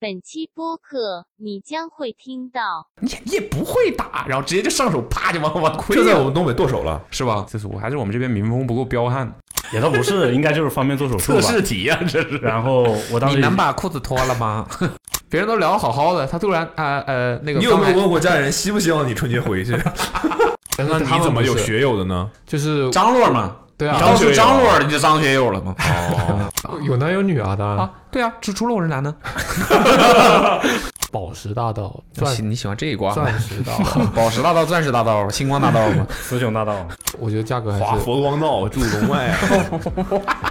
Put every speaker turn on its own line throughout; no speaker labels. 本期播客你将会听到。
你也不会打，然后直接就上手，啪就往我亏
这在我
了，
们东北剁手了，
是吧？这是我还是我们这边民风不够彪悍，
也倒不是，应该就是方便做手术
测
吧。
试题呀、啊这是。
然后我当
你
时
能把裤子脱了 吗？别人都聊得好好的，他突然啊呃那个
你有
刚
没
才，
有问过家里人希不希望你春 节回去？那
他
你
们
怎么
不
有
是？
学友的呢？
就是
张罗嘛，
对啊
你告诉
学友
张罗了，你就张学友了
哎
嘛。
哦，
有男有女啊，当然。
啊，对啊，只除了我是 男的。
宝石大道、钻
喜你喜欢这一卦？
钻 石大道，
宝石大道、钻石大道、星光大道 嘛。
雌雄大盗，
我觉得价格
华
还是
佛光道住龙外啊。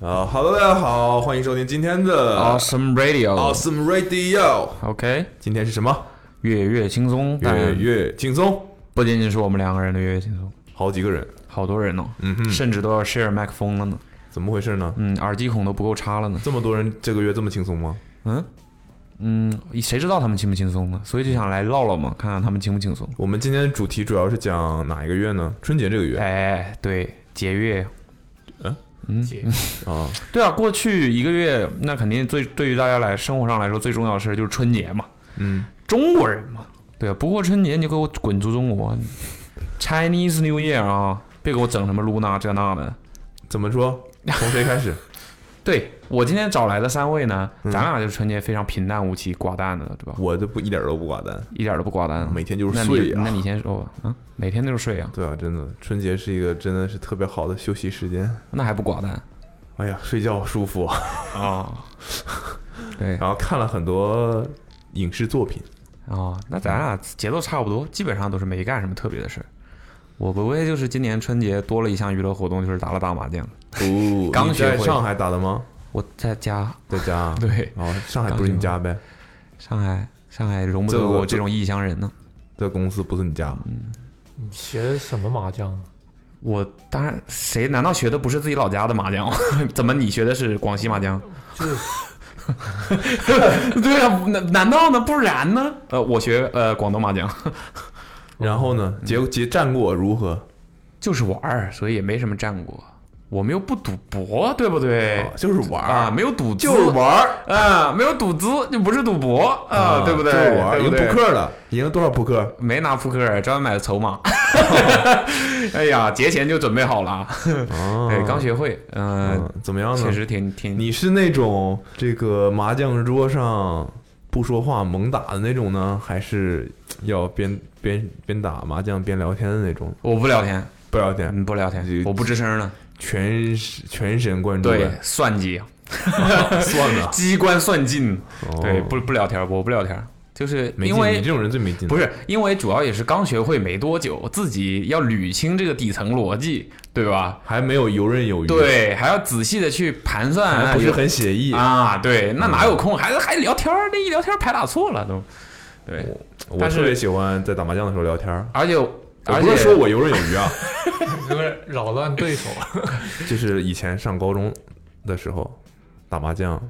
啊哈喽，大家 好，欢迎收听今天的
Awesome Radio，OK，、
Awesome Radio。今天是什么？
月月轻松，但
月月轻松，
不仅仅是我们两个人的月月轻松，
好几个人，
好多人呢、哦
嗯哼，
甚至都要 share 麦克风了呢。
怎么回事呢？
嗯，耳机孔都不够插了呢。
这么多人这个月这么轻松吗？
嗯嗯，谁知道他们轻不轻松呢？所以就想来唠唠嘛，看看他们轻不轻松。
我们今天主题主要是讲哪一个月呢？春节这个月
哎，对，节约。
啊，
对啊，过去一个月，那肯定最对于大家来生活上来说最重要的事就是春节嘛，
嗯，
中国人嘛，对啊，不过春节你就给我滚出中国你，Chinese New Year 啊，别给我整什么露娜这那的。
怎么说？从谁开始？
对我今天找来的三位呢，
嗯
咱俩就是春节非常平淡无奇、寡淡的，对吧？
我这不一点都不寡淡，
一点都不寡淡啊。
每天就是
那
睡
你
呀、
那你先说吧，啊，每天都是睡啊，
对啊，真的，春节是一个真的是特别好的休息时间。
那还不寡淡
哎呀，睡觉舒服啊。
啊？ 对啊、
然后看了很多影视作 品，
哦那咱俩节奏差不多，基本上都是没干什么特别的事儿。我不会就是今年春节多了一项娱乐活动，就是打了打麻将。
哦
刚学
在
会
上海打的吗？
我在家，
在家、啊。
对
哦，上海不是你家呗？
上海，上海容不
这
得
个
我这种异乡人呢。
这公司不是你家吗？
嗯
你学的什么麻将？
我当然，谁难道学的不是自己老家的麻将吗？ 怎么你学的是广西麻将？
就是
对啊，难难道呢？不然呢？呃，我学呃广东麻将，
然后呢？
嗯
结结战果如何？
就是玩儿，所以也没什么战果。我们又不赌博，对不对？
啊就是玩儿
啊，没有赌资，
就是玩儿
啊，没有赌资就不是赌博啊，对不对？
就是玩儿，
对
赢
不对
扑克了，赢了多少扑克？
没拿扑克，专门买的筹 码。哎呀，节前就准备好了，
哦
对，刚学会，嗯
嗯，，怎么样呢？
确实挺挺
你是那种这个麻将桌上不说话猛打的那种呢，还是要边边边打麻将边聊天的那种？
我不聊天，
不聊天，
嗯，不聊天
这，
我不吱声了。
全全神贯注
对
呗，，
算计，啊
算了。
机关算尽。
哦
对，不不聊天，我不聊天，就是
没
因
劲，你
为
这种人最没劲。
不，是因为主要也是刚学会没多久，自己要捋清这个底层逻辑，对吧？
还没有游刃有余，，
对，还要仔细的去盘算，
还不是很写意。
啊？对，那哪有空还还聊天儿？那一聊天儿牌打错了都，对，
我
但是
特别喜欢在打麻将的时候聊天儿。
而且
我
而
不
且
是说我游刃有余啊，
就是扰乱对手。
就是以前上高中的时候打麻将，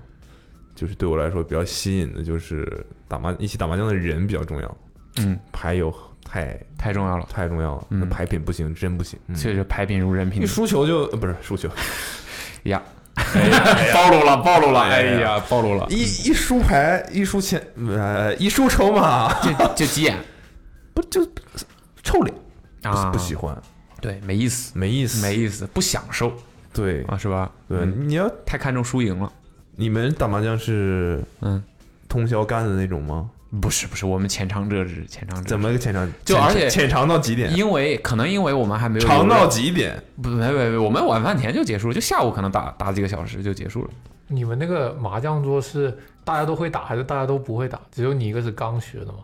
就是对我来说比较吸引的，就是打麻一起打麻将的人比较重要。
嗯，
牌友太
太重要了，
太重要了，
嗯
那牌品不行，真不行。嗯
确实牌品如人品
一，输球就呃不是输球，
呀， 暴露了，暴露了，哎
哎呀
呀，暴露了，
一一输牌，一输钱，呃，一输筹码，
就就急眼
不就臭脸，
啊，
不喜，欢，
对，没意思，
没意思，
没意思，不享受
对
啊，是吧？
对，
嗯
你要
太看重输赢了。
你们打麻将是
嗯，
通宵干的那种吗？
不是不是，我们浅尝辄止，浅尝辄止。
嗯怎么个浅尝？
就
浅
而且
浅尝到几点？
因为可能因为我们还没有
长到
游刃
几点？
不没没没，我们晚饭前就结束了，就下午可能打打几个小时就结束了。
你们那个麻将桌是大家都会打，还是大家都不会打？只有你一个是刚学的吗？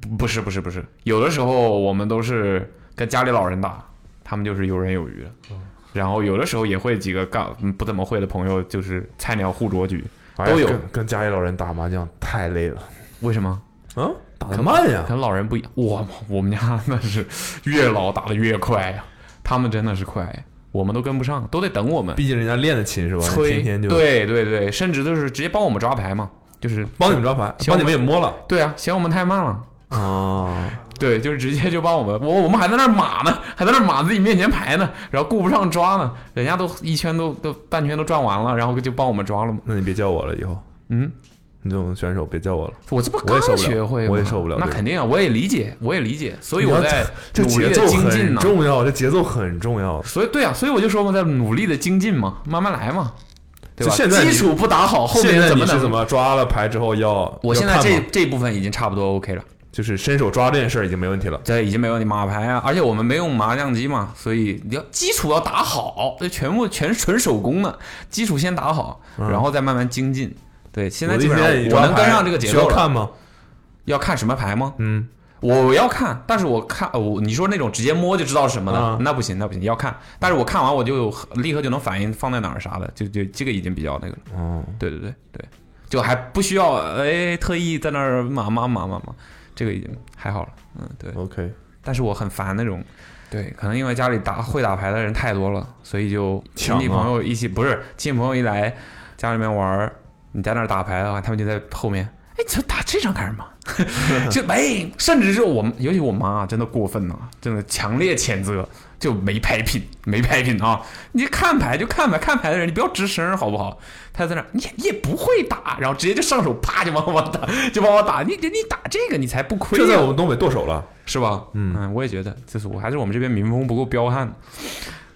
不不是不是不是，有的时候我们都是跟家里老人打，他们就是游刃有余的。
嗯
然后有的时候也会几个杠嗯不怎么会的朋友，就是菜鸟互啄局。
哎呀
都有
跟跟家里老人打麻将太累了，
为什么？
嗯，打得慢呀
可，能老人不一样。我我们家那是越老打的越快呀、他们真的是快呀，我们都跟不上，都得等我们。
毕竟人家练的勤是吧？
催，
天天就
对对对，甚至就是直接帮我们抓牌嘛，就是
帮你们抓牌，
行
帮你们也摸了，
对啊，嫌我们太慢了，
啊，
对，就是直接就把我们，我我们还在那儿码呢，还在那儿码自己面前排呢，然后顾不上抓呢，人家都一圈都都半圈都转完了，然后就帮我们抓了嘛。
那你别叫我了，以后
嗯，
你这种选手别叫我了。
我这不
我也受
刚
不了
学会吗，
我也受不了
那
这个
肯定啊，我也理解，我也理解，所以
你
我
要
在
这
努力
节
的
奏
精进
很
呢。
重要，这节奏很重要。
所以对啊，所以我就说嘛，在努力的精进嘛，慢慢来嘛，对吧？
就现在你
基础不打好，后
现
面
在
怎
你
么
是
能
怎？么抓了牌之后要？
我现在
要看
这
吗
这部分已经差不多 OK 了，
就是伸手抓这件事儿已经没问题了。
这已经没问题，码牌啊，而且我们没用麻将机嘛，所以你要基础要打好，这全部全纯手工的，基础先打好，
嗯
然后再慢慢精进。对，现在
我
基
的意
本
思
上
是你
我
抓
能跟
牌
上这个节
需
奏
要
了。
看吗？
要看什么牌吗？
嗯，
我要看，但是我看呃我你说那种直接摸就知道是什么的，
嗯
那不行，那不行，要看。但是我看完我就有立刻就能反应放在哪儿啥的，就就这个已经比较那个了。
哦，
对对对对，就还不需要哎特意在那儿码码码码码，这个已经还好了。嗯，对。
OK，
但是我很烦那种，对，可能因为家里打会打牌的人太多了，所以就亲
抢啊
戚朋友一起不是亲戚朋友一来家里面玩儿，你在那儿打牌的话，他们就在后面。哎，这打这张干 什么？就没，甚至是我们，尤其我妈、真的过分了、真的强烈谴责，就没牌品，没牌品啊！你看牌就看牌，看牌的人你不要吱声好不好？他在那儿，你也你也不会打，然后直接就上手啪就帮我打，就帮我打，你你打这个你才不亏、啊。
这在我们东北剁手了。
是吧？
嗯
我也觉得，就是我还是我们这边民风不够彪悍。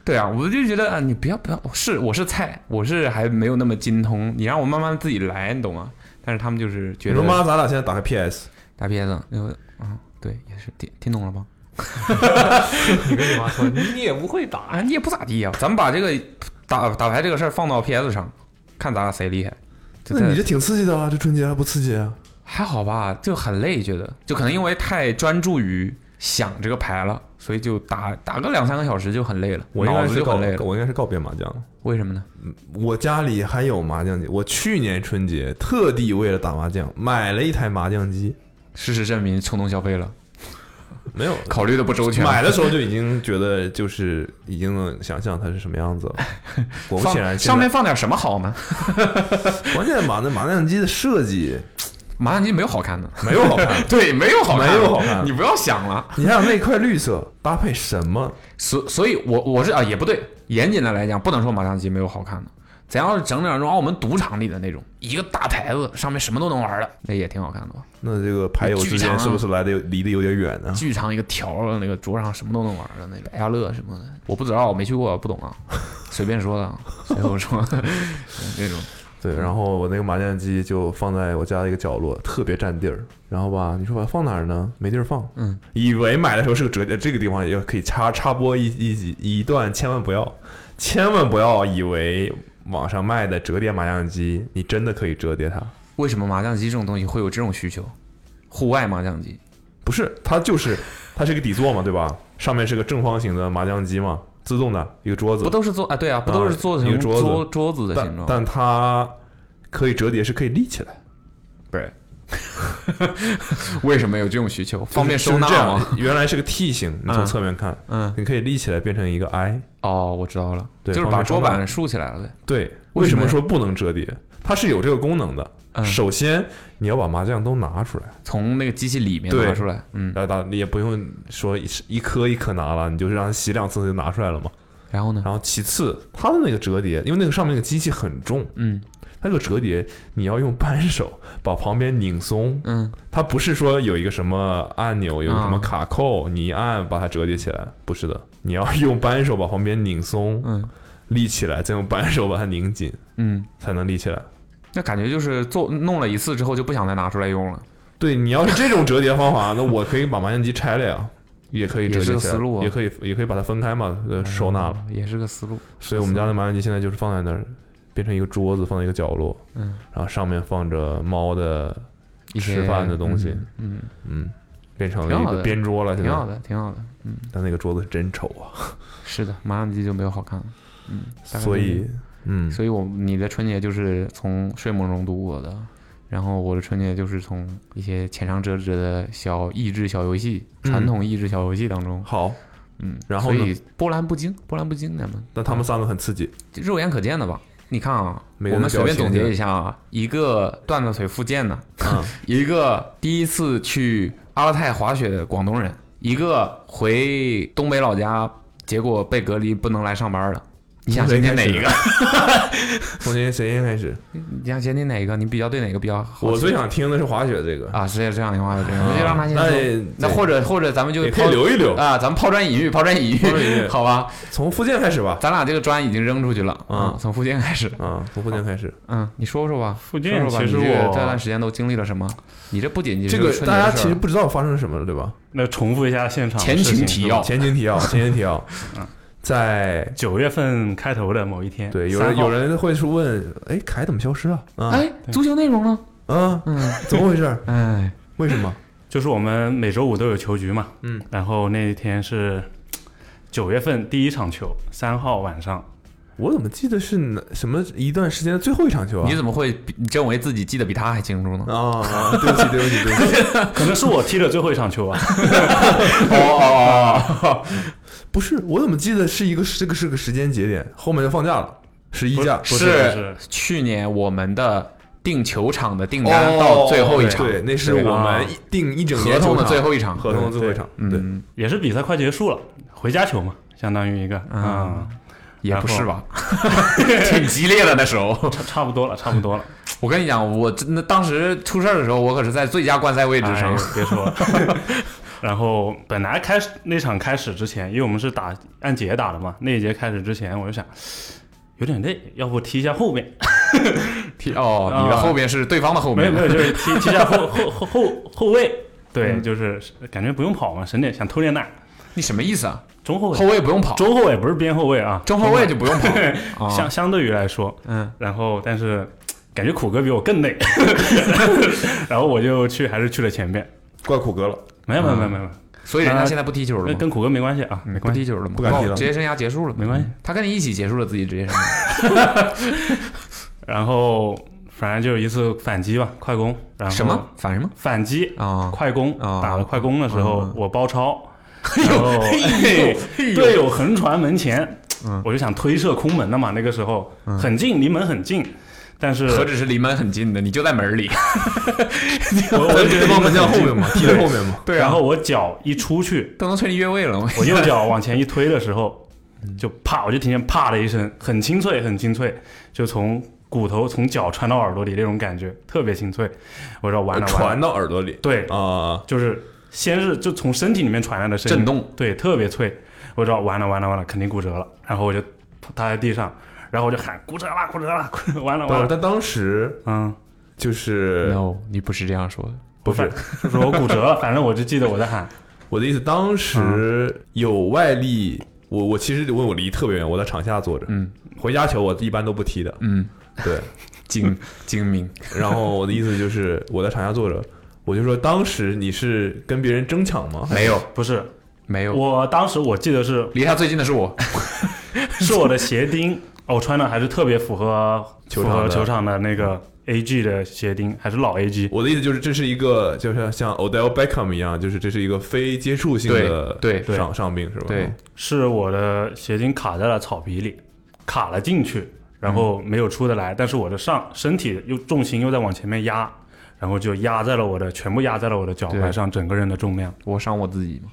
对啊，我就觉得啊，你不要不要，是我是菜，我是还没有那么精通，你让我慢慢自己来，你懂吗？但是他们就是觉
你
得
说妈，咱俩现在打开 PS，
大片子，嗯嗯，对，也是听听懂了吗？
你跟你妈说，你你也不会打，
啊，你也不咋地呀、咱们把这个打打牌这个事儿放到 PS 上，看咱俩谁厉害。就
那
在
你这挺刺激的啊，这春节还不刺激啊？
还好吧，就很累，觉得就可能因为太专注于想这个牌了，所以就打打个两三个小时就很累了，
我应
脑
该
子
是
就
告
很累了。
我应该是告别麻将了。
为什么呢？
我家里还有麻将机，我去年春节特地为了打麻将买了一台麻将机，
事实证明冲动消费了，
没有。
考虑的不周全。
买的时候就已经觉得，就是已经能想象它是什么样 子了。果不
放
其然，
上面放点什么好呢？
现在关键麻那麻将机的设计
麻将机没有好看 的，，
没有好看
对，没有好看的，
没有好看的
你不要想了。
你还有那块绿色搭配什么？
所所以我，我是啊，也不对，严谨的来讲，不能说麻将机没有好看的。咱要是整点那种澳门赌场里的那种，一个大台子上面什么都能玩的，那也挺好看的吧？
那这个牌友之
巨长
间
啊
是不是来的有离得有点远呢？
巨长一个条儿的那个桌上什么都能玩的那个百家乐什么的，我不知道，我没去过，不懂啊， 随便说的，啊，随口说 那种。
对，然后我那个麻将机就放在我家的一个角落，特别占地儿。然后吧，你说把它放哪儿呢？没地儿放。
嗯，
以为买的时候是个折叠，这个地方也可以插插播一一集一段，千万不要，千万不要以为网上卖的折叠麻将机，你真的可以折叠它。
为什么麻将机这种东西会有这种需求？户外麻将机，
不是，它就是它是个底座嘛，对吧？上面是个正方形的麻将机嘛，自动的一个桌子
不，都是做啊？对啊，不都是做
一
成
个桌子
桌桌子的形
但
状？
但它可以折叠，是可以立起来，
不是，为什么有这种需求？方便
就是
收纳
就是这
吗？
样，原来是个 T 型，你从
嗯
侧面看，
嗯，
你可以立起来变成一个 I。
哦，我知道了，就
对
是
方
把
便收
桌
纳
板竖起来了呗。
对，
为
为
什
什
么呀
么说不能折叠？它是有这个功能的。
嗯
首先，你要把麻将都拿出来，
从那个机器里面
对
拿出来，嗯，
然后打也不用说一一颗一颗拿了，你就是让它洗两次就拿出来了嘛。
然后呢？
然后其次，它的那个折叠，因为那个上面那个机器很重，
嗯
它这个折叠你要用扳手把旁边拧松，
嗯，
它不是说有一个什么按钮，有一个什么
啊
卡扣，你一按把它折叠起来，不是的，你要用扳手把旁边拧松，
嗯，
立起来，再用扳手把它拧紧，
嗯，
才能立起来。
那感觉就是做弄了一次之后就不想再拿出来用了。
对你要是这种折叠方法， 那我可以把麻将机拆了呀，也可以折
也是
叠
个
起来，
思路啊嗯
也可以也可以把它分开嘛，呃，收纳了。
哦也是个思路。
所以我们家的麻将机现在就是放在那儿，变成一个桌子，放在一个角落，
嗯，
然后上面放着猫的
一些
吃饭的东西，
嗯，
嗯，变成了
挺
一
好
个
的
边桌了。
嗯
现
挺好
在，
的，挺好的。
但那个桌子是真丑啊，
是的，麻将机就没有好看了。嗯，大概
所
就是
以，嗯，
所以我你的春节就是从睡梦中度过的，然后我的春节就是从一些浅尝辄止的小益智小游戏、传统益智小游戏当中，
好，
嗯，
嗯然后呢
所以波澜不惊，波澜不惊，咱们
但他们三个很 刺激，
肉眼可见的吧？你看啊，
每个
我
人
们随便
表情
总结一下啊，一个断了腿复健的，
啊，
一个第一次去阿勒泰滑雪的广东人，一个回东北老家，结果被隔离不能来上班的。你想先听哪一个？
从谁谁先开始？
你想先听哪一个？你比较对哪个比较 好奇？
我最想听的是滑雪这个，
啊，是这样的话，这样，
啊
我就让他先
那
说。那
对
或者或者咱们就
也可
抛
以留一留。
啊，咱们抛砖引玉，抛砖引
抛砖引玉
玉， 好吧？
从福建开始吧。
咱俩这个砖已经扔出去了
嗯
啊，从福建开始。
啊，从福建开始。
嗯，你说说吧，
附
说
近
说吧
其实
你这个这段
我
时间都经历了什么？你这不仅仅是
这个
春节
大家
的
其
事儿，
实不知道发生什么了，对吧？
那重复一下现场的
前
事
情
情
提
是吧
要嗯
前情提要，前情 提要，在
九月份开头的某一天，
对有
3
人
号
有人会是问，哎，凯怎么消失了？啊
哎，足球内容呢？
啊，
嗯，
怎么回事？
哎，
为什么？
就是我们每周五都有球局嘛，
嗯，
然后那一天是九月份第一场球，三号晚上，
我怎么记得是哪什么一段时间的最后一场球啊？
你怎么会比你认为自己记得比他还清楚呢？
啊，啊对不起，对不起，对不起，
可能是我踢的最后一场球啊 吧。
不是，我怎么记得是一个这个是个时间节点，后面就放假了，十一假
不
是
是不是
去年我们的订球场的订单到最后一场，
哦对，啊那是我们一定一整
合
年
同的
球场
最后一场，
合同的最后一场，对，
嗯，
也是比赛快结束了，回家球嘛，相当于一个
啊
啊、
也不是吧， 挺激烈的那时候。
差差不多了，差不多了。
我跟你讲，我真的当时出事儿的时候，我可是在最佳观赛位置
哎
上
呦。别说 了。然后本来开始那场开始之前，因为我们是打按节打的嘛，那一节开始之前，我就想有点累，要不踢一下后面，
踢 哦，你的
啊
后边是对方的后
没有
边
没，有，就是踢踢一下后后后后后卫，对，就是感觉不用跑嘛，省点想偷点懒。
你什么意思啊？
中后卫，
后卫不用跑，
中后卫不是边后卫啊，
中后卫就不用跑。
中后卫
啊
相相对于来说，
嗯，
然后但是感觉苦哥比我更累，然后我就去还是去了前面，
怪苦哥了，
没有没有没有没有，
所以人家
啊
现在不踢球了
跟
吗？
跟苦哥没关系啊，
嗯
没
不
关系，
踢球了吗？
不敢踢了
哦职业生涯结束了吗，
没关系。
他跟你一起结束了自己职业生涯。
然后反正就是一次反击吧，快攻，然后
什么？反什么？
反击？
啊！
快攻
啊
打了快攻的时候
啊
嗯，
我包 抄，
哎
然后嘿 队友横传门前，
嗯
我就想推射空门了嘛，那个时候很近，离门很近，但是
何止是离门很近的，你就在门里。
我 我就觉
对
得离
方门将
很
后
近
面 嘛，踢在后面嘛，啊
对
然后我脚一出去，
都能催你越位了，我
我右脚往前一推的时候，
嗯
就啪，我就听见啪的一声，很清脆，很清脆，就从骨头从脚穿到耳朵里那种感觉，特别清脆。我说完了，完了，
传到耳朵里
对，
嗯
啊，
就是先是就从身体里面传来的声音，
震动。
对，特别脆。我知道完了完了完了，肯定骨折了。然后我就趴在地上，然后我就喊骨折了，骨折了， 骨折完了
不
完
是，
了。
但当时
嗯，
就是。
No，你不是这样说的。
不是，
就是我骨折了，反正我就记得我在喊，
我的意思，当
嗯
时有外力，我我其实问我离特别远，我在场下坐着，
嗯，
回家球我一般都不踢的，
嗯，
对。
精精明。
然后我的意思就是我在场下坐着，我就说当时你是跟别人争抢吗？
没有
不是，
没有，
我当时我记得是
离他最近的是我。
是我的鞋钉，哦，我穿的还是特别符合
球
符
场的
合球场的那个 AG 的鞋钉，还是老 AG。
我的意思就是，这是一个就像像 Odell Beckham 一样，就是这是一个非接触性的
对对
伤伤病是吧？
对，
是我的鞋钉卡在了草皮里，卡了进去，然后没有出得来，但是我的上身体又重心又在往前面压，然后就压在了我的全部压在了我的脚踝上，整个人的重量。
我伤我自己嘛。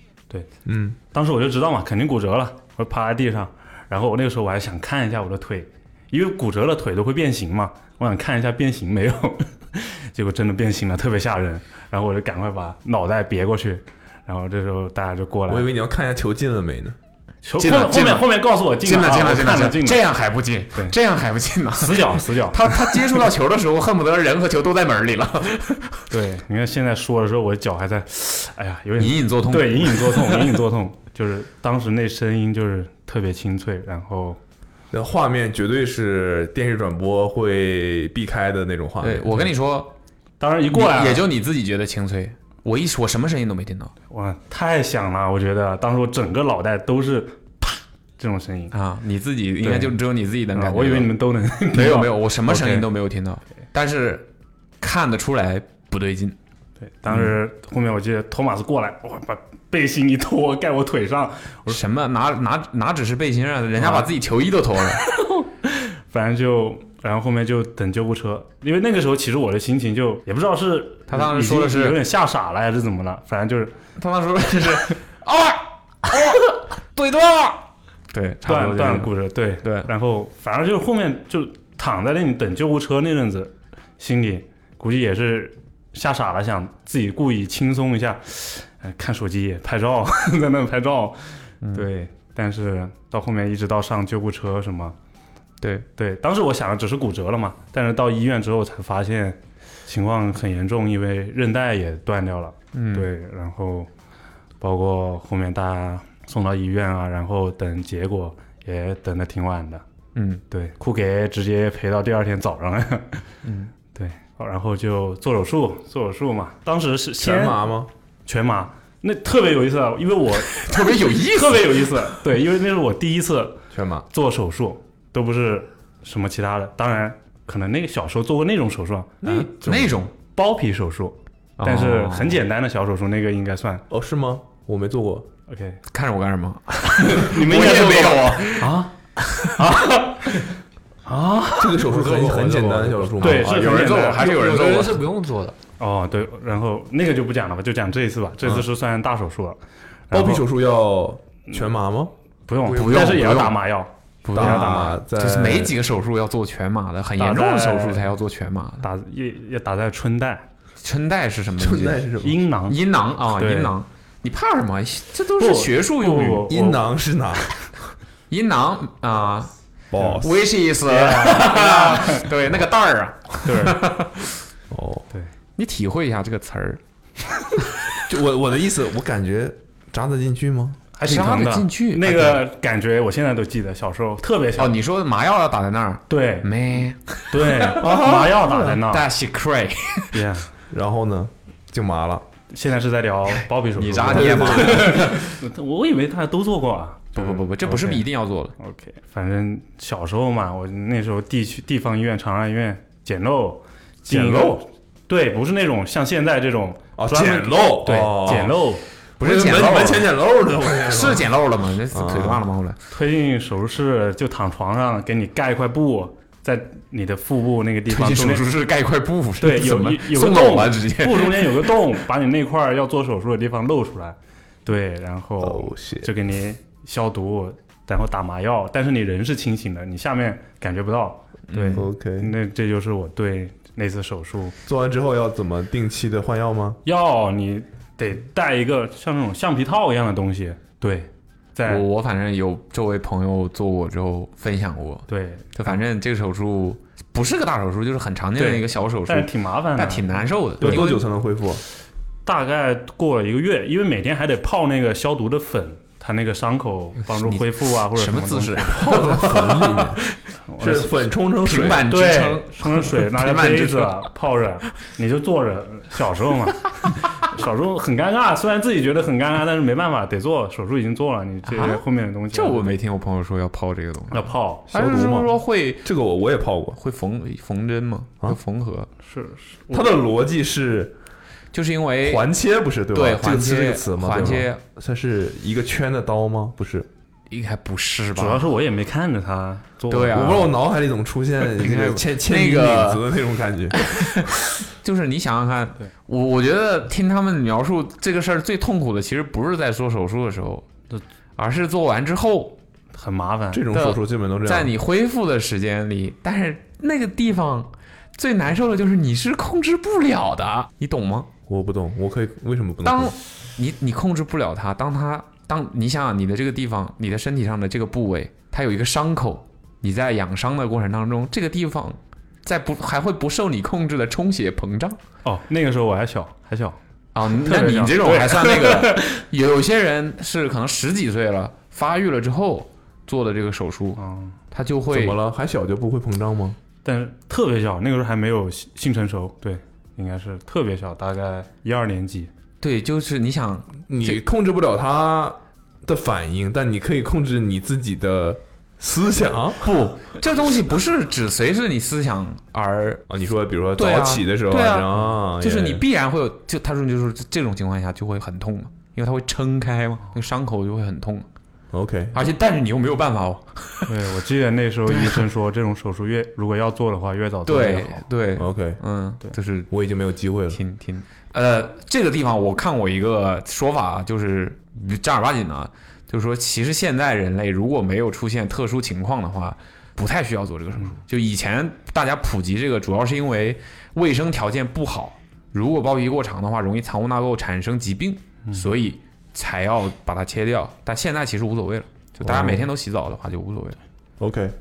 嗯，
当时我就知道嘛，肯定骨折了，我趴在地上，然后我那个时候我还想看一下我的腿，因为骨折了腿都会变形嘛，我想看一下变形没有， 结果真的变形了，特别吓人，然后我就赶快把脑袋别过去。然后这时候大家就过来，
我以为你要看一下球进了没呢。
后
进了
后
进了
面后面告诉我进啊我看了进
这样还不进
对，
这样还不进呢。
死角死 角，
他他接触到球的时候，恨不得人和球都在门里了，
对，你看现在说的时候，我脚还在，哎呀，有点
隐隐作痛。
对，隐隐作痛，隐隐作痛，就是当时那声音就是特别清脆，然后
那画面绝对是电视转播会避开的那种画
对
面。
我跟你说，
当然一过来
也
啊
也就你自己觉得清脆。我一我什么声音都没听到
哇，太响了，我觉得当时我整个脑袋都是啪这种声音，
啊！你自己应该就只有你自己能嗯感
啊
觉到。
我以为你们都能
没有没有，我什么声音
OK
都没有听到，但是看得出来不对劲。
对，当时后面我记得托马斯过来，我把背心一脱盖我腿上，
啊 什么哪哪哪只是背心啊？人家把自己球衣都脱了，
反正就，然后后面就等救护车，因为那个时候其实我的心情就也不知道是
他当时说的是
已经有点吓傻了还是怎么了，反正就是
他当时就是啊啊，怼断了，对，嗯差
断
不多
断了
就是
骨折，对
对
然后反正就是后面就躺在那里等救护车那阵子，心里估计也是吓傻了，想自己故意轻松一下，呃、看手机拍照， 在那拍照，
嗯
对。但是到后面一直到上救护车什么，
对
对，当时我想的只是骨折了嘛，但是到医院之后才发现情况很严重，因为韧带也断掉了。
嗯
对，然后包括后面大家送到医院啊，然后等结果也等的挺晚的。
嗯
对，库给直接陪到第二天早上 了。
嗯，
对，然后就做手术，做手术嘛，当时是先
全麻吗？
全麻，那特别有意思，啊，因为我
特别有意思。
特别有意思，对，因为那是我第一次
全麻。
做手术，都不是什么其他的，当然可能那个小时候做过那种手术啊，
啊 那种，
包皮手术，但是很简单的小手术，那个应该算
哦，是吗？我没做过。
OK。
看着我干什么？
你们
我
应该
也
做过
没有
吧
啊，
这个手术很
我做过
很简单
我
的小
做
手术吗？
对
啊
是
有人
很
做
简
过，
单
还是有人做
的人
过。
是不用做的，
哦，对，然后那个就不讲了吧，就讲这一次吧，这次是算大手术了。
包
然后
皮手术要全麻吗？
不用
不用
但是也要
不用
打麻药，
不
打
要
麻
麻，
麻在
就是没几个手术要做全麻的，很严重的手术才要做全麻的。
打也也打在春带、
春带是什么东
春
西？
带是什么？
阴囊。
阴囊啊，
对
阴囊。你怕什么？这都是
不
学术用语。
不
阴，囊是哪？
阴囊啊，
哦
威是意思， 对那个袋儿啊，
不对，
哦，
你体会一下这个词儿，
就我我的意思，我感觉扎得进去吗？
还挺
扎
疼
得
的。
进去
那个感觉我现在都记得，小时候特别小。
哦，你说麻药要打在那儿，
对
没
对， 麻药打在那。
大西 cray，
Yeah，
然后呢，就麻了。
现在是在聊包皮手术。
你扎你也麻，
我以为大家都做过啊。
不不不不，这不是
OK
一定要做的，
OK，反正小时候嘛，我那时候地区地方医院、长沙医院简陋，进一个
简陋，
对，不是那种像现在这种
哦，
专门
简陋，
对、
哦
简
陋，
陋
不是捡漏
哦门
了
门前捡漏呢？我天
是捡漏了吗？那
啊
腿断了吗？后来
推进手术室就躺床上，给你盖一块布，在你的腹部那个地
推
方
进
中
手
间
术室盖一块布，
对有
怎么
有有个
送走
洞
了直接？
布中间有个洞，把你那块儿要做手术的地方露出来，对，然后
哦，谢
就给你消毒，然后打麻药，但是你人是清醒的，你下面感觉不到，
嗯
对，
，OK。
那这就是我对那次手术
做完之后要怎么定期的换药吗？
药，你得带一个像那种橡皮套一样的东西，对，在
我我反正有周围朋友做过之后分享过，
对，
就反正这个手术不是个大手术，就是很常见的
对
一个小手术
但，是挺麻烦的，
但挺难受的。因
要
为
多久才能恢复？
大概过了一个月，因为每天还得泡那个消毒的粉，它那个伤口帮助恢复啊，或者
什
么
么姿势？
东西？
是粉冲成水
平，板支撑
对，，冲 着水拿个
平板
杯
支
子啊泡着，你就坐着。小时候嘛， 小时候很尴尬，虽然自己觉得很尴尬，但是没办法，得做手术已经做了，你这些
啊
后面的东西
这我没听我朋友说要泡这个东西。
要泡
消毒
是
吗
不是说会
这个我我也泡过。
会缝缝针吗？
啊
会缝合，
是是
它的逻辑是
就是因为
环切，不是对吧？
对
这
环
个词
切
这个词吗？
环
对吧，
切
它是一个圈的刀吗？不是，
应该不是吧？
主要是我也没看着他做，
对啊
我不知道我脑海里怎么出现
应该有
千
那
千里领
个
子的那种感觉。
就是你想想
对
看，我我觉得听他们描述这个事儿最痛苦的，其实不是在做手术的时候
对，
而是做完之后，
很麻烦。
这种
对
手术基本都这
在
样。
你恢复的时间里，但是那个地方最难受的就是你是控制不了的，你懂吗？
我不懂，我可以为什么
嗯
不能
当
碰？
你你控制不了它，当它当你想想你的这个地方，你的身体上的这个部位，它有一个伤口，你在养伤的过程当中，这个地方在不还会不受你控制的充血膨胀。
哦，那个时候我还小，还小，
啊，那
特别
你
像
这种
对
还算那个，有些人是可能十几岁了，发育了之后做的这个手术，
嗯，
他就
怎
会
么了？还小就不会膨胀吗？
但是特别小，那个时候还没有性性成熟，对，应该是特别小，大概一二年级。
对，就是你想
你控制不了它的反应，但你可以控制你自己的思想 啊。
不，这东西不是只随着你思想而，
哦你说，比如说
对啊
早起的时候
对啊
啊
就是你
也
必然会有，就他说就是这种情况下就会很痛嘛，因为它会撑开嘛，那个伤口就会很痛。
OK，
而且但是你又没有办法哦。
对，我记得那时候医生说，这种手术越如果要做的话，越早做越
对
好。
对，
OK，
嗯，就是
我已经没有机会了。
挺挺，呃，这个地方我看过一个说法，啊就是正儿八经的啊，就是说，其实现在人类如果没有出现特殊情况的话，不太需要做这个手术。
嗯
就以前大家普及这个，主要是因为卫生条件不好，如果包皮过长的话，容易藏污纳垢产生疾病，
嗯
所以才要把它切掉。但现在其实无所谓了。就大家每天都洗澡的话就无所谓了，
哦 OK，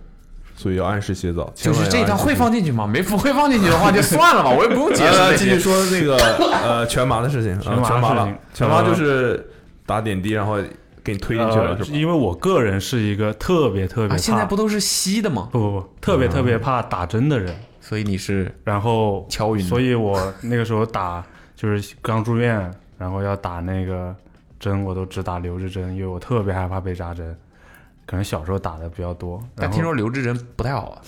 所以要按时洗澡。
就是这一段
段
会放进去吗？没不会放进去的话就算了吧，我也不用解释
呃，
那
继续
些。
说那个呃全麻的事情，
全
呃
麻
全麻
的事
了
情，
全麻就是打点滴，然后给你推进去了，
呃
是吧？
因为我个人是一个特别特别
啊，
怕，
现在不都是吸的吗？
不不不，特别特别怕打针的人。
所以你是
然后
敲晕的
所以我那个时候打 就是刚住院，然后要打那个针，我都只打留置针，因为我特别害怕被扎针。可能小时候打的比较多，
但
然后
听说留置针不太好啊，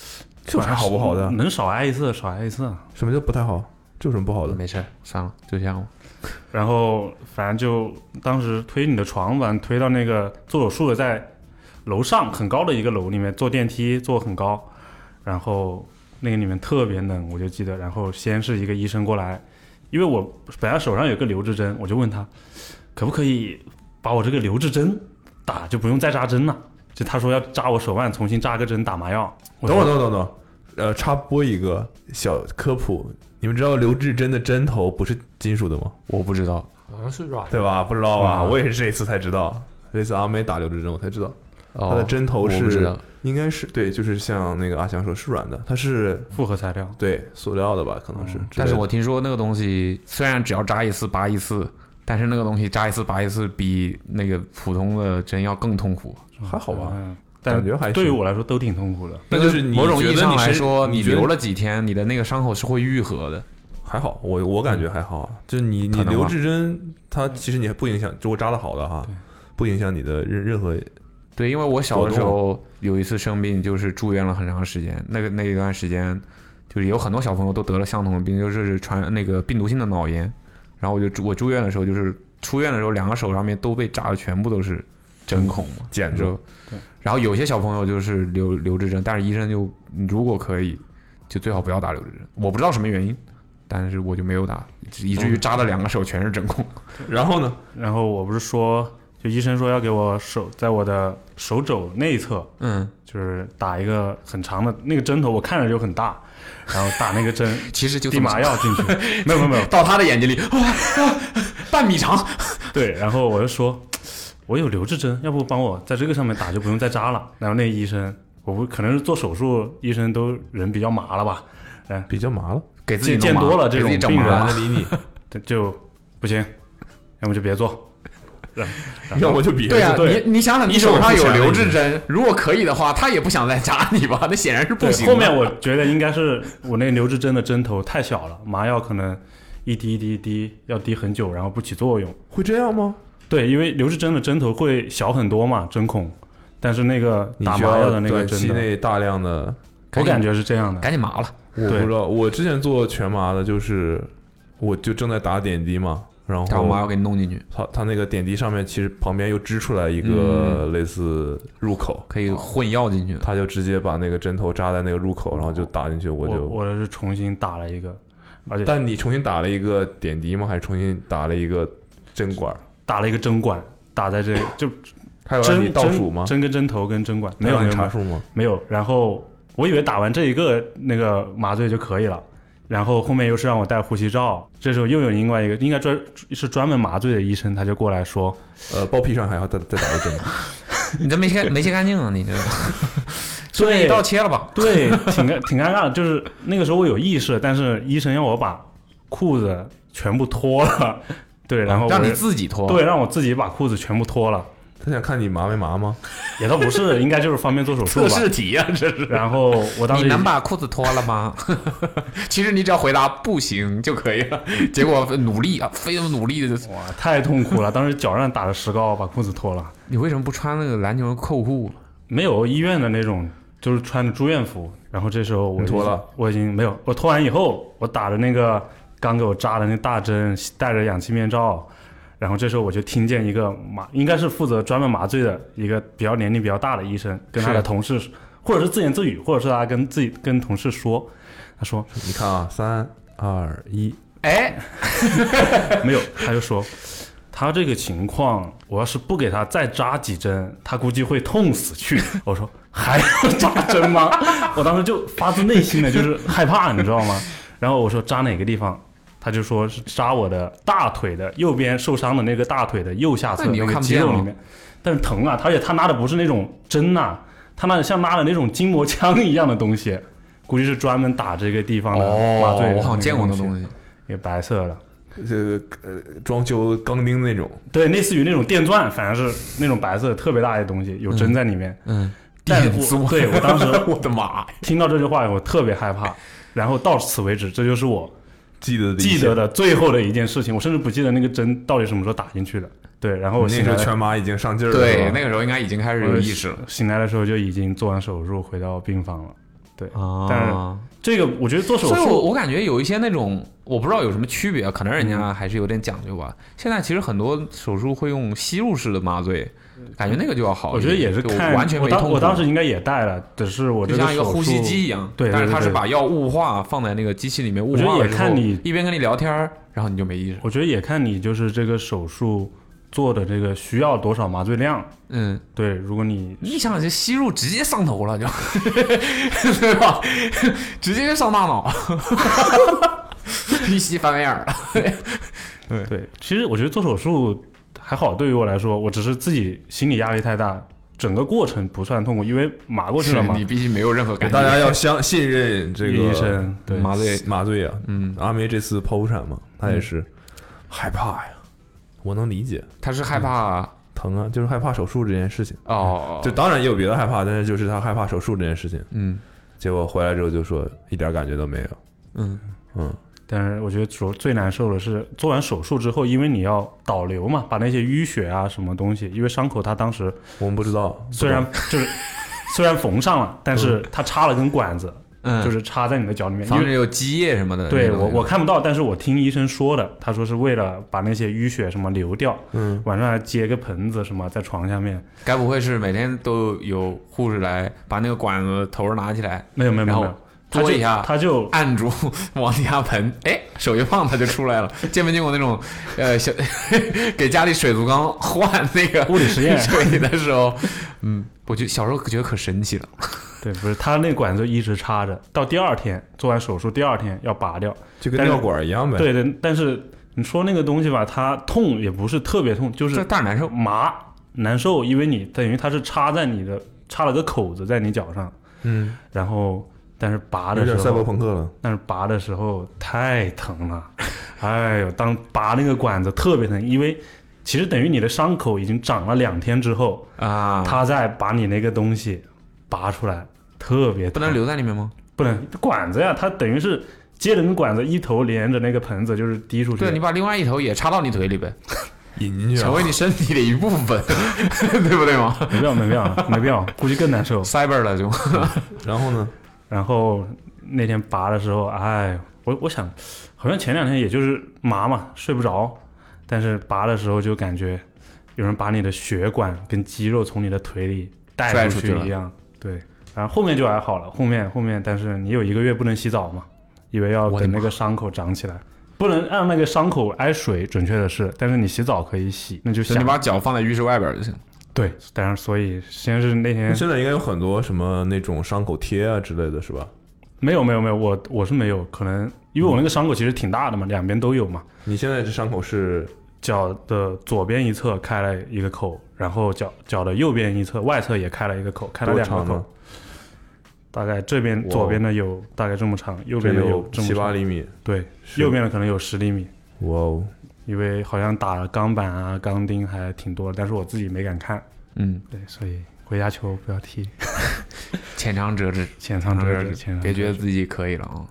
这有啥好不好的？
能少挨一次少挨一次。啊
什么叫不太好？这有什么不好的？
没事儿，算了，就这样吧。
然后反正就当时推你的床，反正推到那个做手术的在楼上很高的一个楼里面，坐电梯坐很高，然后那个里面特别冷，我就记得。然后先是一个医生过来，因为我本来手上有个留置针，我就问他可不可以把我这个留置针打，就不用再扎针了。就他说要扎我手腕，重新扎个针打麻药。我
等会
说
儿，等会儿，等会儿，呃，插播一个小科普，你们知道刘志珍的针头不是金属的吗？
我不知道，
好像是软的。
对吧？不知道吧？
嗯
我也是这一次才知道，这次阿美打刘志珍我才知道，
哦
她的针头
我不知
是
道
应该是对，就是像那个阿翔说是软的，它是
复合材料，
对塑料的吧？可能是，
但是我听说那个东西虽然只要扎一次拔一次，但是那个东西扎一次拔一次比那个普通的针要更痛苦。
还好吧？
嗯，但
感觉还是
对于我来说都挺痛苦的。
那就是你
某种意义
觉得
上
你
来
身
说，
你
你
觉得
留了几天，你的那个伤口是会愈合的。
还好，我我感觉还好啊，就是你你
可能吧
留置针，它其实你还不影响，如果扎的好的哈，不影响你的任任何
对，因为我小的时
活
候有一次生病，就是住院了很长时间。那个那一段时间，就是有很多小朋友都得了相同的病，就是传那个病毒性的脑炎。然后我就住我住院的时候，就是出院的时候，两个手上面都被扎的全部都是针孔嘛，
嗯
剪
就
子。
然后有些小朋友就是留留置针，但是医生就如果可以，就最好不要打留置针。我不知道什么原因，但是我就没有打，以至于
嗯
扎的两个手全是针孔。
然后呢？
然后我不是说，就医生说要给我手在我的手肘内侧，
嗯，
就是打一个很长的那个针头，我看着就很大，然后打那个针
其实 就
滴
这么
麻药 进去，没有没有没有，
到他的眼睛里，啊半米长。
对，然后我就说，我有留置针，要不帮我在这个上面打，就不用再扎了。然后那个医生，我不可能是做手术，医生都人比较麻了吧，
比较麻了，
给自己
见
弄麻
多了这
给自己
种
整
病
麻
人
了
懒得理 你，
这就不行，要么就别做。
要不就别
对啊，
对
你你想想，你
手
手上
付
有
钱了
留
已
置
经
针，如果可以的话，他也不想再扎你吧？那显然是不
对，
行的。
后面我觉得应该是我那留置针的针头太小了，麻药可能一滴一滴一滴要滴很久，然后不起作用。
会这样吗？
对，因为留置针的针头会小很多嘛，针孔，但是那个
你
打
需
麻
要
药的那个
短
针
期
的，
内大量的，
我感觉是这样的。
赶紧麻了，
我
对
不知道。我之前做全麻的，就是我就正在打点滴嘛，然后
把麻药给你弄进去，
它它那个点滴上面其实旁边又支出来一个类似入口，
可以混药进去的。
他就直接把那个针头扎在那个入口，然后就打进去，我
我
就。
我是重新打了一个，而且
但你重新打了一个点滴吗？还是重新打了一个针管？
打了一个针管，打在这里就
还有 让你
针
倒数吗
针？针跟针头跟针管没有
让
没
你
有没
查
有
数吗？
没有。然后我以为打完这一个那个麻醉就可以了，然后后面又是让我戴呼吸罩，这时候又有另外一个应该专是专门麻醉的医生，他就过来说，
呃，包皮上还要再再打一针。
你这没切没切干净啊！你这顺便
对
一道切了吧？
对，挺尴挺尴尬的，就是那个时候我有意识，但是医生要我把裤子全部脱了， 对，然后我
让你自己脱。
对让我自己把裤子全部脱了，
他想看你麻没麻吗？
也倒不是，应该就是方便做手术吧。
题呀、这是。
然后我当时
你能把裤子脱了吗？ 其实你只要回答不行就可以了。结果努力啊，非常努力的。
哇太痛苦了，当时脚上打了石膏，把裤子脱了。
你为什么不穿那个篮球扣裤？
没有医院的那种，就是穿着住院服。然后这时候我
你
已经
脱了，
我已经没有，我脱完以后，我打了那个刚给我扎的那大针，戴着氧气面罩，然后这时候我就听见一个麻，应该是负责专门麻醉的一个比较年龄比较大的医生，跟他的
是
同事，或者是自言自语，或者是他跟自己跟同事说，他说
你看啊，三二一，
哎，
没有，他就说他这个情况，我要是不给他再扎几针，他估计会痛死去。 我说还要扎针吗？ 我当时就发自内心的就是害怕，你知道吗？然后我说扎哪个地方？他就说是扎我的大腿的右边受伤的那个大腿的右下侧
那你
那
又
个
看不
肌
见
肉
吗
里面，但是疼啊！而且他拉的不是那种针呐、他那像拉的那种筋膜枪一样的东西，估计是专门打这个地方的麻醉的那个东西。
哦我好像见过那东西，
也白色的。
这个呃装修钢钉那种，
对，类似于那种电钻，反正是那种白色的特别大的东西，有针在里面。
嗯，
但
电
我
钻
对我当时
我的妈呀！
听到这句话以后特别害怕，然后到此为止，这就是我
记得的一
记
些
得的最后的一件事情。我甚至不记得那个针到底什么时候打进去的。对，然后我
你
醒
那时
来
候
的
全麻已经上劲儿了，是
对，
吧
那个时候应该已经开始有意识了
醒来的时候就已经做完手术回到病房了。但是
啊。
这个我觉得做手
所以我
术，
我感觉有一些那种我不知道有什么区别，可能人
嗯
家还是有点讲究吧。现在其实很多手术会用吸入式的麻醉，
嗯
感觉那个就要好
我
一
觉
点。
得也是
就
看
完全
我
没
当
痛苦。
我当时应该也带了，只是我这
就像一个
手
呼吸
术
机一样，
对对
但是
对
它是
对
把药雾化放在那个机器里面雾
我觉得
化
也
了之后，
看你
一边跟你聊天儿，然后你就没意识。
我觉得也看你就是这个手术做的这个需要多少麻醉量。
嗯，
对，如果你
你想想，这吸入直接上头了，就 对吧？直接上大脑， 一吸翻白眼儿了。
对，其实我觉得做手术还好，对于我来说，我只是自己心理压力太大，整个过程不算痛苦，因为麻过去了嘛。
你必须没有任何感觉。
大家要相信任这个
医生对
麻醉
麻醉啊，
嗯，
阿梅这次剖腹产嘛，她也
嗯
是害怕呀，我能理解，
他是害
嗯
怕
疼啊，就是害怕手术这件事情。
哦，
就当然也有别的害怕，但是就是她害怕手术这件事情。
嗯
结果回来之后就说一点感觉都没有，
嗯，
嗯，
但是我觉得主最难受的是做完手术之后，因为你要导流嘛，把那些淤血啊什么东西，因为伤口它当时
我们不知道，
虽然就是虽然缝上了，但是它插了根管子，
嗯，
就是插在你的脚里面，因
防
为
止有积液什么的。
对
那
我
种
我看不到，但是我听医生说的，他说是为了把那些淤血什么流掉，
嗯，
晚上还接个盆子什么在床下面，
该不会是每天都有护士来把那个管子头儿拿起来
没有没有没有没
然
有
后，
他
嘬
就
一下
他就
按住 往地下盆，哎，手一放它就出来了。见没见过那种呃小 给家里水族缸换那个
物理实验
水的时候，嗯，我觉得小时候觉得可神奇了。
对，不是他那管子一直插着，到第二天做完手术，第二天要拔掉，
就跟
但是
尿管一样呗。，
对对，但是你说那个东西吧，它痛也不是特别痛，就
这
是
但是难受，
麻难受，因为你等于它是插在你的插了个口子在你脚上，
嗯，
然后但是拔
有
的时
点赛博
候。
朋克了。
但是拔的时候太疼了，哎呦，当拔那个管子特别疼，因为其实等于你的伤口已经长了两天之后，
啊，
他再把你那个东西拔出来，特别疼
不能留在里面吗？
不能管子呀，它等于是接着跟管子一头连着那个盆子就是滴出去
对
的，
你把另外一头也插到你腿里呗，
引进去
成
啊，
为你身体的一部 分，对不对吗
没必要没必要没必要，估计更难受。
？cyber 了就。
然后 呢？
然后那天拔的时候，哎，我我想好像前两天也就是麻嘛，睡不着，但是拔的时候就感觉有人把你的血管跟肌肉从你的腿里带
拽
出
出去了
一样，对。然后后面就还好了，后面后面，但是你有一个月不能洗澡嘛，因为要
我的
等那个伤口长起来，不能让那个伤口挨水，准确的是，但是你洗澡可以洗，那就
就你
想
把脚放在浴室外边就行。
对，但是所以先是那天
现在应该有很多什么那种伤口贴啊之类的是吧？
没有没有没有，我我是没有，可能因为我那个伤口其实挺大的嘛，两边都有嘛，
你现在这伤口是
脚的左边一侧开了一个口，然后脚脚的右边一侧外侧也开了一个口，开了
多
两个
长
口
呢，？
大概这边
哇
左边的有大概这么长，右
这
边的
有
这么
七八
长，
厘米。
对，
是
右边的可能有十厘米，
哇哦，
因为好像打了钢板啊、钢钉还挺多的，但是我自己没敢看，
嗯，
对，所以回家球不要踢，
浅尝辄止，
浅尝辄
嗯
止，浅尝
别
辄止
觉得自己可以了啊。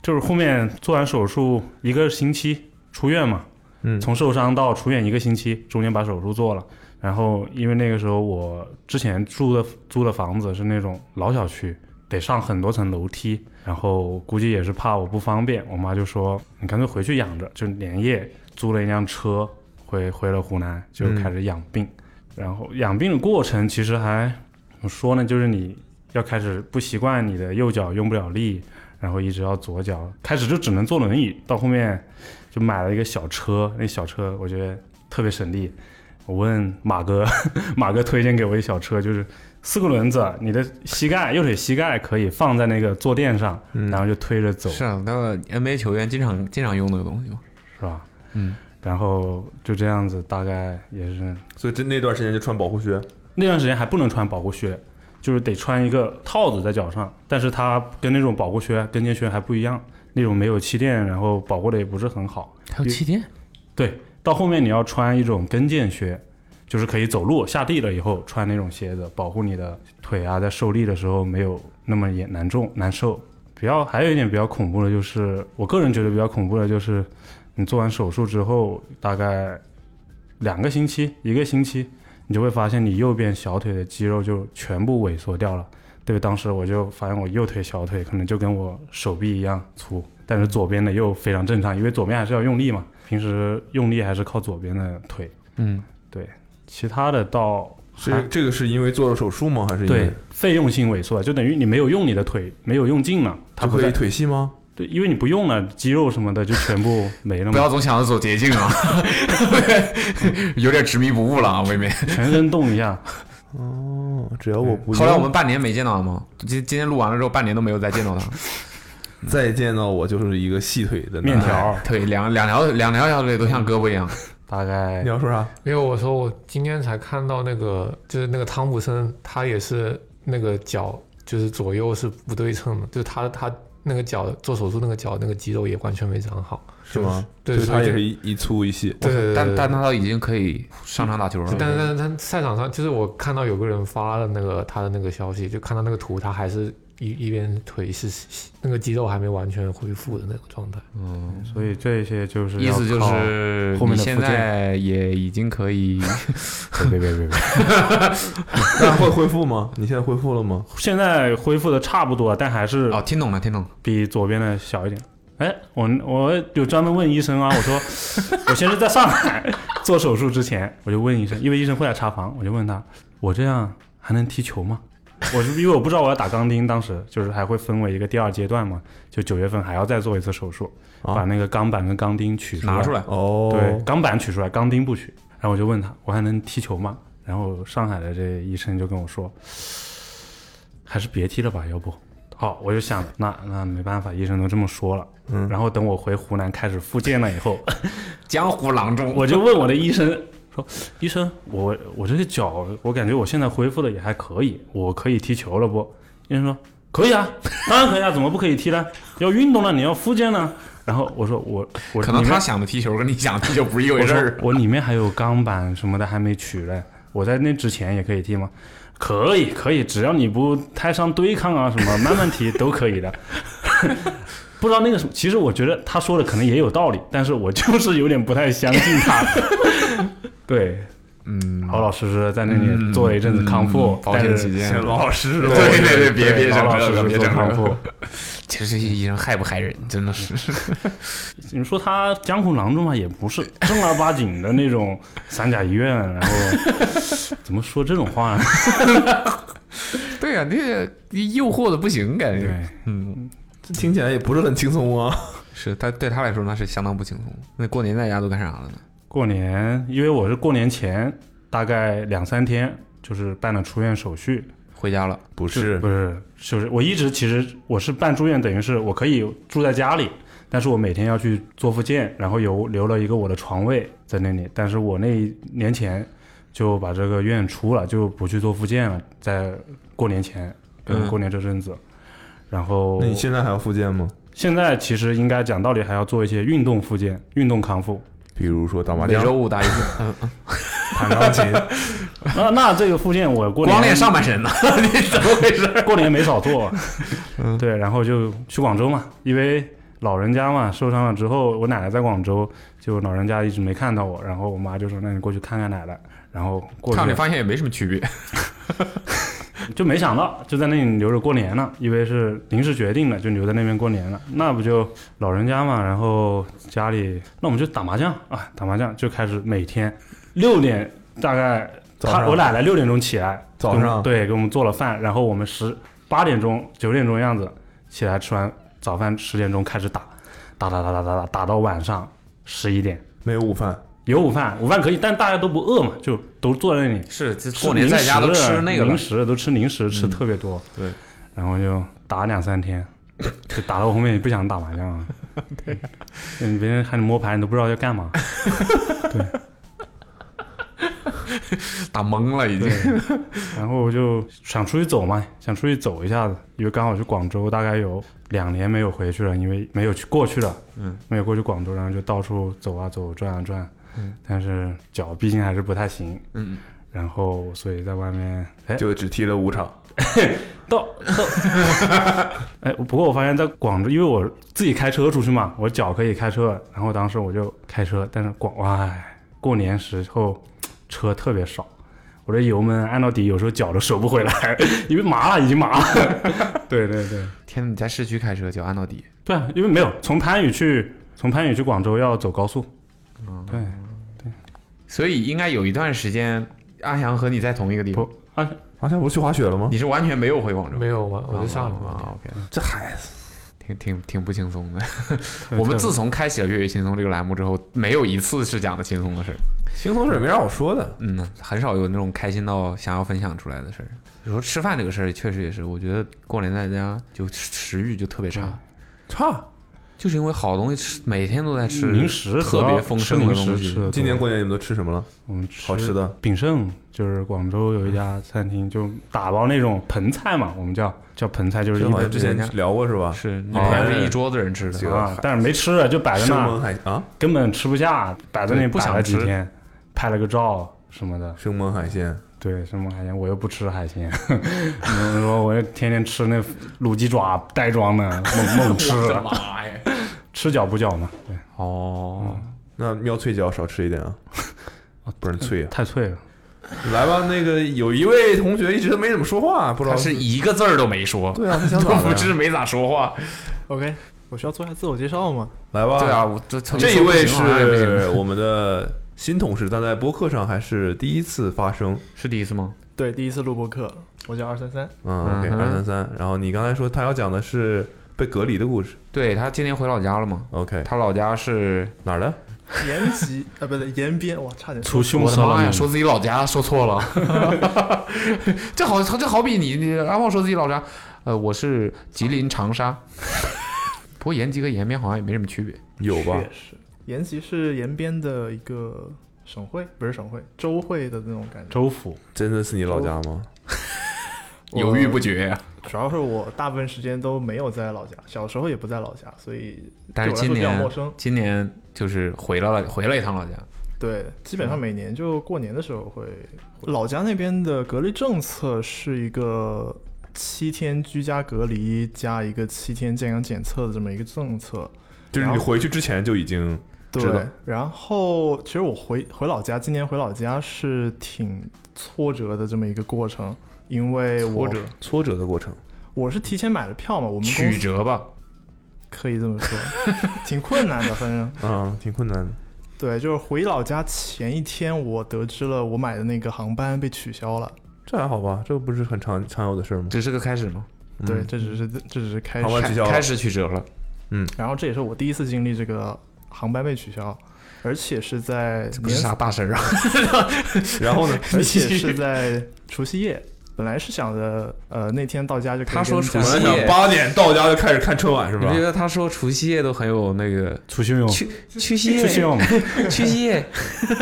就是后面做完手术一个星期出院嘛，
嗯
从受伤到出院一个星期，中间把手术做了。然后因为那个时候我之前住的租的房子是那种老小区，得上很多层楼梯，然后估计也是怕我不方便，我妈就说你干脆回去养着，就连夜租了一辆车回回了湖南，就开始养病。然后养病的过程其实还怎么说呢？就是你要开始不习惯你的右脚用不了力，然后一直要左脚，开始就只能坐轮椅，到后面就买了一个小车，那小车我觉得特别省力。我问马哥， 马哥推荐给我一小车，就是四个轮子，你的膝盖右腿膝盖可以放在那个坐垫上，然后就推着走，
是啊，那个 NBA 球员经常经常用那个东西嘛。
是吧？嗯，然后就这样子，大概也是
所以这那段时间就穿保护靴，
那段时间还不能穿保护靴，就是得穿一个套子在脚上，但是它跟那种保护靴、跟腱靴还不一样，那种没有气垫，然后保护的也不是很好。
还有气垫，
对，到后面你要穿一种跟腱靴，就是可以走路下地了以后穿那种鞋子，保护你的腿啊，在受力的时候没有那么严难重难受。比较还有一点比较恐怖的就是，我个人觉得比较恐怖的就是，你做完手术之后，大概两个星期、一个星期，你就会发现你右边小腿的肌肉就全部萎缩掉了。对，当时我就发现我右腿小腿可能就跟我手臂一样粗，但是左边的又非常正常，因为左边还是要用力嘛，平时用力还是靠左边的腿。
嗯，
对，其他的到
是这个是因为做了手术吗？还是因
对
为
费用性萎缩，就等于你没有用你的腿，没有用劲了，
它
它不
可以
在
腿细吗？
对，因为你不用了，肌肉什么的就全部没了
不
嘛
要，总想着走捷径啊， 有点执迷不悟了 啊，微微。
全身动一下。嗯
哦，只要我不
后来
用
我们半年没见到他吗？今今天录完了之后，半年都没有再见到他。
再见到我就是一个细腿的男
面条
孩。
儿
腿两两条两条小腿都像胳膊一样，
大概
你要说啥？
没有，我说我今天才看到那个，就是那个汤普森，他也是那个脚就是左右是不对称的，就是他他那个脚做手术那个脚那个肌肉也完全没长好，
是吗？
对
所以
所以
他也
这
是一一粗一细。
对对对
但
对
但他都已经可以上场打球了。
但但但赛场上，就是我看到有个人发了那个他的那个消息，就看到那个图，他还是一一边腿是那个肌肉还没完全恢复的那个状态。
所以这些就是
意思就
要靠
是
后
你
面的附件
现在也已经可以，
别别 别别，
那会恢复吗？你现在恢复了吗？
现在恢复的差不多了，但还是
哦，听懂了，听懂了。
比左边的小一点。哎，我我有专门问医生啊，我说 我先是在上海做手术之前，我就问医生，因为医生会来查房，我就问他，我这样还能踢球吗？我是因为我不知道我要打钢钉，当时就是还会分为一个第二阶段嘛，就九月份还要再做一次手术，
啊
把那个钢板跟钢钉取出
拿
来
出来，
哦，
对，，钢板取出来，钢钉不取。然后我就问他，我还能踢球吗？然后上海的这医生就跟我说，还是别踢了吧，要不。好，我就想，那那没办法，医生都这么说了。嗯。然后等我回湖南开始复健了以后，
江湖郎中，
我就问我的医生说：“医生，我我这个脚，我感觉我现在恢复的也还可以，我可以踢球了不？”医生说：“可以啊，当然可以啊， 怎么不可以踢呢？要运动了，你要复健呢。”然后我说：“我我
可能
你们
他想的踢球跟你想的踢球不是一
我
回事
说
儿。啊
我里面还有钢板什么的还没取嘞，我在那之前也可以踢吗？可以，可以，只要你不太上对抗啊什么，慢慢踢都可以的。 不知道那个什么，其实我觉得他说的可能也有道理，但是我就是有点不太相信 他。对，嗯，老老实实在那里做了一阵子康复，
嗯保
但
险
是
起见，
老老实实 的。
对对对，别别整
老老
这
实
个，
实
别
做
整
康
这
复
个。。 其实这些医生害不害人，真的是。
你说他江湖郎中嘛，也不是正儿八经的那种三甲医院，然后 怎么说这种话呢？
对呀、啊，那个诱惑的不行，感觉嗯
对。
这听起来也不是很轻松啊。
是他对他来说那是相当不轻松。那过年在家都干啥了呢？
过年，因为我是过年前大概两三天，就是办了出院手续，
回家了，
不
就不是，就是我一直其实我是办住院，等于是我可以住在家里，但是我每天要去做复健，然后有留了一个我的床位在那里，但是我那一年前就把这个院出了，就不去做复健了，在过年前跟
嗯
过年这阵子，然后
那你现在还要复健吗？
现在其实应该讲道理还要做一些运动复健、运动康复，
比如说打麻
每
将、
周五打一次，
弹钢琴，
那那这个复健我过年
光练上半身呢？你怎么回事？
过年没少做，对，然后就去广州嘛，因为老人家嘛受伤了之后，我奶奶在广州，就老人家一直没看到我，然后我妈就说：“那你过去看看奶奶。”然后过
看
去
你，发现也没什么区别，
就没想到就在那里留着过年了，因为是临时决定的，就留在那边过年了。那不就老人家嘛，然后家里那我们就打麻将啊，打麻将就开始每天六点大概
早上
他我奶奶六点钟起来，
早
给我们
上
对给我们做了饭，然后我们十八点钟九点钟样子起来吃完早饭，十点钟开始打，打打打打打打打到晚上十一点。
没有午饭，
有午饭，午饭可以，但大家都不饿嘛，就都坐在那里
是这
吃
过年在家都
零食
吃那个了嗯
零，食，都吃零食，吃特别多。
对，
然后就打两三天，就打到我后面也不想打麻将 了。对、嗯，别人喊你摸牌，你都不知道要干嘛。
打懵了已经。
然后我就想出去走嘛，想出去走一下子，因为刚好去广州，大概有两年没有回去了，因为没有去过去了，嗯，没有过去广州，然后就到处走啊走，转啊转，嗯，但是脚毕竟还是不太行，嗯，然后所以在外面，哎，
就只踢了五场。
到到， 哎，不过我发现，在广州，因为我自己开车出去嘛，我脚可以开车，然后当时我就开车，但是广哎，过年时候车特别少，我这油门按到底，有时候脚都收不回来，因为麻了，已经麻 了。对对对，
天，你在市区开车就按到底，
对啊，因为没有从番禺去，从番禺去广州要走高速，
嗯
对，
所以应该有一段时间，阿翔和你在同一个地方
不，啊，
好像不是去滑雪了吗？
你是完全没有回广州，
没有我我在上海嘛。
啊，OK，
这孩子，
挺挺挺不轻松的。我们自从开启了《粤语轻松》这个栏目之后，没有一次是讲的轻松的事儿。
轻松事儿没啥好说的。
嗯，很少有那种开心到想要分享出来的事儿。你说吃饭这个事儿，确实也是，我觉得过年在家就食欲就特别差，
差，
就是因为好东西吃，每天都在吃
零食
特别丰盛的东西。
西
今年过年你们都吃什么了？
我们
好吃的
炳胜就是广州有一家餐厅，就打包那种盆菜嘛，我们叫叫盆菜，就是一
好
盆
像之前
人家
聊过是吧？
是，你
哦
看是一桌子人吃的，
啊，但是没吃，就摆在
生
那
猛，海啊，
根本吃不下，摆在那
对
里
不
摆
想
了几
吃
天，拍了个照什么的。
生猛海鲜，
对，什么海鲜我又不吃海鲜， 你们说我又天天吃那卤鸡爪袋装的，猛猛吃，
妈呀！
吃脚补脚嘛，对，
哦，
嗯那喵脆角少吃一 点啊，不然脆啊。
太脆了。
来吧，那个有一位同学一直都没怎么说话，不知
他
道
是一个字儿都没说，
对啊，他 想
都
咋
不
的
知
呀？
没咋说话。
OK，我需要做一下自我介绍吗？
来吧，
对啊，，我这这
这一
说
位
不行好像也啊不行
是我们的新同事，但在播客上还是第一次发声。
是第一次吗？
对，第一次录播课，我叫二三三。
嗯，OK，
嗯哼
二三三。然后你刚才说他要讲的是被隔离的故事
对他今年回老家了嘛？
，OK，
他老家是
哪儿的？
延吉啊，不对，延边，哇，差点
出凶
我的
手
妈呀！
了，
说自己老家说错了， 这好这好比你你阿茂说自己老家，呃，我是吉林长沙，不过延吉跟延边好像也没什么区 别。
有
啊
吧？
确实，延吉是延边的一个省会，不是省会，州会的那种感觉。
州府
真的是你老家吗？
我
犹豫不决呀、
主要是我大部分时间都没有在老家，小时候也不在老家，所以
但是
对
今
我来说比较
年
陌生。
今年就是回了回了一趟老家，
对，基本
嗯
上每年就过年的时候会。老家那边的隔离政策是一个七天居家隔离加一个七天健康检测的这么一个政策。
就是你
然后
回去之前就已经
对
知道，
然后其实我回回老家，今年回老家是挺挫折的这么一个过程，因为我
挫折的过程，
我是提前买了票嘛，我们公
曲
司
折吧，
可以这么说，挺困难的，反正
嗯，挺困难的。
对，就是回老家前一天，我得知了我买的那个航班被取消了，
这还好吧？这不是很常常有的事儿吗？
这是个开始吗？
嗯
对，这只是这只是开
航班
始，
取消了
开始曲折了，
然后这也是我第一次经历这个航班被取消，而且是在
这不
年
是啥大事儿啊！
然后呢？
而且是在除夕夜。本来是想着，呃，那天到家就可以
他说
跟
除
本
夕
来
夜
想八点到家就开始看春晚是
你
吧
觉？得他说除夕夜都很有那个
出凶用，
去哦去夕
出凶
夜
用，
去夕夜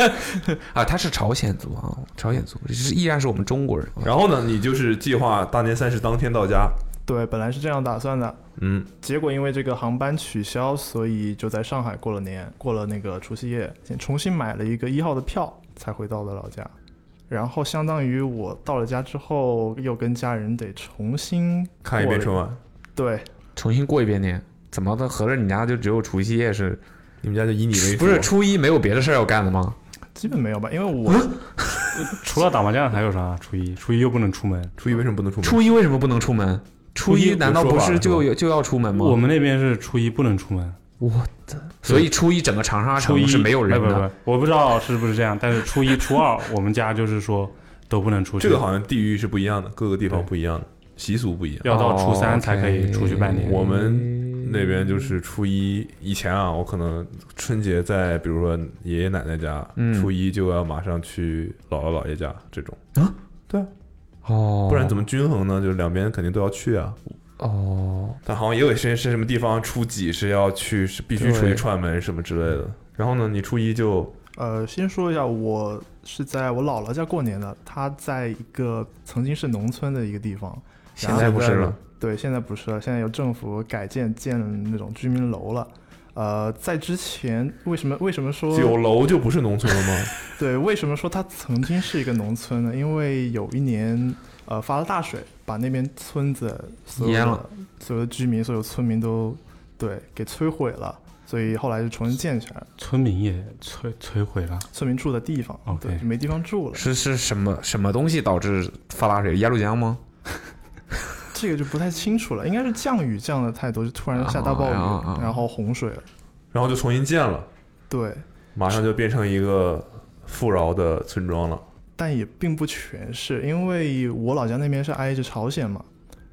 啊，他是朝鲜族啊，朝鲜族是依然是我们中国人。啊
然后呢，你就是计划大年三十当天到家，
对，本来是这样打算的，
嗯，
结果因为这个航班取消，所以就在上海过了年，过了那个除夕夜，先重新买了一个一号的票，才回到了老家。然后相当于我到了家之后，又跟家人得重新
看一遍
过了
春晚。
对，
重新过一遍年。怎么的？合着你家就只有除夕夜是？
你们家就以你为主，
嗯不是初一没有别的事儿要干的吗？
基本没有吧，因为我、
除了打麻将还有啥？初一，初一又不能出门。
初一为什么不能出门？
初一为什么不能出门？初
初一
一
有
难道
说
不
法
是
是
就
吧
有就要出门
我
吗？
们那边是初一不能出门，
所以初一整个长沙
初一
城是没有人
哎不
的。
不不，我不知道是不是这样，但是初一、初二我们家就是说都不能出去，
这个好像地域是不一样的，各个地方不一样的，习俗不一样。
要到初
哦
三才可以出去拜
嗯
年。
哦我们那边就是初一以前啊，我可能春节在比如说爷爷奶奶家，
嗯
初一就要马上去姥姥姥爷家这种，
哦，
不然怎么均衡呢？就是两边肯定都要去啊。
哦，
但好像也有些是什么地方初几是要去，是必须出去
对
串门什么之类的。然后呢，你初一就
呃，先说一下，我是在我姥姥家过年的，她在一个曾经是农村的一个地方，
现在不是了，
对，现在不是了，现在有政府改建建那种居民楼了。呃，在之前为什么为什么说
酒楼就不是农村了吗？
对，为什么说它曾经是一个农村呢？因为有一年，呃，发了大水，把那边村子所有
淹
的
了
所有的居民、所有村民都对给摧毁了，所以后来就重新建起来，
村民也摧摧毁了，
村民住的地方
OK
对，就没地方住了。
是是什么什么东西导致发大水？鸭绿江吗？
这个就不太清楚了，应该是降雨降的太多，就突然下大暴雨，
啊啊啊
然后洪水了。
然后就重新建了，
对，
马上就变成一个富饶的村庄了。
但也并不全是，因为我老家那边是挨着朝鲜嘛，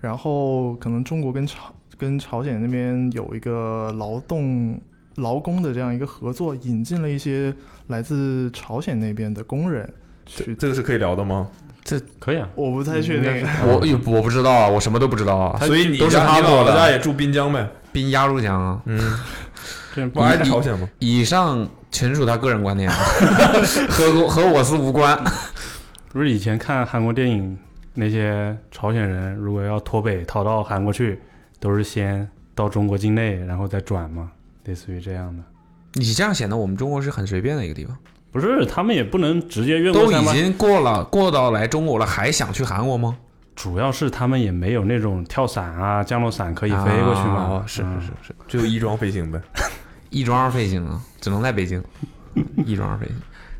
然后可能中国跟朝跟朝鲜那边有一个劳动劳工的这样一个合作，引进了一些来自朝鲜那边的工人
这
去。
这个是可以聊的吗？
可以啊。
我不太确定，
我也我不知道啊，我什么都不知道啊。
所以你
都是
家
他
你
做
姥姥
的
家也住滨江呗？
滨鸭绿江啊，
嗯，
这
不挨着朝鲜吗？
以上纯属他个人观点， 啊，和和我司无关。
不是以前看韩国电影，那些朝鲜人如果要脱北逃到韩国去，都是先到中国境内，然后再转嘛，类似于这样的。
你这样显得我们中国是很随便的一个地方，
不是，他们也不能直接越过
都
山
已
吧？
经过了过到来中国了，还想去韩国吗？
主要是他们也没有那种跳伞啊、降落伞可以飞过去嘛。
啊是
嗯
是是是，
只有亦庄飞 行呗。
亦庄二飞行啊，只能在北京，亦庄二飞行。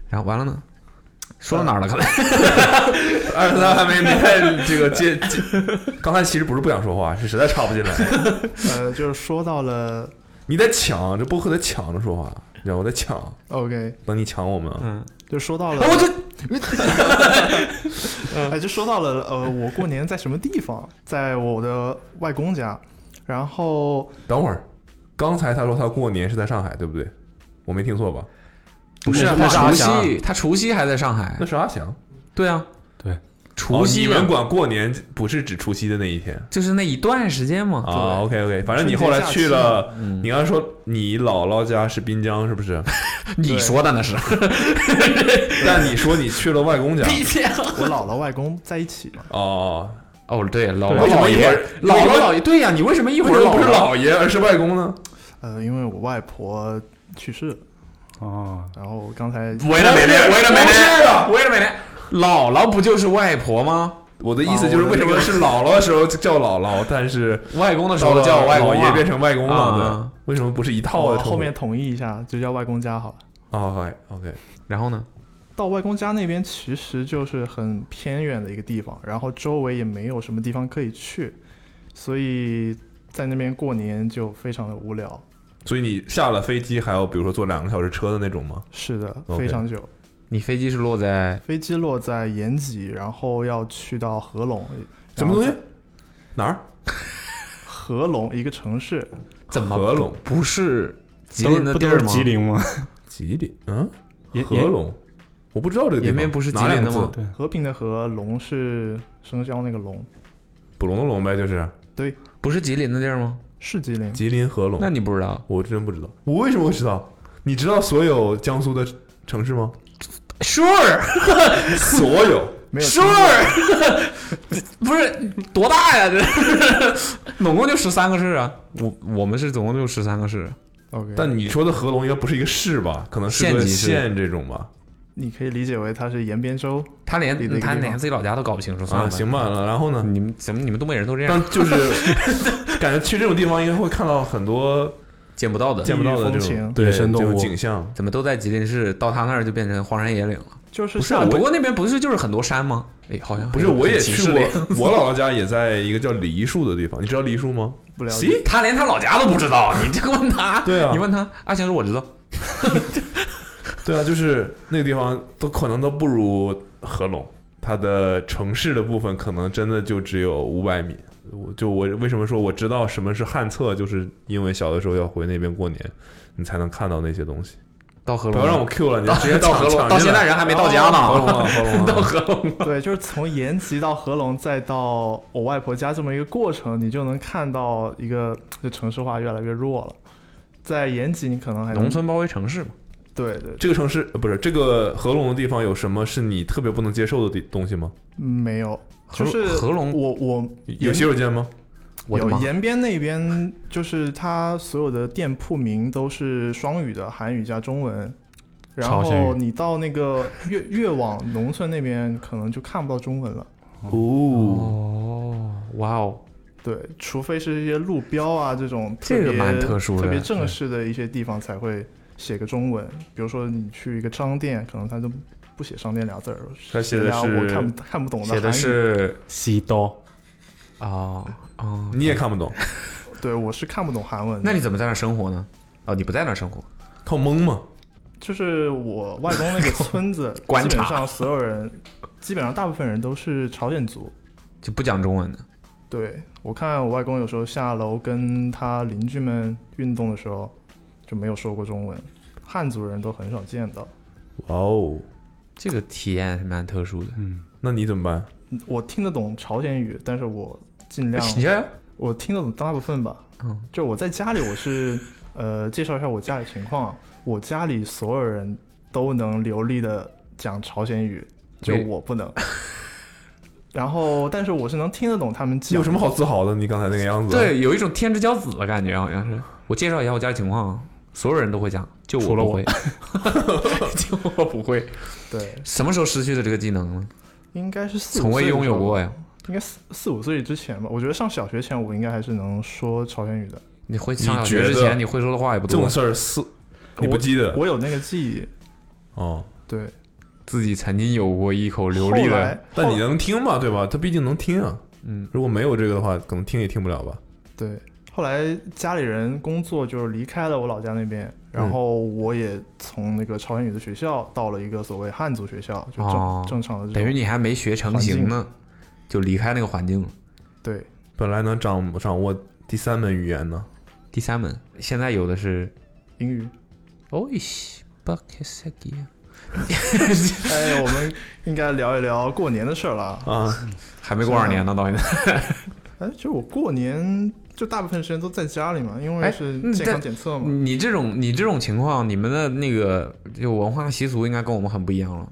然后完了呢，说到哪儿了？刚才
二十三哎还没没太这个接接， 刚才其实不是不想说话，是实在插不进来。
呃，就是说到了
你在抢，这播客在抢着说话，你知道我在抢，
OK，
等你抢我们啊。
就说到了，
我就
哎，就说到了 呃，我过年在什么地方？在我的外公家，然后
等会儿，刚才他说他过年是在上海，对不对？我没听错吧？
不是啊
那
他
是阿
除
翔
夕，他除夕还在上海
那。是阿翔。
对啊，
对，
除
哦、你
夕
们
嘛
管过年不是指除夕的那一天
就是那一段时间嘛。
啊？OK OK，反正你后来去了，
嗯
你刚才说你姥姥家是滨江是 不是？
你说的那是
但你说你去了外公家。
我姥姥外公在一起嘛，
哦，
哦，对，姥姥
为
姥
什么一会
爷
儿，
姥
为什
姥
么
姥爷，对呀，你为什么一
一
会
会
儿
儿不是
姥姥
姥爷，而是外公呢？
呃，因为我外婆去世了，
哦，
然后刚才
？Wait a minute，Wait a
不
minute，Wait
是
a minute，姥姥不就是外婆吗？
我的意思就是，为什么是姥姥的时候叫姥姥，但 是
外公的时
到
候
了
叫我外公
姥
啊
爷变成外公了
啊，哦
对？为什么不是一套
我
的称呼？
后面统一一下，就叫外公家好了。
哦，OK OK，
然后呢？
到外公家那边其实就是很偏远的一个地方，然后周围也没有什么地方可以去，所以在那边过年就非常的无聊。
所以你下了飞机还要比如说坐两个小时车的那种吗？
是的，
OK
非常久。
你飞机是落在
飞机落在延吉，然后要去到合龙，
什么东西
然后？
哪儿？
合龙一个城市，
怎么
合拢？
不是吉
都是
林的
不
地
都
儿
是
吗？
吉林吗？
吉林？嗯，
也
合拢？我不知道这个地
延
方。
边不是吉
哪两
林
个
的吗
字？
对，
和平的和，龙是生肖那个龙，
捕龙的龙呗，就是
不是吉林的地儿吗？
是吉林。
吉林合拢
那。你不知道？
我真不知道，我为什么会知道？你知道所有江苏的城市吗？
Sure
所有。
没有听过
Sure，不是多大呀？这 总共就十三个市啊！我我们是总共就十三个市，
OK，
但你说的合龙应该不是一个市吧？可能是个
县级市
县这种吧？
你可以理解为它是延边州。
他连
离得一个
他
地方
连自己老家都搞不清楚，算
啊，
了，
行吧。嗯然后呢？
你们怎么你们东北人都这样
但就是 感觉去这种地方应该会看到很多
见不到的？
见不到的
地
这
域风情
种
对
这
生动
种
物
景象。
怎么都在吉林市，到他那儿就变成荒山野岭了？
就是
不是
下，
不过那边不是就是很多山吗？哎，好像
不是，
很
我也
歧
去
视
过
的，
我姥姥家也在一个叫梨树的地方，你知道梨树吗？
不了解。
咦，他连他老家都不知道， 你这个问他？
对啊
你问他，阿强说我知道。
对啊，就是那个地方都可能都不如合龙，它的城市的部分可能真的就只有五百米。我就我为什么说我知道什么是旱厕，就是因为小的时候要回那边过年，你才能看到那些东西。
到合
不
龙，
要让我 Q 了，你直接
到
抢
合龙
抢
到
进
现
来
在人还没到 家呢
合龙啊，合龙啊，
到合龙，
对，就是从延吉到合龙，再到我外婆家这么一个过程，你就能看到一个就城市化越来越弱了。在延吉，你可能还能
农，村包围城市嘛。
对对，
这个城市呃不是这个合龙的地方有什么是你特别不能接受的地东西吗？
嗯没有，
合
就是
合龙
我我
有洗手间吗？
我的
有
妈！
延边那边，就是它所有的店铺名都是双语的，韩语加中文。然
朝鲜
后
语
你到那个越越往农村那边，可能就看不到中文了。
哦，
哦，哇哦，
对，除非是一些路标啊这种特
这个
别
蛮特殊的
特别正
对
式的一些地方才会写个中文。比如说你去一个商店，可能他就不写商店俩字儿，
他写的
俩啊我
是
看不看不
哦
懂的
写的
韩语
是
西刀，
啊啊，
你也看不懂，
对，我是看不懂韩文的。
那你怎么在那儿生活呢？哦，你不在那儿生活，
靠蒙吗？
就是我外公那个村子，
观
基
察
本上所有人，基本上大部分人都是朝鲜族。
就不讲中文的。
对我看我外公有时候下楼跟他邻居们运动的时候，就没有说过中文，汉族人都很少见到。
哇哦，
这个体验还蛮特殊的。
嗯，
那你怎么办？
我听得懂朝鲜语，但是我尽量
你这
我听得懂大部分吧。
嗯，
就我在家里，我是 呃介绍一下我家里情况。啊我家里所有人都能流利的讲朝鲜语，就
没
我 不能。然后，但是我是能听得懂他们讲。
有什么好自豪的？你刚才那个样子，，
对，有一种天之骄子的感觉，好像是。我介绍一下我家的情况，啊所有人都会讲，就
除
我
了
不
我
会，就我不会。
对，
什么时候失去的这个技能呢？
应该是四五
从未
岁的
拥有
时候
过呀。
应该四四五岁之前吧，我觉得上小学前我应该还是能说朝鲜语的，
你会上小
你
学
觉
之
得
前，你会说的话也不
这
多
种，事儿是你不记得
我有那个记忆。
哦？
对，
自己曾经有过一口流利
后
的
来，
但
后
你能听嘛，对吧？他毕竟能听啊。
嗯，
如果没有这个的话，可能听也听不了吧。
对后来家里人工作就是离开了我老家那边，然
嗯
后我也从那个朝鲜语的学校到了一个所谓汉族学校，就正、
哦
正常的这种
等于你还没学成型呢，就离开那个环境了。
对
本来能掌掌握第三门语言呢，
第三门，现在有的是
英语。
哦西巴克塞吉亚，
哎，我们应该聊一聊过年的事儿了啊。
啊，
还没过二年呢，到现在。
哎，就我过年就大部分时间都在家里嘛，因
哎
为是
嗯
健
但
康检测嘛。
你这种你这种情况，你们的那个就文化习俗应该跟我们很不一样了。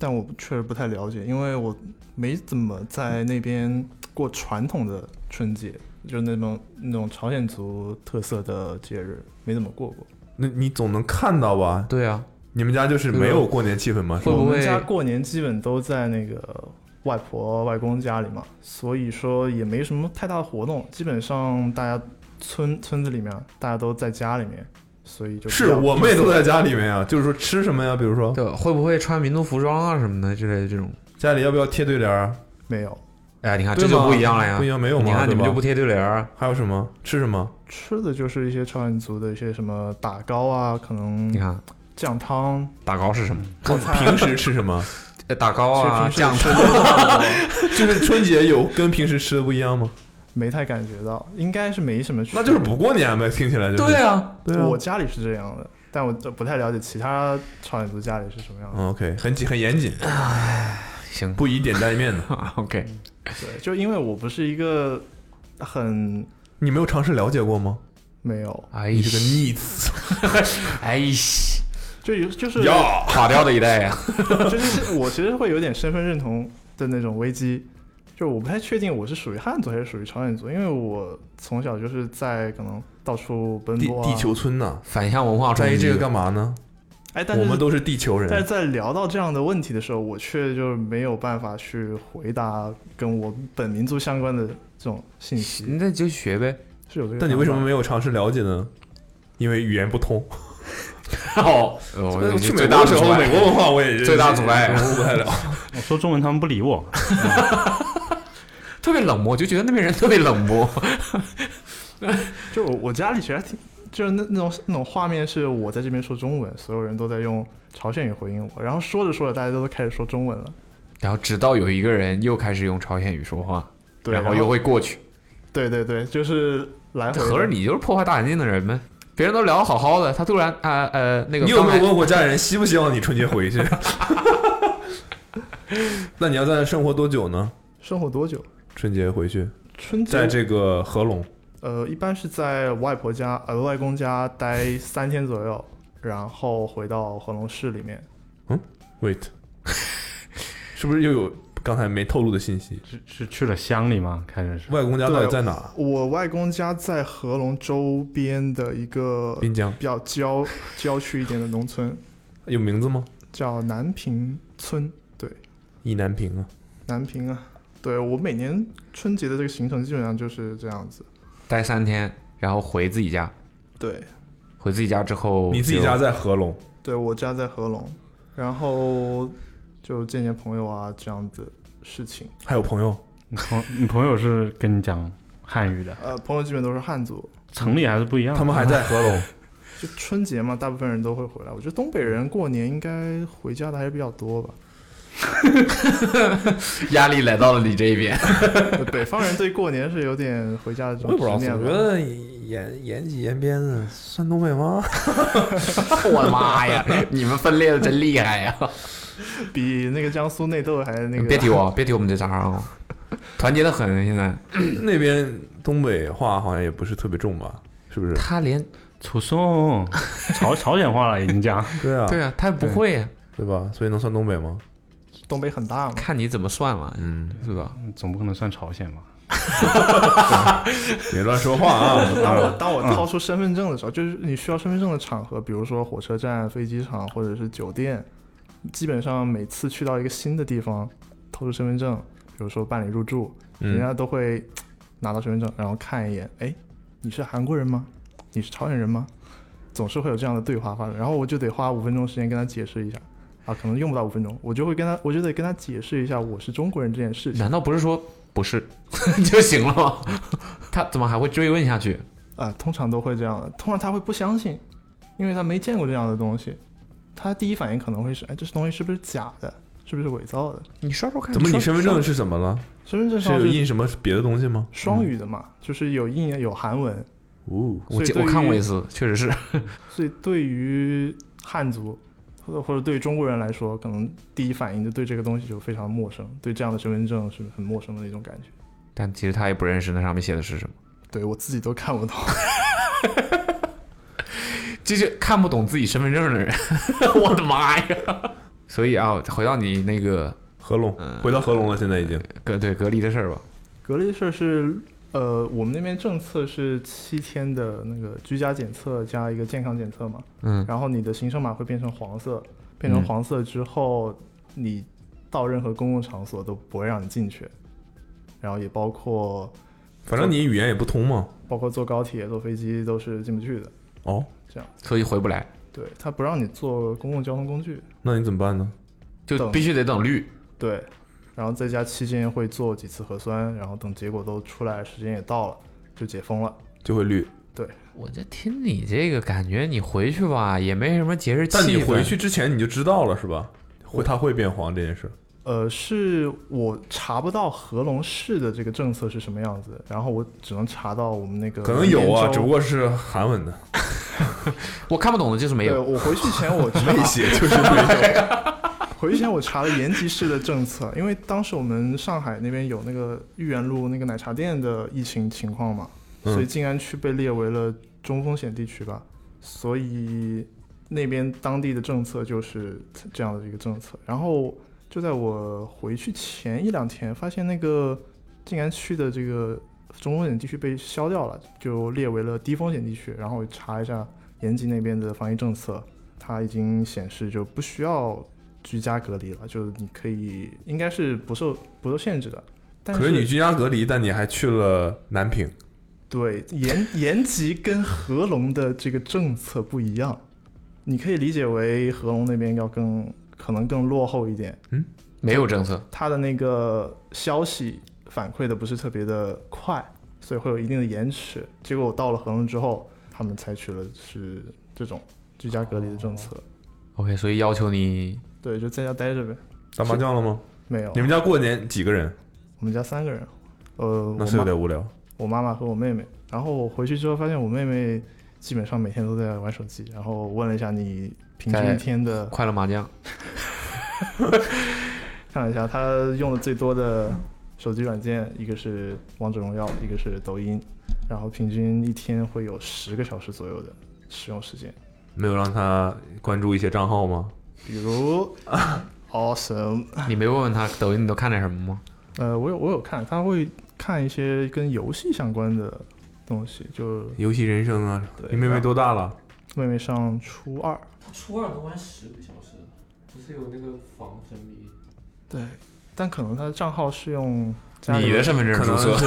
但我确实不太了解，因为我没怎么在那边过传统的春节，就是那种那种朝鲜族特色的节日，没怎么过过。
那你总能看到吧？
对啊，
你们家就是没有过年气氛吗？
会不
我
会
们家过年基本都在那个外婆外公家里嘛，所以说也没什么太大的活动，基本上大家村村子里面大家都在家里面，所以就比
是
较
我们也都在家里面啊，就是说吃什么呀？比如说
对，会不会穿民族服装啊什么的之类的这种？
家里要不要贴对联儿？
没有
哎，你看
对
这
吗
就不一样了呀，
不一样没有吗
你看你
对
们
吧
就不贴对联儿，
还有什么吃什么？
吃的就是一些朝鲜族的一些什么打糕啊，可
你
能
看
酱汤、
打糕是什么？
泡菜
平时吃什么？
呃打糕啊，
其实
酱
平
汁
时吃的差不多
就是春节有跟平时吃的不一 样吗？
没太感觉到，应该是没什么区别。
那就是不过年呗，听起来就是。
对啊，
对啊
我家里是这样的，但我不太了解其他朝鲜族家里是什么样的。
嗯，OK，很紧很严谨，
行
不以点带面 的。
，OK，
对，就因为我不是一个很
你没有尝试了解过吗？
没有，
哎
你这个
西，
逆子
哎西，
就有就是
呀！
垮掉的一
啊
代呀，
就是我其实会有点身份认同的那种危机，就我不太确定我是属于汉族还是属于朝鲜族，因为我从小就是在可能到处奔
地
波、啊、
地球，村呐，
反向文化冲
在意
击，
这个干嘛呢？
哎，但
我们
是。
都是地球
但
人
是。在聊到这样的问题的时候，我却就是没有办法去回答跟我本民族相关的这种信息。
那就学呗。
是有这个。
但你为什么？没有尝试了解呢？因为语言不通。然
哦
后
呃
我
去美
最
国
大
的
的
时
阻
候，美国
碍，
文化我也
最大阻碍
融入不太 了。
我说中文他们不理我，
特别冷漠，就觉得那边人特别冷漠。
就我我家里其实还挺，就是那那种那种画面是我在这边说中文，所有人都在用朝鲜语回应我，然后说着说着大家都开始说中文了，
然后直到有一个人又开始用朝鲜语说话，
对，
然后又会过去。
对对对，就是来回的
合着你就是破坏大环境的人呗？别人都聊得好好的，他突然啊呃那个
你有没
刚才
有问过家人希不希望你春节 回去？那你要在那生活多久呢？
生活多久？
春节回去，
春节
在这个合龙，
呃，一般是在外婆家、呃外公家待三天左右，然后回到合隆市里面。
wait，是不是又有刚才没透露的信息？
是是去了乡里吗？开始是
外公家到底在哪？
我外公家在合隆周边的一个
滨江
比较郊郊区一点的农村，
有名字吗？
叫南平村。对，
意难平啊，
南平啊，对我每年春节的这个行程基本上就是这样子。
待三天，然后回自己家，
对，
回自己家之后，
你自己家 在合龙，
对我家在合隆，然后就见见朋友啊这样子事情。
还有朋友，
你朋 你朋友是跟你讲汉语的，
呃，朋友基本都是汉族，
城里还是不一样的。
他们还在合龙。
就春节嘛，大部分人都会回来。我觉得东北人过年应该回家的还是比较多吧。
压力来到了你这一 边。
呃北方人对过年是有点回家的 这
我也
种
不知道，啊
执
总觉
念吧。
得延延几延边的算东北 吗？
我的妈 呀，你们分裂的真厉害呀！
比那个江苏内斗还 那个。
别提我，别提我们这茬儿啊，团结的很。现在
那边东北话好像也不是特别重吧？是不是？
他连
楚颂，朝朝鲜话了已经讲。
对啊，
对啊，他不会啊，
对吧？所以能算东北吗？
东北很大嘛，
看你怎么算了，
嗯，
是吧？
总不可能算朝鲜吧？
别乱说话啊！
嗯
当我当我掏出身份证的时候，就是你需要身份证的场合，比如说火车站、飞机场或者是酒店，基本上每次去到一个新的地方，掏出身份证，比如说办理入住，
嗯，
人家都会拿到身份证，然后看一眼，哎，你是韩国人吗？你是朝鲜人吗？总是会有这样的对话发生，然后我就得花五分钟时间跟他解释一下，啊，可能用不到五分钟，我就会跟他，我就得跟他解释一下我是中国人这件事情，
难道不是说不是 就行了吗？ 他怎么还会追问下去？
啊，通常都会这样的，通常他会不相信，因为他没见过这样的东西，他第一反应可能会是，哎，这东西是不是假的？是不是伪造的？
你刷刷看
怎么你
刷
身份证是怎么了？
身份证
是有
上是
印什么别的东西吗？
双语的嘛，就是有印有韩文，
哦，
我
所以
见
对
我看过
于
一次，确实是。
所以对于汉族或者或者对于中国人来说，可能第一反应就对这个东西就非常陌生，对这样的身份证是很陌生的一种感觉。
但其实他也不认识那上面写的是什么，
对我自己都看不懂，
这是看不懂自己身份证的 人，我的妈呀！所以啊，回到你那个
合龙，回到合龙了，现在已经。
隔对隔离的事儿吧，
隔离事儿是，呃，我们那边政策是七天的那个居家检测加一个健康检测嘛，
嗯，
然后你的行程码会变成黄色，变成
嗯
黄色之后，你到任何公共场所都不会让你进去，然后也包括
反正你语言也不通嘛。
包括坐高铁、坐飞机都是进不去的。
哦，
所以回不来，
对他不让你坐公共交通工具，
那你怎么办呢？
就
等
必须得等绿。
对，然后在家期间会做几次核酸，然后等结果都出来，时间也到了，就解封了。
就会绿。
我这听你这个感觉，你回去吧也没什么节日气氛。
但你回去之前你就知道了是吧？会它会变黄这件事。
呃，是我查不到合隆市的这个政策是什么样子，然后我只能查到我们那个
可能有啊，
连州
只不过是韩文的，
我看不懂的就是没
对
有。
我回去前 我查
那些就是没有。
回去前我查了延吉市的政策，因为当时我们上海那边有那个豫园路那个奶茶店的疫情情况嘛，
嗯
所以静安区被列为了中风险地区吧，所以那边当地的政策就是这样的一个政策。然后就在我回去前一两天，发现那个静安区的这个中风险地区被消掉了，就列为了低风险地区。然后我查一下延吉那边的防疫政策，它已经显示就不需要居家隔离了，就是你可以应该是不受不受限制的。但
可是你居家隔离，但你还去了南平，
对延延吉跟合隆的这个政策不一样，你可以理解为合隆那边要更可能更落后一点，
没有政策，
它的那个消息反馈的不是特别的快，所以会有一定的延迟。结果我到了合隆之后，他们采取了是这种居家隔离的政
哦
策，
OK，所以要求你
对，就在家待着呗。
打麻将了吗？
没有，
你们家过年几个人？
我们家三个人，呃，
那
我
是有
妈、
点无聊。
我妈妈和我妹妹。然后我回去之后发现我妹妹基本上每天都在玩手机，然后问了一下你平均
在
一天的，
快乐麻将，
看了一下她用的最多的手机软件，一个是王者荣耀，一个是抖音，然后平均一天会有十个小时左右的使用时间，
没有让他关注一些账号吗？
比如哦 Awesome，
你没问问他抖音你都看点什么吗？
呃，我有我有看，她会看一些跟游戏相关的东西，就
游戏人生啊，
对
你妹妹多大了？
妹妹上初二。
初二能玩十个小时，不是有那个防沉迷？
对，但可能他的账号是用家里
你的身份证
可
注
能是
册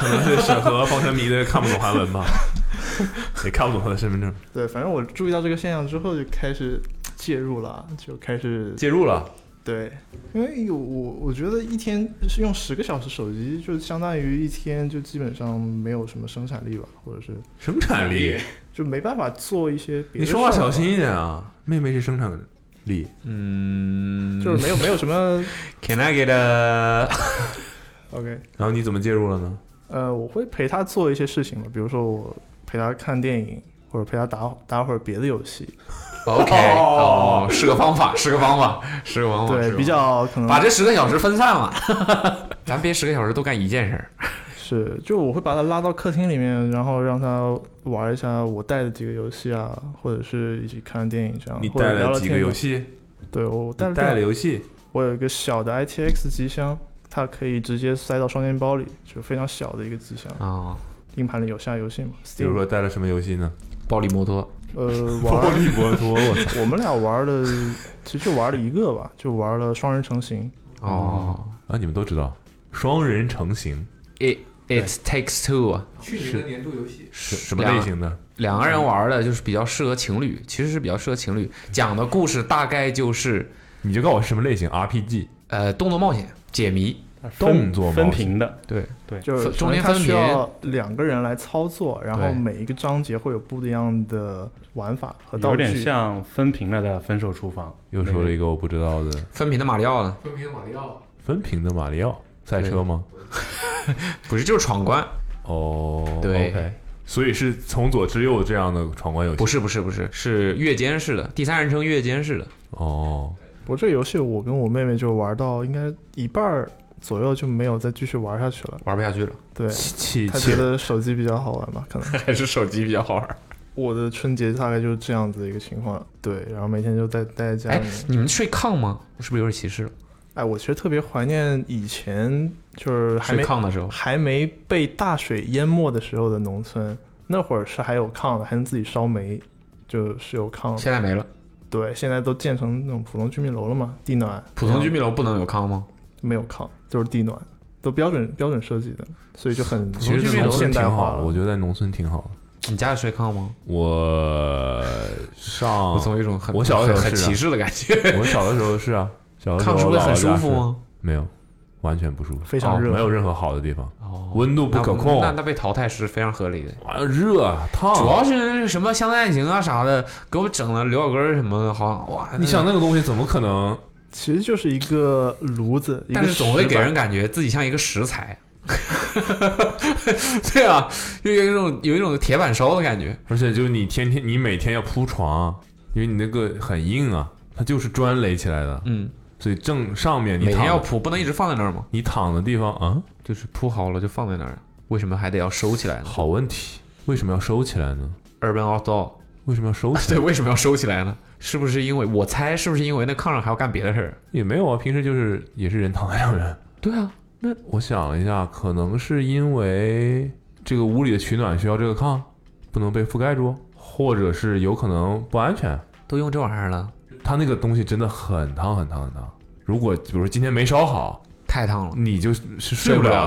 可能是审核防沉迷的看不懂韩文吧，也看不懂他的身份证，
对，反正我注意到这个现象之后就开始介入了，就开始
介入了。
对，因为有我我觉得一天是用十个小时手机，就相当于一天就基本上没有什么生产力吧，或者是
生产力，
就没办法做一些别的。
你说话小，心一点啊！妹妹是生产力，
嗯，
就是没有没有什么
Can I get a
OK，
然后你怎么介入了呢？
呃，我会陪他做一些事情嘛，比如说我陪他看电影，或者陪他打打会儿别的游戏，
OK？哦，是个方法，是个方法，是个
哦
方法，是
对，
个
比
方
较可能
法把这十个小时分散了，嗯 咱别十个小时都干一件事儿。
是，就我会把他拉到客厅里面，然后让他玩一下我带的几个游戏啊，或者是一起看电影这样。
你
啊或者
带
聊
了
聊
几个
天
游
吧？
戏？
对我带了
带了
这
游戏，
我有一个小的 ITX 机箱，它可以直接塞到双肩包里，就非常小的一个机箱。
啊，
硬盘里有下游戏嘛？
比如说带了什么游戏呢？
暴力摩托，
呃，玩
力摩托，我操！
我们俩玩的，其实就玩了一个吧，就玩了双人成行。
哦
啊，你们都知道，双人成行
，It It Takes Two 啊，
去年的年度游戏，
是什么类型的？
两个人玩的就是比较适合情侣，其实是比较适合情侣。讲的故事大概就是
你就告诉我是什么类型？RPG
呃动作冒险、解谜，
动作
分
冒险，
屏的，
就是
中间
它
分
需
别
要两个人来操作，然后
对
每一个章节会有不一样的玩法和呃道
有
具。
点像分屏了的《分手厨房》。
又说了一个我不知道的
分屏的马里奥呢，
分屏马里奥，
分屏的马里奥赛车吗？
不是就是闯关，
哦，
对
o k 所以是从左至右这样的闯关游戏，
不是不是不是，是越间式的，第三人称越间式的。
哦，
我这个游戏，我跟我妹妹就玩到应该一半儿左右就没有再继续玩下去了。
玩不下去了，
对，
气
她
气
觉得手机比较好玩吧？可 能
还是手机比较好玩。
我的春节大概就是这样子的一个情况。对，然后每天就在待在家
哎
里面。，
你们睡炕吗？是不是有点歧视了？
哎，我其实特别怀念以前，就是还
睡
没
炕的时候，
还没被大水淹没的时候的农村，那会儿是还有炕的，还能自己烧煤，就是有炕的。
现在没了。
对，现在都建成那种普通居民楼了嘛，地暖。
普通
然后
居民楼不能有炕吗？
没有炕，就是地暖，都标准标准设计的，所以就很
其实在
很
农
现
村挺
代化
好的，
了。
我觉得在农村挺好的。
你家里睡炕吗？
我上
我总有一种很
嗯我小的时候
很很
是啊
歧视的感觉。
我小的时候是啊，小的时候
炕是
我
会
姥
很
姥
舒
家
服
是？
吗？
没有，完全不舒服，哦
非常热
没有任何好的地方，
哦
温度不可控
那那被淘汰是非常合理的。
啊，热烫。
主要是什么《相爱爱情》啊啥的，给我整了刘老根儿什么的，好像哇，
你想那个东西怎么可能？
其实就是一个炉子，一个
但是总会
石
给
板
人感觉自己像一个食材。 对啊，就有一种有一种铁板烧的感觉。
而且就是你天天你每天要铺床啊，因为你那个很硬啊，它就是砖垒起来的，
嗯，
所以正上面你
每天
躺
要铺，不能一直放在那儿嘛，
你躺的地方啊，
就是铺好了就放在那儿，为什么还得要收起来呢
好问题，为什么要收起来呢？
？Urban Outdoor，
为什么要收起
对，
来？
为什么要收起来呢？是不是因为我猜是不是因为那炕上还要干别的事儿？
也没有啊，平时就是也是人躺在上面。
对啊，
我想了一下，可能是因为这个屋里的取暖需要这个炕，不能被覆盖住，或者是有可能不安全。
都用这玩意儿了，
它那个东西真的很烫很烫很烫。如果比如说今天没烧好，
太烫了，
你就是是睡不
睡不了
了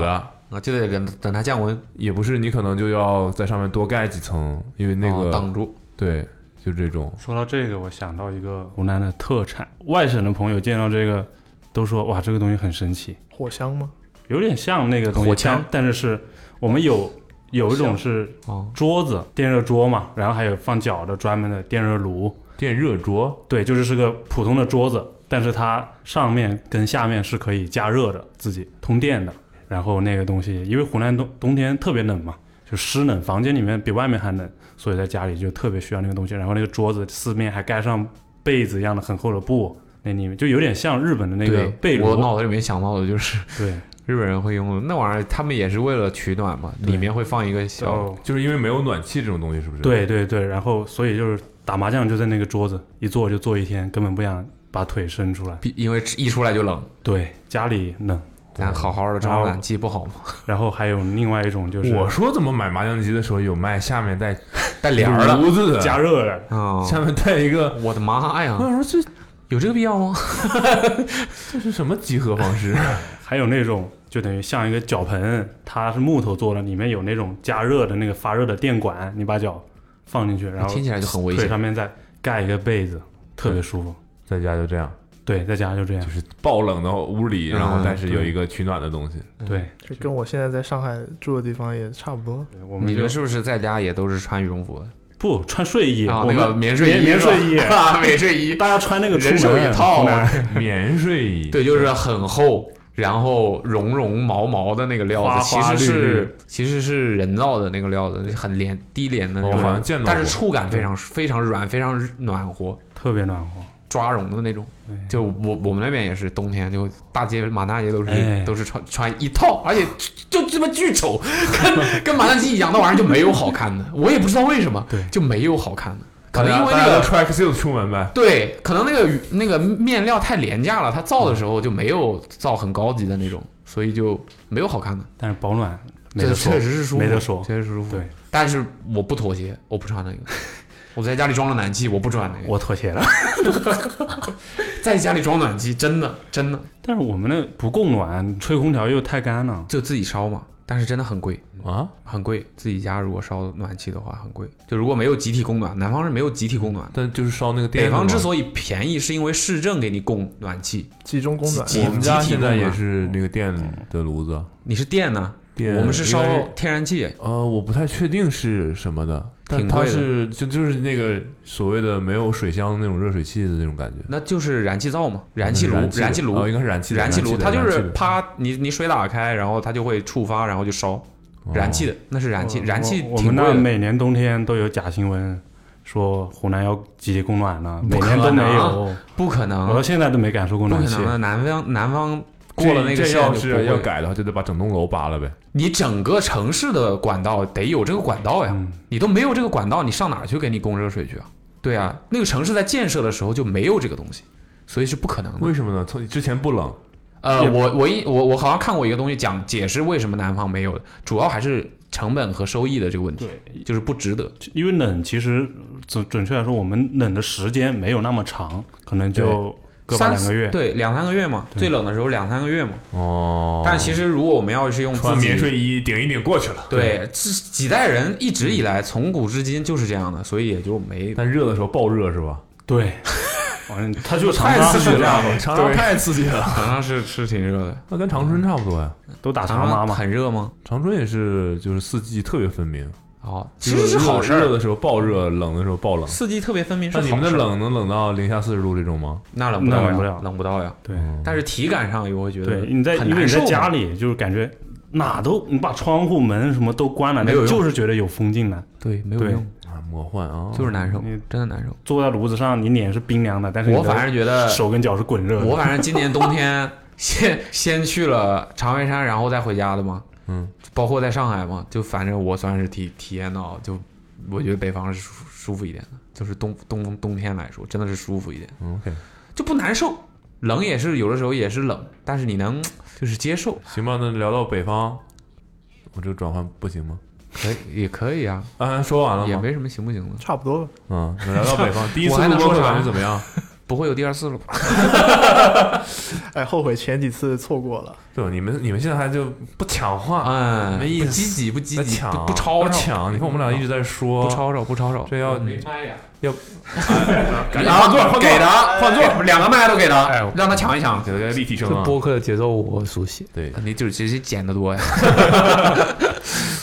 的。
啊，就得等等它降温，
也不是，你可能就要在上面多盖几层，因为那
哦
个、
挡住。
对，就就这种。
说到这个，我想到一个湖南的特产，外省的朋友见到这个都说哇，这个东西很神奇，
火香吗？
有点像那个东西，
火枪
但，但是是我们有有一种是
哦，
桌子电热桌嘛，然后还有放脚的专门的电热炉，
电热桌，
对，就是是个普通的桌子，但是它上面跟下面是可以加热的，自己通电的。然后那个东西，因为湖南冬冬天特别冷嘛，就湿冷，房间里面比外面还冷，所以在家里就特别需要那个东西。然后那个桌子四面还盖上被子一样的很厚的布，那里面就有点像日本的那个
对
被
我
炉，
脑子里面想到的就是
对，
日本人会用那玩意儿，他们也是为了取暖嘛，
对哦
里面会放一个小
叫
就是因为没有暖气这种东西，是不是？
对，对对，然后所以就是打麻将就在那个桌子一坐就坐一天，根本不想把腿伸出来。
比，因为一出来就冷，
对，家里冷，
咱好好的
然
装
后
暖气不好吗？
然后还有另外一种就是
我说怎么买麻将机的时候有卖下面带
带帘儿了
炉子的，
加热的，
啊！
下面带一个。
我的妈呀
我，
嗯
想说这
有这个必要吗？
这是什么集合方式？啊
还有那种就等于像一个脚盆，它是木头做的，里面有那种加热的那个发热的电管，你把脚放进去，然后
听起来就很危
腿
险。
上面再盖一个被子，特别舒服。
在家就这样，啊
对，在家就这样
就。是爆冷的屋里，然后
嗯
但是有一个取暖的东 西。
对，
就跟我现在在上海住的地方也差不多。
对嗯我
嗯你
们就
们是不是在家也都是穿羽绒服的？
不穿睡衣，
啊，
我
那个
们
棉睡衣，
棉睡衣
啊， 棉睡衣，
大家穿那个出
人手
门
一套啊
出门
棉睡衣，
对，就是很厚，然后绒绒毛毛的那个料子，
花花
其实
绿
是
绿
其实是人造的那个料子，很廉低廉的那
我
种，
好像见到过
但是触感非常非常软，非常暖和，
特别暖和。
抓绒的那种。就我我们那边也是冬天，就大街满大街都是、
哎
都是穿穿一套，而且就就他妈巨丑，跟跟麻将机一样，那玩意儿就没有好看的，我也不知道为什么，
对
就没有好看的，可能
大家
因为
大
那
家
个
都 track suit 出门呗。
对，可能那个鱼那个面料太廉价了，它造的时候就没有造很高级的那种，所以就没有好看的。
但是保暖没
这
得说
确，实是舒服，
没得说
确实是舒服。
对，
但是我不妥协，我不穿 那个。我在家里装了暖气，我不穿那个。
我妥协了。
在家里装暖气，真的真的
但是我们那不供暖，吹空调又太干了。
就自己烧嘛，但是真的很贵，
啊，
很贵。自己家如果烧暖气的话，很贵。就如果没有集体供暖，南方是没有集体供暖的。
但就是烧那个电。
北
啊
方之所以便宜，是因为市政给你供暖气。
集中供暖，
集
我们家
集体啊
现在
供
也
暖
是那个电的炉子，
你是电呢，
电
我们是烧
应该是
天然气。
呃，我不太确定是什么的，但
挺
它
贵的
是就就是那个所谓的没有水箱那种热水器的那种感觉，
那就是燃气灶嘛，燃气炉，燃
嗯燃
气
哦
炉，
应该是燃气的，
燃气炉，
的
它就
燃
是
气的
啪，你你水打开，然后它就会触发，然后就烧，
哦
燃气的，那是燃气，燃气
哦我我
挺
们那
贵的，
每年冬天都有假新闻，说湖南要集体供暖了，每
不可
年都没有
能，不可
我到
能，
现在都没敢受过
不可
暖
能
气。
的，啊南方南方
这
过了那个
这
线
要
就不
是
会
要，改的话，就得把整栋楼扒了呗。
你整个城市的管道得有这个管道呀，
嗯，
你都没有这个管道，你上哪儿去给你供热水去啊？对啊，那个城市在建设的时候就没有这个东西，所以是不可能的。
为什么呢？从之前不冷，
呃，
也
我我一我我好像看过一个东西讲解释为什么南方没有的，主要还是成本和收益的这个问题，就是不值得。
因为冷，其实准准确来说，我们冷的时间没有那么长，可能就个把
三
两个月。
对，两三个月嘛，最冷的时候两三个月嘛。
哦，
但其实如果我们要是用
穿
自己
棉睡衣顶一顶过去了。
对，这几代人一直以来从古至今就是这样的，所以也就没
但热的时候爆热是吧？
对，完了，他就长
太
沙
刺激
是这样
了
的，
长沙太刺激 了，
好像是是挺热的。
那跟长春差不多呀。
都打
长
长妈
沙
嘛。
很热吗？
长春也是，就是四季特别分明，
哦，其实是
就是热
好事
热
儿，
的时候爆热，冷的时候爆冷。
四季特别分明是
那
好
你
事儿。
们的冷能冷到零下四十度这种吗？
那冷不到
那冷不
呀
了
冷不到呀。
对
但是体感上也会觉得
对，你在
很
因为
难
你
受
在
嘛
家里就是感觉哪都你把窗户门什么都关了，
没有
但
用
就是觉得有风进来。
对没有
对
用，哦
啊，魔幻啊，
就是难受
你，
真的难受。
坐在炉子上，你脸是冰凉的，但是你
我
的
反而觉得
手跟脚是滚热的。
我反正今年冬天先先去了长白山，然后再回家的嘛。
嗯，
包括在上海嘛，就反正我算是体体验到，就我觉得北方是舒舒服一点的，就是冬冬冬天来说，真的是舒服一点，
嗯 OK，
就不难受。冷也是有的时候也是冷，但是你能就是接受，
行吧，那聊到北方，我这个转换不行吗？
可以也可以啊，
啊，说完了
也
吗？
没什么行不行的，
差不多吧。
嗯，那聊到北 方，第一次
我还
录
能
播
说
客
啥
感觉怎么样？
不会有第二次了吧？
哎，后悔前几次错过了。
对，你们你们现在还就不抢话，
嗯，
没意思
不积极不积
在
极，
抢
不不吵
要
吵，嗯
抢。你看我们俩一直在说，
不吵吵不吵吵，
这要
拍呀，
赶紧换座，换座给
啊
他换座，两个麦都给他
哎我，
让他抢一抢，给他立体
这
声啊！
播客的节奏我熟悉。
对，
你就是其实剪的多呀。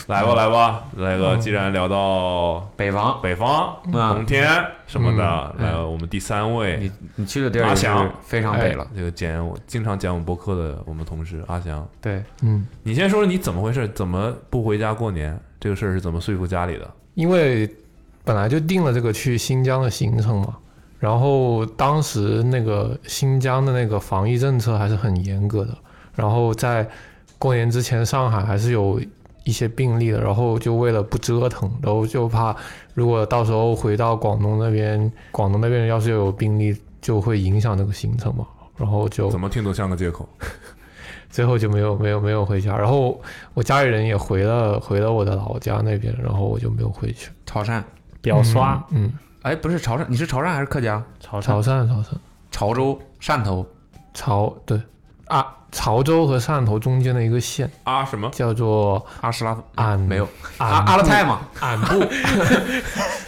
来吧来吧，来个，既然聊到
北方，
北方、
啊
冬天什么的，来我们第三位
你，你去的地儿
阿
也是
翔
非常北了。
这个剪我经常剪我们播客的我们同事阿翔，
对，
嗯，
你先说说你怎么回事？怎么不回家过年？这个事儿是怎么说服家里的？
因为本来就定了这个去新疆的行程嘛，然后当时那个新疆的那个防疫政策还是很严格的，然后在过年之前上海还是有一些病例的，然后就为了不折腾，然后就怕如果到时候回到广东那边，广东那边要是有病例，就会影响这个行程嘛，然后就
怎么听都像个借口。
最后就没有没有没有回家，然后我家里人也回了回了我的老家那边，然后我就没有回去。
潮汕，
表刷，
嗯，
哎，不是潮汕，你是潮汕还是客家？
潮
潮
汕
汕潮汕
潮州、汕头，
潮对啊，潮州和汕头中间的一个县
啊什么
叫做
阿什拉夫
俺
没有阿
俺
阿勒泰嘛？
俺布
啊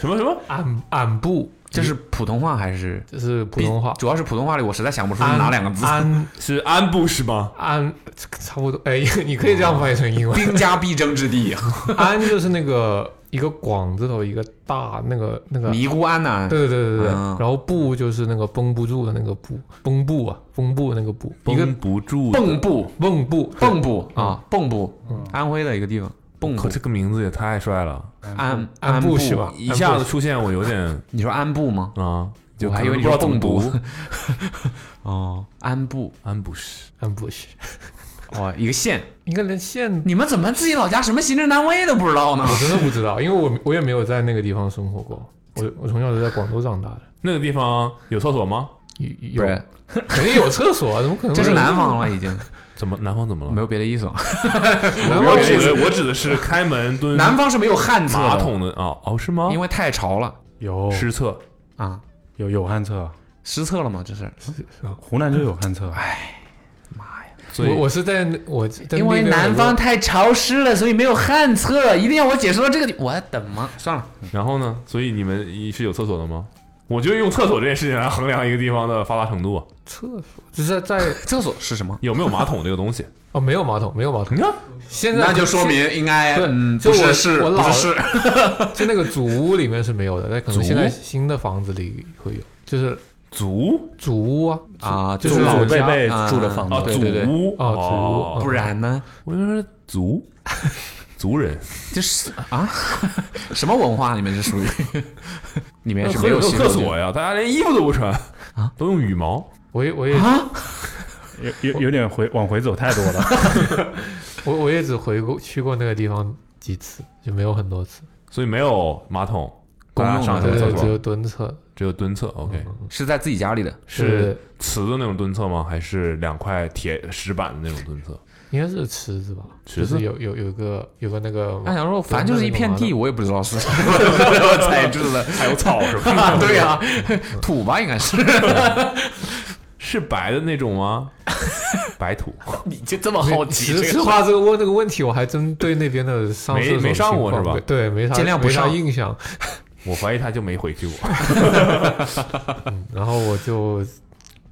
什么什么？
俺俺布，
这是普通话还是
这是普通话
比。主要是普通话里，我实在想不出是
安
哪两个字。
安
是安布是吗？
安差不多，哎， 你可以这样翻译成英 文。
兵家必争之地，
安就是那个一个广字头一个大那个那个。
尼姑庵呐。
对对对对对，
嗯
然后布就是那个绷不住的那个布，绷布啊，绷布那个布，一个
绷不住的，
蚌埠，
蹦布，
蚌埠啊，蚌埠，安徽的一个地方，蚌
靠，
埠
这个名字也太帅了，
安
安
埠
布是吧？
一下子出现我有点
你说安埠吗？
啊，就
我还
可
以为
能不
你
知道
说
怎么
蚌埠
读。
哦，安埠
安布什，
安布是，
哦，一个县。
应该连县
你们怎么自己老家什么行政单位都不知道呢？
我真的不知道，因为我我也没有在那个地方生活过，我我从小就在广州长大的，
那个地方有厕所吗？
有
不
有
是，
肯定有厕所啊，怎么可能？嗯
这是南方了，已经
怎么南方怎么了？
没有别的意思了。
南
我
方
指
是
的我指的是开门
嗯
蹲
南方是没有旱厕
马
的，
桶的啊哦是吗？
因为太潮了
有
湿厕
啊，
有有旱厕，
失策了吗？这是
湖南就有旱厕，
哎
所以
我我是在那我在
因为
那边
南方太潮湿了，所以没有旱厕。一定要我解释到这个地，我的妈！算了，
然后呢？所以你们一是有厕所的吗？我觉得用厕所这件事情来衡量一个地方的发达程度啊，
厕所，就是在在
厕所是什么？
有没有马桶这个东西？
哦没有马桶，没有马桶，
你看，
现在
那就说明应该
对
嗯，
就
不
我
是是
我
不
老
是是，
就那个祖屋里面是没有的，但可
祖屋
能现在新的房子里会有，就是
足
祖屋啊
啊
就
祖
是
屋
老
祖辈
家
辈
啊
哎住的房
啊，
对
祖
对对
屋
哦祖屋
哦
嗯
不然呢？
我就说族族人，
就是啊， 什么文化？你们是属于 里面是没
有
有洗手
厕
间
所呀，大家连衣服都不穿啊，都用羽毛。
我也我也
啊？
有有有点回往回走太多了。
我我也只回过去过那个地方几次，就没有很多次，
所以没有马桶，
公用
大家上
的
什
对
么厕
对对，只
所
有蹲厕，
只有蹲厕。OK，
是在自己家里的，
是
是
瓷的那种蹲厕吗？还是两块铁石板的那种蹲厕？
应该是池子吧，
池
就是
子
有有有个有个那个
他哎想说，反正就是一片
对
地，我也不知道 是什么，我才知道还有草是吧？ 对呀、土吧应该是。
是白的那种吗？ 白土，
你就这么
其实 实话，这个问这个问题，我还真对那边的上
没
厕所
没上
情
过是
况
吧
对，没啥
尽量不
没啥
上
印象。
我怀疑他就没回去过。
嗯然后我就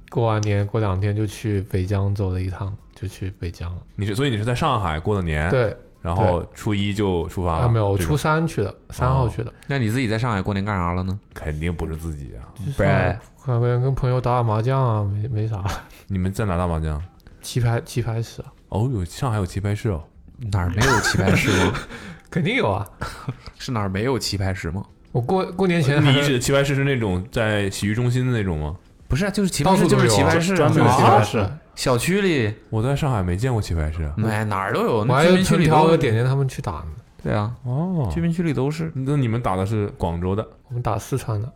过完年，过两天就去北疆走了一趟，就去北疆了。
你是所以你是在上海过的年，
对，
然后初一就出发
啊
了。
没有，我
这
初
种
三去的，三
哦
号去的，
那你自己在上海过年干啥了呢？
肯定不是自己啊！
就是可能跟朋友打打麻将啊，没没啥，
你们在哪打麻将？
棋牌棋牌室啊，
哦，有上海有棋牌室哦。
哪儿没有棋牌室吗？
肯定有啊。
是哪儿没有棋牌室吗？
我过过年前 还
你指
是
的棋牌室是那种在洗浴中心的那种吗？
不是、啊，就是棋
到
牌室，
处
就
都
是
有
棋
啊
牌室啊，
专门有棋
啊
牌室，
小区里，
我在上海没见过棋牌
嗯
室。啊
哎，哪儿都有，
我
那
还
居民区
去
里
挑
都
个
有。
点点他们去打呢。
对啊，
哦
居民区里都 是。
那你们打的是广州的，
我们打四川的，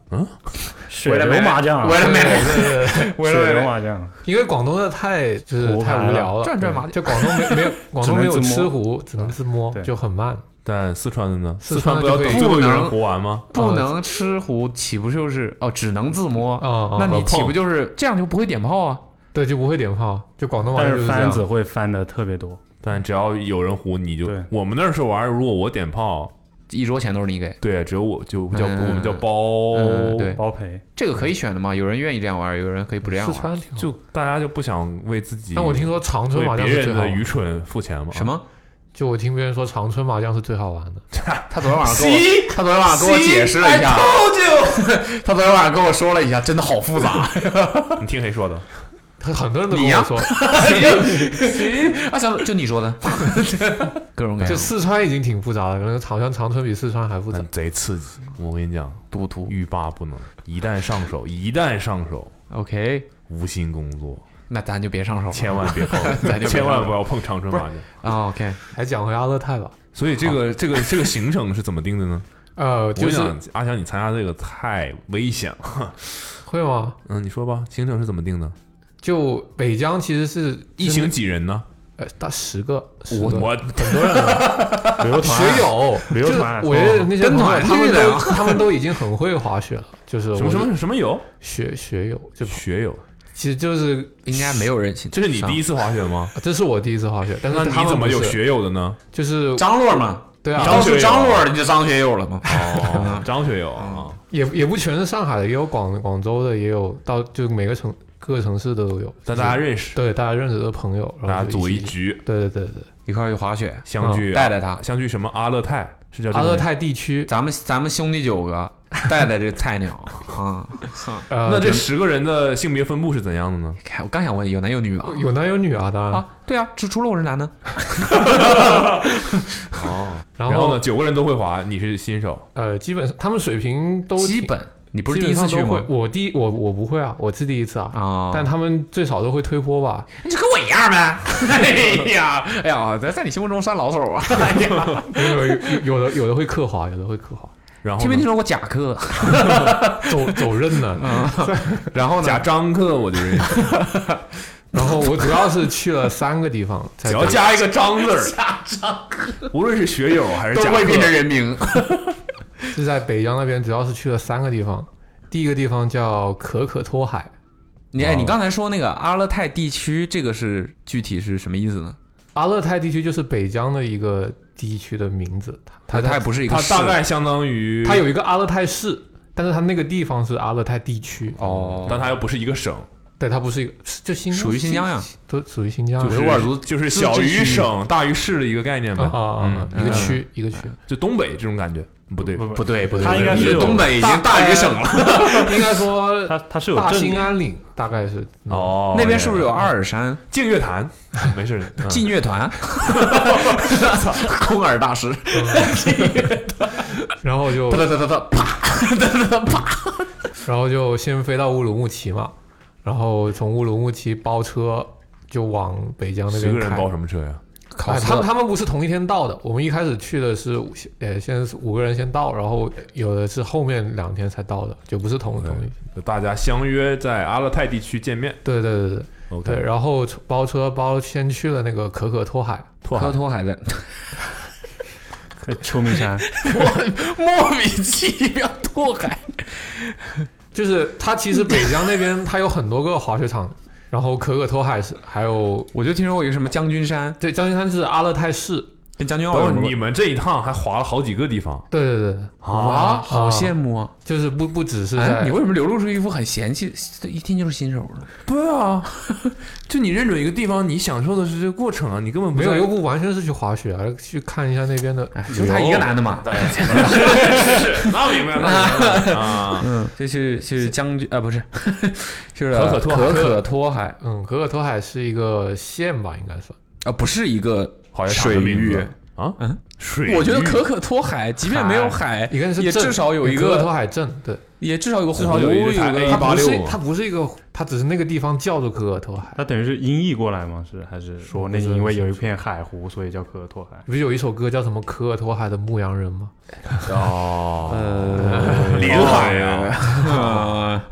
水流麻将啊，
了没来，
水流麻将， 啊
因为广东的太就是
胡
太
牌
无聊了，
转转麻将
就广东没没有广东没有
只能自
吃
摸
壶，只能自摸，
对
就很慢。
但四川的呢？
四
川
川
不要等
就可以
最后一个
不
人
能
活完吗？
不能吃壶，岂不就是哦？只能自摸
啊啊
那
和
你岂
碰
不就是这样就不会点炮啊？
对，就不会点炮，就广东玩意
但
儿就是是这
翻子
样。
会翻的特别多。
但只要有人胡，你就
对
我们那儿是玩，如果我点炮，
一桌钱都是你给。
对，只有我就我们叫
嗯
我们叫包
嗯对
包赔。
这个可以选的嘛？有人愿意这样玩，有人可以不这样
四
玩。
川挺好。
就大家就不想为自己，
但我听说长春
为
麻将
别
是最
人
好
的
玩
愚
的，
蠢付钱嘛？
什？么？
就我听别人说长春麻将是最好玩的。
他昨天晚上跟我，他昨天晚上跟我解释了一 下，他昨天晚上跟我说了一下，真的好复杂。
你听谁说的？
很很多人都跟
你呀
我说，
啊，小就你说的， 各种各样
就，四川已经挺复杂的，可能好像长春比四川还复杂
但。贼刺激！我跟你讲，
赌徒。
欲罢不能，一旦上手，一旦上手，
OK，
无心工作，
那咱就别上手了，
千万别碰
哦 咱，就别
千万
碰
不要碰长春麻将。
啊。OK，
还讲回阿勒泰吧，
所以这个这个这个行程是怎么定 的呢？
呃，就
我
是
想阿翔，你参加这个太危险了。
会吗？
嗯，你说吧，行程是怎么定的？
就北疆其实是
一行几人呢？
呃，大十个，十
我
个
我
很多人啊旅游团
学友
旅游
就是
团，
我觉得那些
跟
朋友
团
他们
去的
都
呀
他们都已经很会滑雪了，就是
什么
我
什么什么游？
学学友，就
学友，
其实就是
应该没有人信。
这是你第一次滑雪吗？
这是我第一次滑雪，但是
那
他
你
们
怎么
不
有
是？
学友的呢？
就是
啊张洛嘛，
对啊
你，
张
告诉
学友
张洛你就张学友了嘛。
哦， 张学友啊，
也也不全是上海的，也有广广州的，也有到就每个城各个城市的都有，
但大家
就是
认识，
对大家认识的朋友，
大
然后
家
就
组一
起，
局
对对对对，
一块儿去滑雪，
相聚，
带带他。
相聚什么阿勒泰是叫这
阿
个
勒
名字？
泰地区，
咱们咱们兄弟九个，带带这菜鸟啊。
呃，
那这十个人的性别分布是怎样的呢？
哎看我刚想问有男有女吧？
有男有女啊，当然，
啊，对啊，只除了我是男的。
哦，
然
然后
后
呢，九个人都会滑，你是新手，
呃，基本上他们水平都
基
挺
本你不是
基
第一
本
次
上
去
都会
吗？
我第一我我不会啊，我是第一次啊。
啊，
但他们最少都会推坡吧？
你就跟我一样呗。哎呀，哎呀，在在你心目中算老手啊！哎呀，
有有有的有的会刻滑，有的会刻滑，
然后
听没
呢
听说过甲克？
走走刃呢。
然后
加
呢？
张克我就认识，
然后我主要是去了三个地方，才
只要加一个张字儿，加张克，无论是学友还是
都
加
会变成
克，
人名。
是在北洋那边，主要是去了三个地方。第一个地方叫可可托海，
你哎，你刚才说那个阿勒泰地区，这个是具体是什么意思呢？
阿勒泰地区就是北疆的一个地区的名字，它
它
它
它也不是一个
他
市
大概相当于
它有一个阿勒泰市，但是它那个地方是阿勒泰地区，
哦，
但他又不是一个省，
对，它不是一个就新
属于新疆呀，
都属于新疆啊，
就是
维吾尔族
就是小于省大于市的一个概念
啊
吧，
啊啊，
嗯
一个区一个区，
就东北这种感觉，不对，
不
不对不对，
他应该
你
是有
东北已经大于一个省了。
应该说
他他是有
大
证
兴
啊
的，
安岭大概是，
哦，
嗯那边是不是有
这样
阿尔山
净月潭？没事， 嗯
劲乐 团？空耳大师，
然后就
哒哒哒哒哒，啪！
然后就先飞到乌鲁木齐嘛，然后从乌鲁木齐包车就往北疆那
十
边
个人
开。
包什么车呀？
哎，
斯
他们他们不是同一天到的，我们一开始去的是五，呃，先是五个人先到，然后有的是后面两天才到的，就不是同同一天。
就大家相约在阿勒泰地区见面。
对对对对
OK，
对，然后包车包先去了那个可可托海，
拓
科
海
托海在，
秋名山，
莫名其妙拓海。
就是它其实北疆那边它有很多个滑雪场，然后可可托海是还有
我就听说过一个什么将军山，
对将军山是阿勒泰市，
跟将军澳有
等
什
会儿
么
你们这一趟还划了好几个地方
对对对，
啊？好羡
慕，
慕啊！
就是不不只
啊
是在
哎，你为什么流露出一副很嫌弃？一听就是新手呢？
对啊， 就你认准一个地方，你享受的是这个过程啊，你根本
没有，
在
又不完全是去滑雪，啊而是去看一下那边的。
哎，就他一个男的嘛。
是那明白了啊。
嗯，这是是将军啊，不是， 是
可可托海
可可托海
嗯，可可托海是一个县吧，应该算。
啊，不是一个
好像
水域。
啊
嗯，
水域
我觉得可可托海，即便没有海，
应该是
也
镇
至少有一
可可托
个，
海镇，对，
也至少有个湖，
至少有一个台
个
A
它
八
不
六
是它不是一个，它只是那个地方叫做可可托海。
他等于是音译过来吗？是还是说那因为有一片海湖，所以叫可可托海？
不是有一首歌叫什么《可可托海的牧羊人》吗？
哦，
呃
临海
哦
啊，
啊，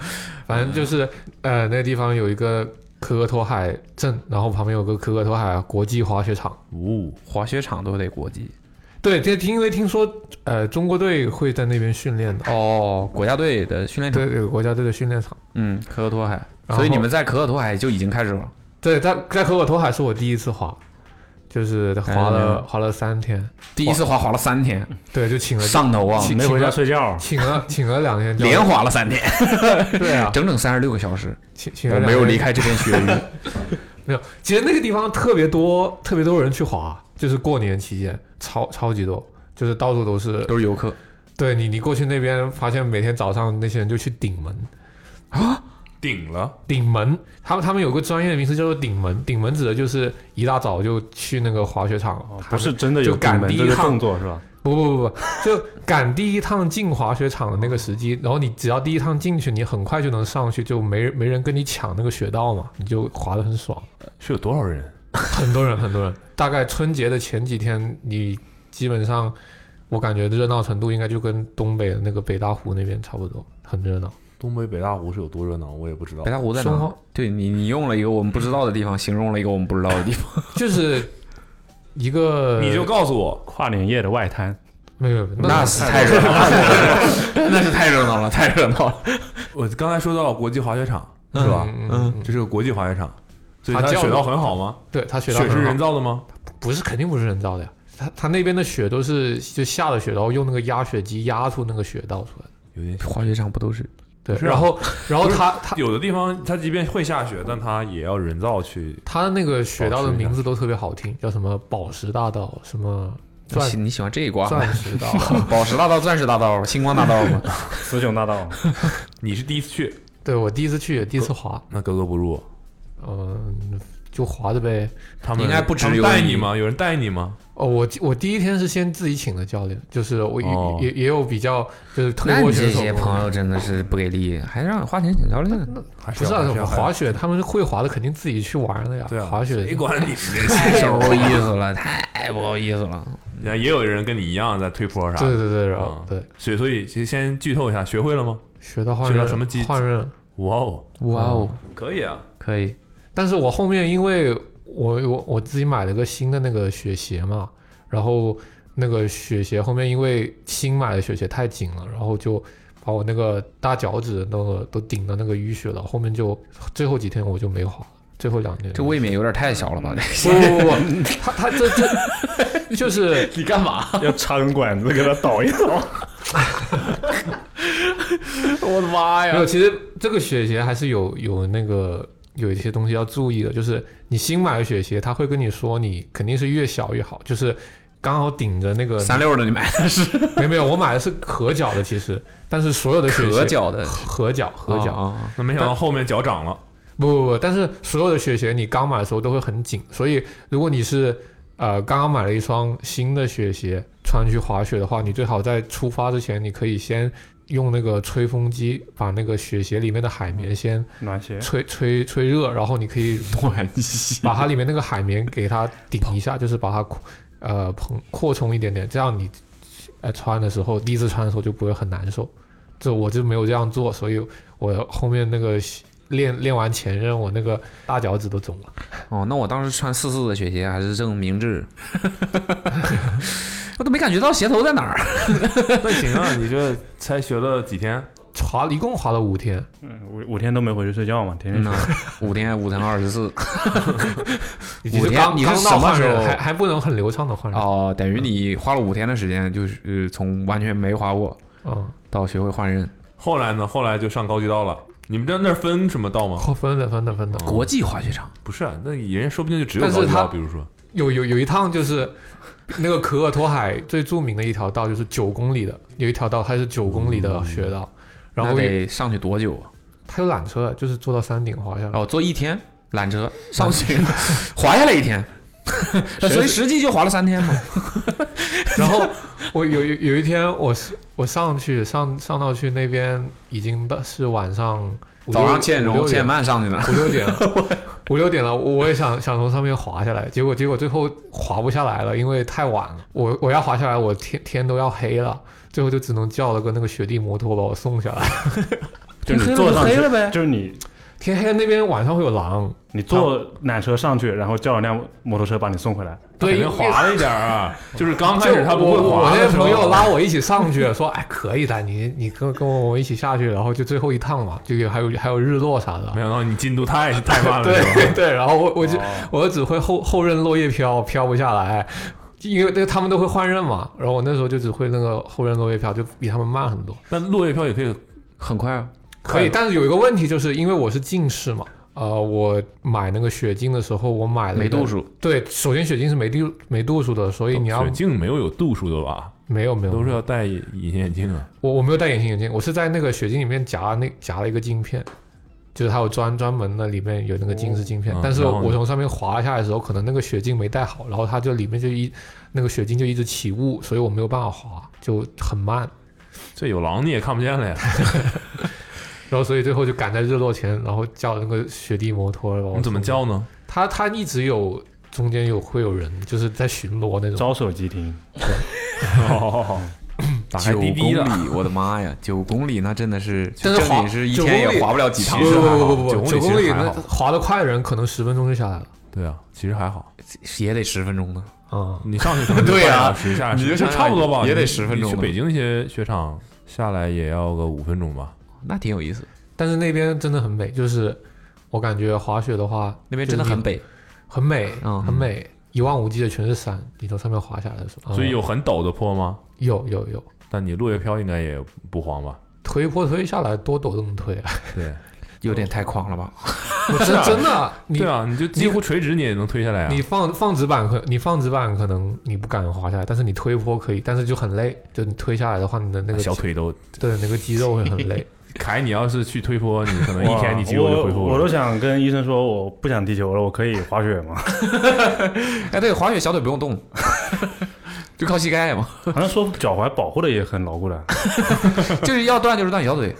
反正就是，呃，那个地方有一个可可托海镇，然后旁边有个可可托海国际滑雪场。
呜，
滑雪场都得国际
对，这听因为听说，呃，中国队会在那边训练的，
哦，国家队的训练场，
对，有国家队的训练场。
嗯，可可托海，
然后
所以你们在可可托海就已经开始了，
对，在在可可托海是我第一次滑，就是
哎
滑了滑了三天，
第一次滑滑了三天，
对，就请了
上头啊，
没回家睡觉，
请了请了两天假，
连滑了 三天，
对啊，
整整三十六个小时，
请请
我
了两
没有
天
离开这片雪 域。
没有，其实那个地方特别多，特别多人去滑，就是过年期间超超级多，就是到处都是。
都是游客，
对你，你过去那边发现每天早上那些人就去顶门，
顶了，
顶门，他们他们有个专业的名词叫做顶门，顶门指的就是一大早就去那个滑雪场，
哦
他
不
们
是真的
就
有
赶
赶门
第一
这个
趟
动作是吧？
不不不不， 就赶第一趟进滑雪场的那个时机，然后你只要第一趟进去，你很快就能上去，就没没人跟你抢那个雪道嘛，你就滑得很爽。
是有多少人？
很多人，很多人。大概春节的前几天，你基本上，我感觉热闹程度应该就跟东北的那个北大湖那边差不多，很热闹。
东北北大湖是有多热闹？我也不知道
白。大湖在哪
松
儿
花？
对你，你用了一个我们不知道的地方，形容了一个我们不知道的地方。
就是一个，
你就告诉我，
跨年夜的外滩，
没有没有，
那是太热闹了， 那是太热闹了，太热闹了。
我刚才说到国际滑雪场是吧？
嗯嗯嗯，
这是个国际滑雪场，所以
它
它
叫
雪道很好吗？
对，它雪道
雪是
很好
人造的吗？
不是肯定不是人造的呀，它它那边的雪都是就下了雪，然后用那个压雪机压出那个雪道出来的。
有点
滑雪场不都是
对，
不是啊
然 后然后
不是
它它
有的地方它即便会下雪，但它也要人造去。
它的那个雪道
保
的
持一下
名字都特别好听，叫什么宝石大道，什么
你
钻
喜你喜欢这一挂吗？
钻石 道。
宝石大道、钻石大道、星光大道吗？
雌雄大道，
你是第一次去，
对我第一次去也第一次滑，
那格格不入。
嗯，就滑着呗。
他们
应该不只
他们
有
带
你
你吗？有人带你吗？
哦，我我第一天是先自己请的教练，就是我也、
哦
也也有比较就是推
那
我
你
选
这
手
些
嘛
朋友真的是不给力，还让你花钱请教练？
还
不是、
要还
啊、
要
滑雪，他们会滑的肯定自己去玩的呀。
对啊，
滑雪
谁管你这
太
些
不好意思了，太不好意思了。
人家也有人跟你一样在推坡啥
对
的。
对对，然后、
嗯
对
所以，所以其实先剧透一下，学会了吗？
学到换
学到
刃，
什么技
换嗯刃？
哇哦，
哇哦，
可以啊！
可以，
但是我后面因为我我我自己买了个新的那个雪鞋嘛，然后那个雪鞋后面因为新买的雪鞋太紧了，然后就把我那个大脚趾那个都顶到那个淤血了，后面就最后几天我就没滑了，最后两天
这未免有点太小了吧？这
不不不不，他 他这这就是
你干嘛？
要插根管子给它倒一倒。
我的妈
没！有，其实这个雪鞋还是有有那个有一些东西要注意的，就是你新买的雪鞋，他会跟你说你肯定是越小越好，就是刚好顶着那 个
三六的你买的是
没有没有，我买的是合脚的，其实，但是所有的雪鞋
合脚的
合脚合脚，
啊，
那没想到后面脚长 了，
不不不，但是所有的雪鞋你刚买的时候都会很紧，所以如果你是呃刚刚买了一双新的雪鞋穿去滑雪的话，你最好在出发之前，你可以先用那个吹风机把那个雪鞋里面的海绵先
暖鞋，
吹吹吹热，然后你可以
暖气
把它里面那个海绵给它顶一 下，就是把它扩呃膨扩充一点点，这样你呃穿的时候，第一次穿的时候就不会很难受。这我就没有这样做，所以我后面那个练练完前任，我那个大脚趾都肿了。
哦，那我当时穿四四的雪鞋还是正明智， 我都没感觉到鞋头在哪儿。
那行啊！你这才学了几天？
滑一共滑了五天，
嗯，五五天都没回去睡觉嘛，天天
嗯
去
呐，五天五乘二十四，
你其实
五天
刚
你是
刚
什
到
么
换
时
人
候
还还不能很流畅的换人。
哦，等于你花了五天的时间，就是呃从完全没滑过
嗯，
到学会换刃。
后来呢？后来就上高级道了。你们在那儿分什么道吗？
扣分的分的分的。
国际滑雪场，
不是啊，那人家说不定就只有
但是
高级道，
他
比如说
有有有一趟就是那个可尔托海最著名的一条道，就是九公里的，有一条道它是九公里的雪道，
嗯
然
那
后
得上去多久啊？
它有缆车，就是坐到山顶滑下来。
哦，坐一天缆车上去， 滑下来一天，所以实际就滑了三天嘛。
然后我有有有一天我是我上去上上到去那边已经到是晚上五
早上
六
欠
五六
荣
点
欠慢上去
啊
了，
五 六点了，五六点了，我我也想想从上面滑下来，结果结果最后滑不下来了，因为太晚了。我我要滑下来，我天天都要黑了，最后就只能叫了个那个雪地摩托把我送下来。
就是
黑了
你坐
就
上
黑
去
了呗
就是你
天黑那边晚上会有狼，
你坐缆车上去，然后叫一辆摩托车把你送回来。
对，
肯定滑了一点儿 啊，就是刚开
就
始他不
我
会滑
我
的
那
时候
朋友拉我一起上去，说哎可以的，你你跟跟我我一起下去，然后就最后一趟嘛，就有还有还有日落啥的
没。想到你进度太太慢了，
对
是吧
对，然后我我就、我只会后后任落叶飘，飘不下来，因为那个他们都会换任嘛，然后我那时候就只会那个后任落叶飘，就比他们慢很多。
但落叶飘也可以
很快啊，
可以，但是有一个问题就是因为我是近视嘛，呃，我买那个雪镜的时候，我买了
没度
数。哦
数，
对，首先雪镜是没度没度数的，所以你要
雪镜没有有度数的吧？
没有没有，
都是要戴隐形眼镜啊。
我我没有戴隐形眼镜，我是在那个雪镜里面夹那夹了一个镜片，就是它有专专门的里面有那个近视镜片，
嗯
但是
然后呢
我从上面滑下来的时候，可能那个雪镜没戴好，然后它就里面就一那个雪镜就一直起雾，所以我没有办法滑，就很慢，
这有狼你也看不见了呀，
然后所以最后就赶在日落前，然后叫那个雪地摩托，然后
你怎么叫呢？
他他一直有中间有会有人就是在巡逻那种，
招手即停， 哦
打开
九
滴
公
滴了，
里， 我的妈呀，九公里那真的 是，
但是
正
滑
经是一
九
天
公里
也滑不了几趟
其。实还好
不不不不，
九
九
公里
公
其
里
实还
那
好
滑得快的人可能十分钟就下来了。
对啊，其实还好。
也得十分钟呢。
啊、
你上去可能
对
呀、
啊
十下
你
十
就
就
想
差不多吧，
也得
你
10分钟
你去
呢
北京那些雪场下来也要个五分钟吧，
那挺有意思，
但是那边真的很美，就是我感觉滑雪的话，
那边真的很，北，
很美，
嗯
很美，一望无际的全是山，你从上面滑下来的时候，
所以
嗯
有很陡的坡吗？
有有有
但你落叶飘应该也不慌吧？
推坡推下来多陡都能推，
对，
有点太狂了吧？
我真 真的 你
对。啊，你就几乎垂直你也能推下来啊
你。放放直板可你放直板可能你不敢滑下来，但是你推坡可以，但是就很累。就你推下来的话，你的那个
哎小腿都，
对那个肌肉会很 累。
凯，你要是去推坡，你可能一天
哇
你肌肉就恢
我
复
我
了
都。想跟医生说，我不想踢球了，我可以滑雪吗？
哎，对，滑雪小腿不用动， 就靠膝盖嘛，
好像说脚踝保护的也很牢固的，
就是要断就是断小腿。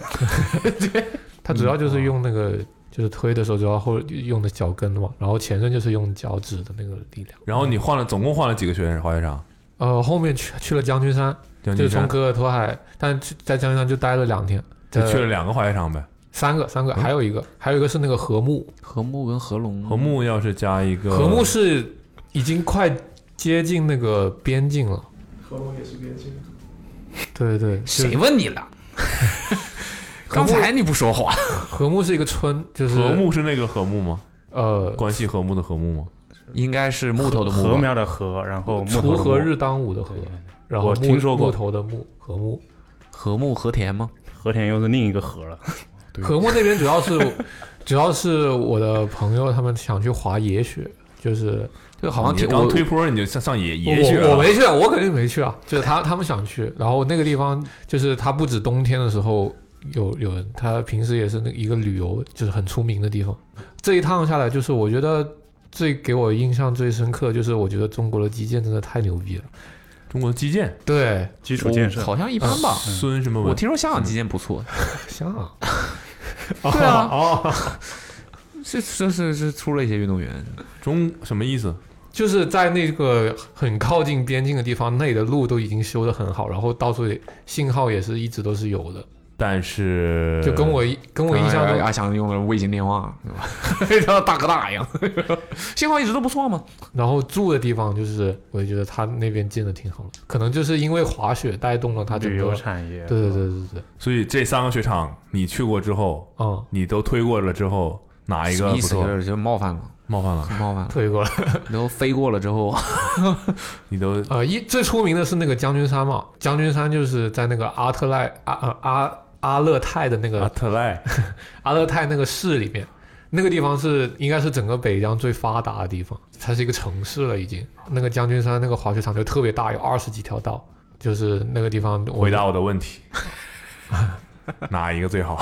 它主要就是用那
嗯
个，就是推的时候主要后用的脚跟嘛，然后前刃就是用脚趾的那个力量。
然后你换了，总共换了几个雪滑雪场？
呃，后面去去了将军山，
将
就
军
是从
山
格尔托海，但去在将军山就待了两天，
就
呃
去了两个滑雪场呗。
三个三个，
嗯
还有一个还有一个是那个禾木，
和睦跟合龙，
和睦要是加一个
禾木嗯是已经快接近那个边境了。
合龙也是边境。
对对，就是
谁问你 了？刚才你不说话，
禾木是一个村，就是
和睦是那个和睦吗？
呃，
关系和睦的和睦吗？
应该是木头的木
禾
吧，
苗的禾，然后木头
锄
的
禾
木
日当午的禾，然后
我
木
听说过
木头的木禾木，
和睦和田吗？
和田又是另一个禾了。
禾木那边主要是主要是我的朋友他们想去滑野雪，就是嗯
就好像
你
挺
刚
我
推坡你就上上野野雪
呃我
了，
我
啊
没去，我肯定没去啊。就是他他们想去，然后那个地方就是它不止冬天的时候有有人，它平时也是那一个旅游就是很出名的地方。这一趟下来，就是我觉得最给我印象最深刻，就是我觉得中国的基建真的太牛逼了。
中国基建
对，
基础建设
好像一般吧。
啊孙什么
我
文？
听说香港基建不错，
香港
哦
对啊，是是是是出了一些运动员，
中什么意思？
就是在那个很靠近边境的地方，那里的路都已经修得很好，然后到处也信号也是一直都是有的，
但是
就跟我一跟我印象中
阿哎翔用的卫星电话，是吧 像大哥大一样， 信号一直都不错嘛。
然后住的地方就是，我觉得他那边建的挺好的，可能就是因为滑雪带动了他整
旅
个
游。产业，
对对对对对，
所以这三个雪场你去过之后，
嗯，
你都推过了之后，哪一个
意
不
思有
错？
点就冒犯了，
冒犯了，
冒 犯了。
推过来。
然后飞过了之后，
你都
呃，一最出名的是那个将军山嘛，将军山就是在那个阿特赖阿呃阿阿勒泰的那个、
阿啊
啊
特赖，
阿勒泰那个市里面，那个地方是应该是整个北疆最发达的地方，它是一个城市了已经。那个将军山那个滑雪场就特别大，有二十几条道，就是那个地方我
回答我的 问题，哪一个最好？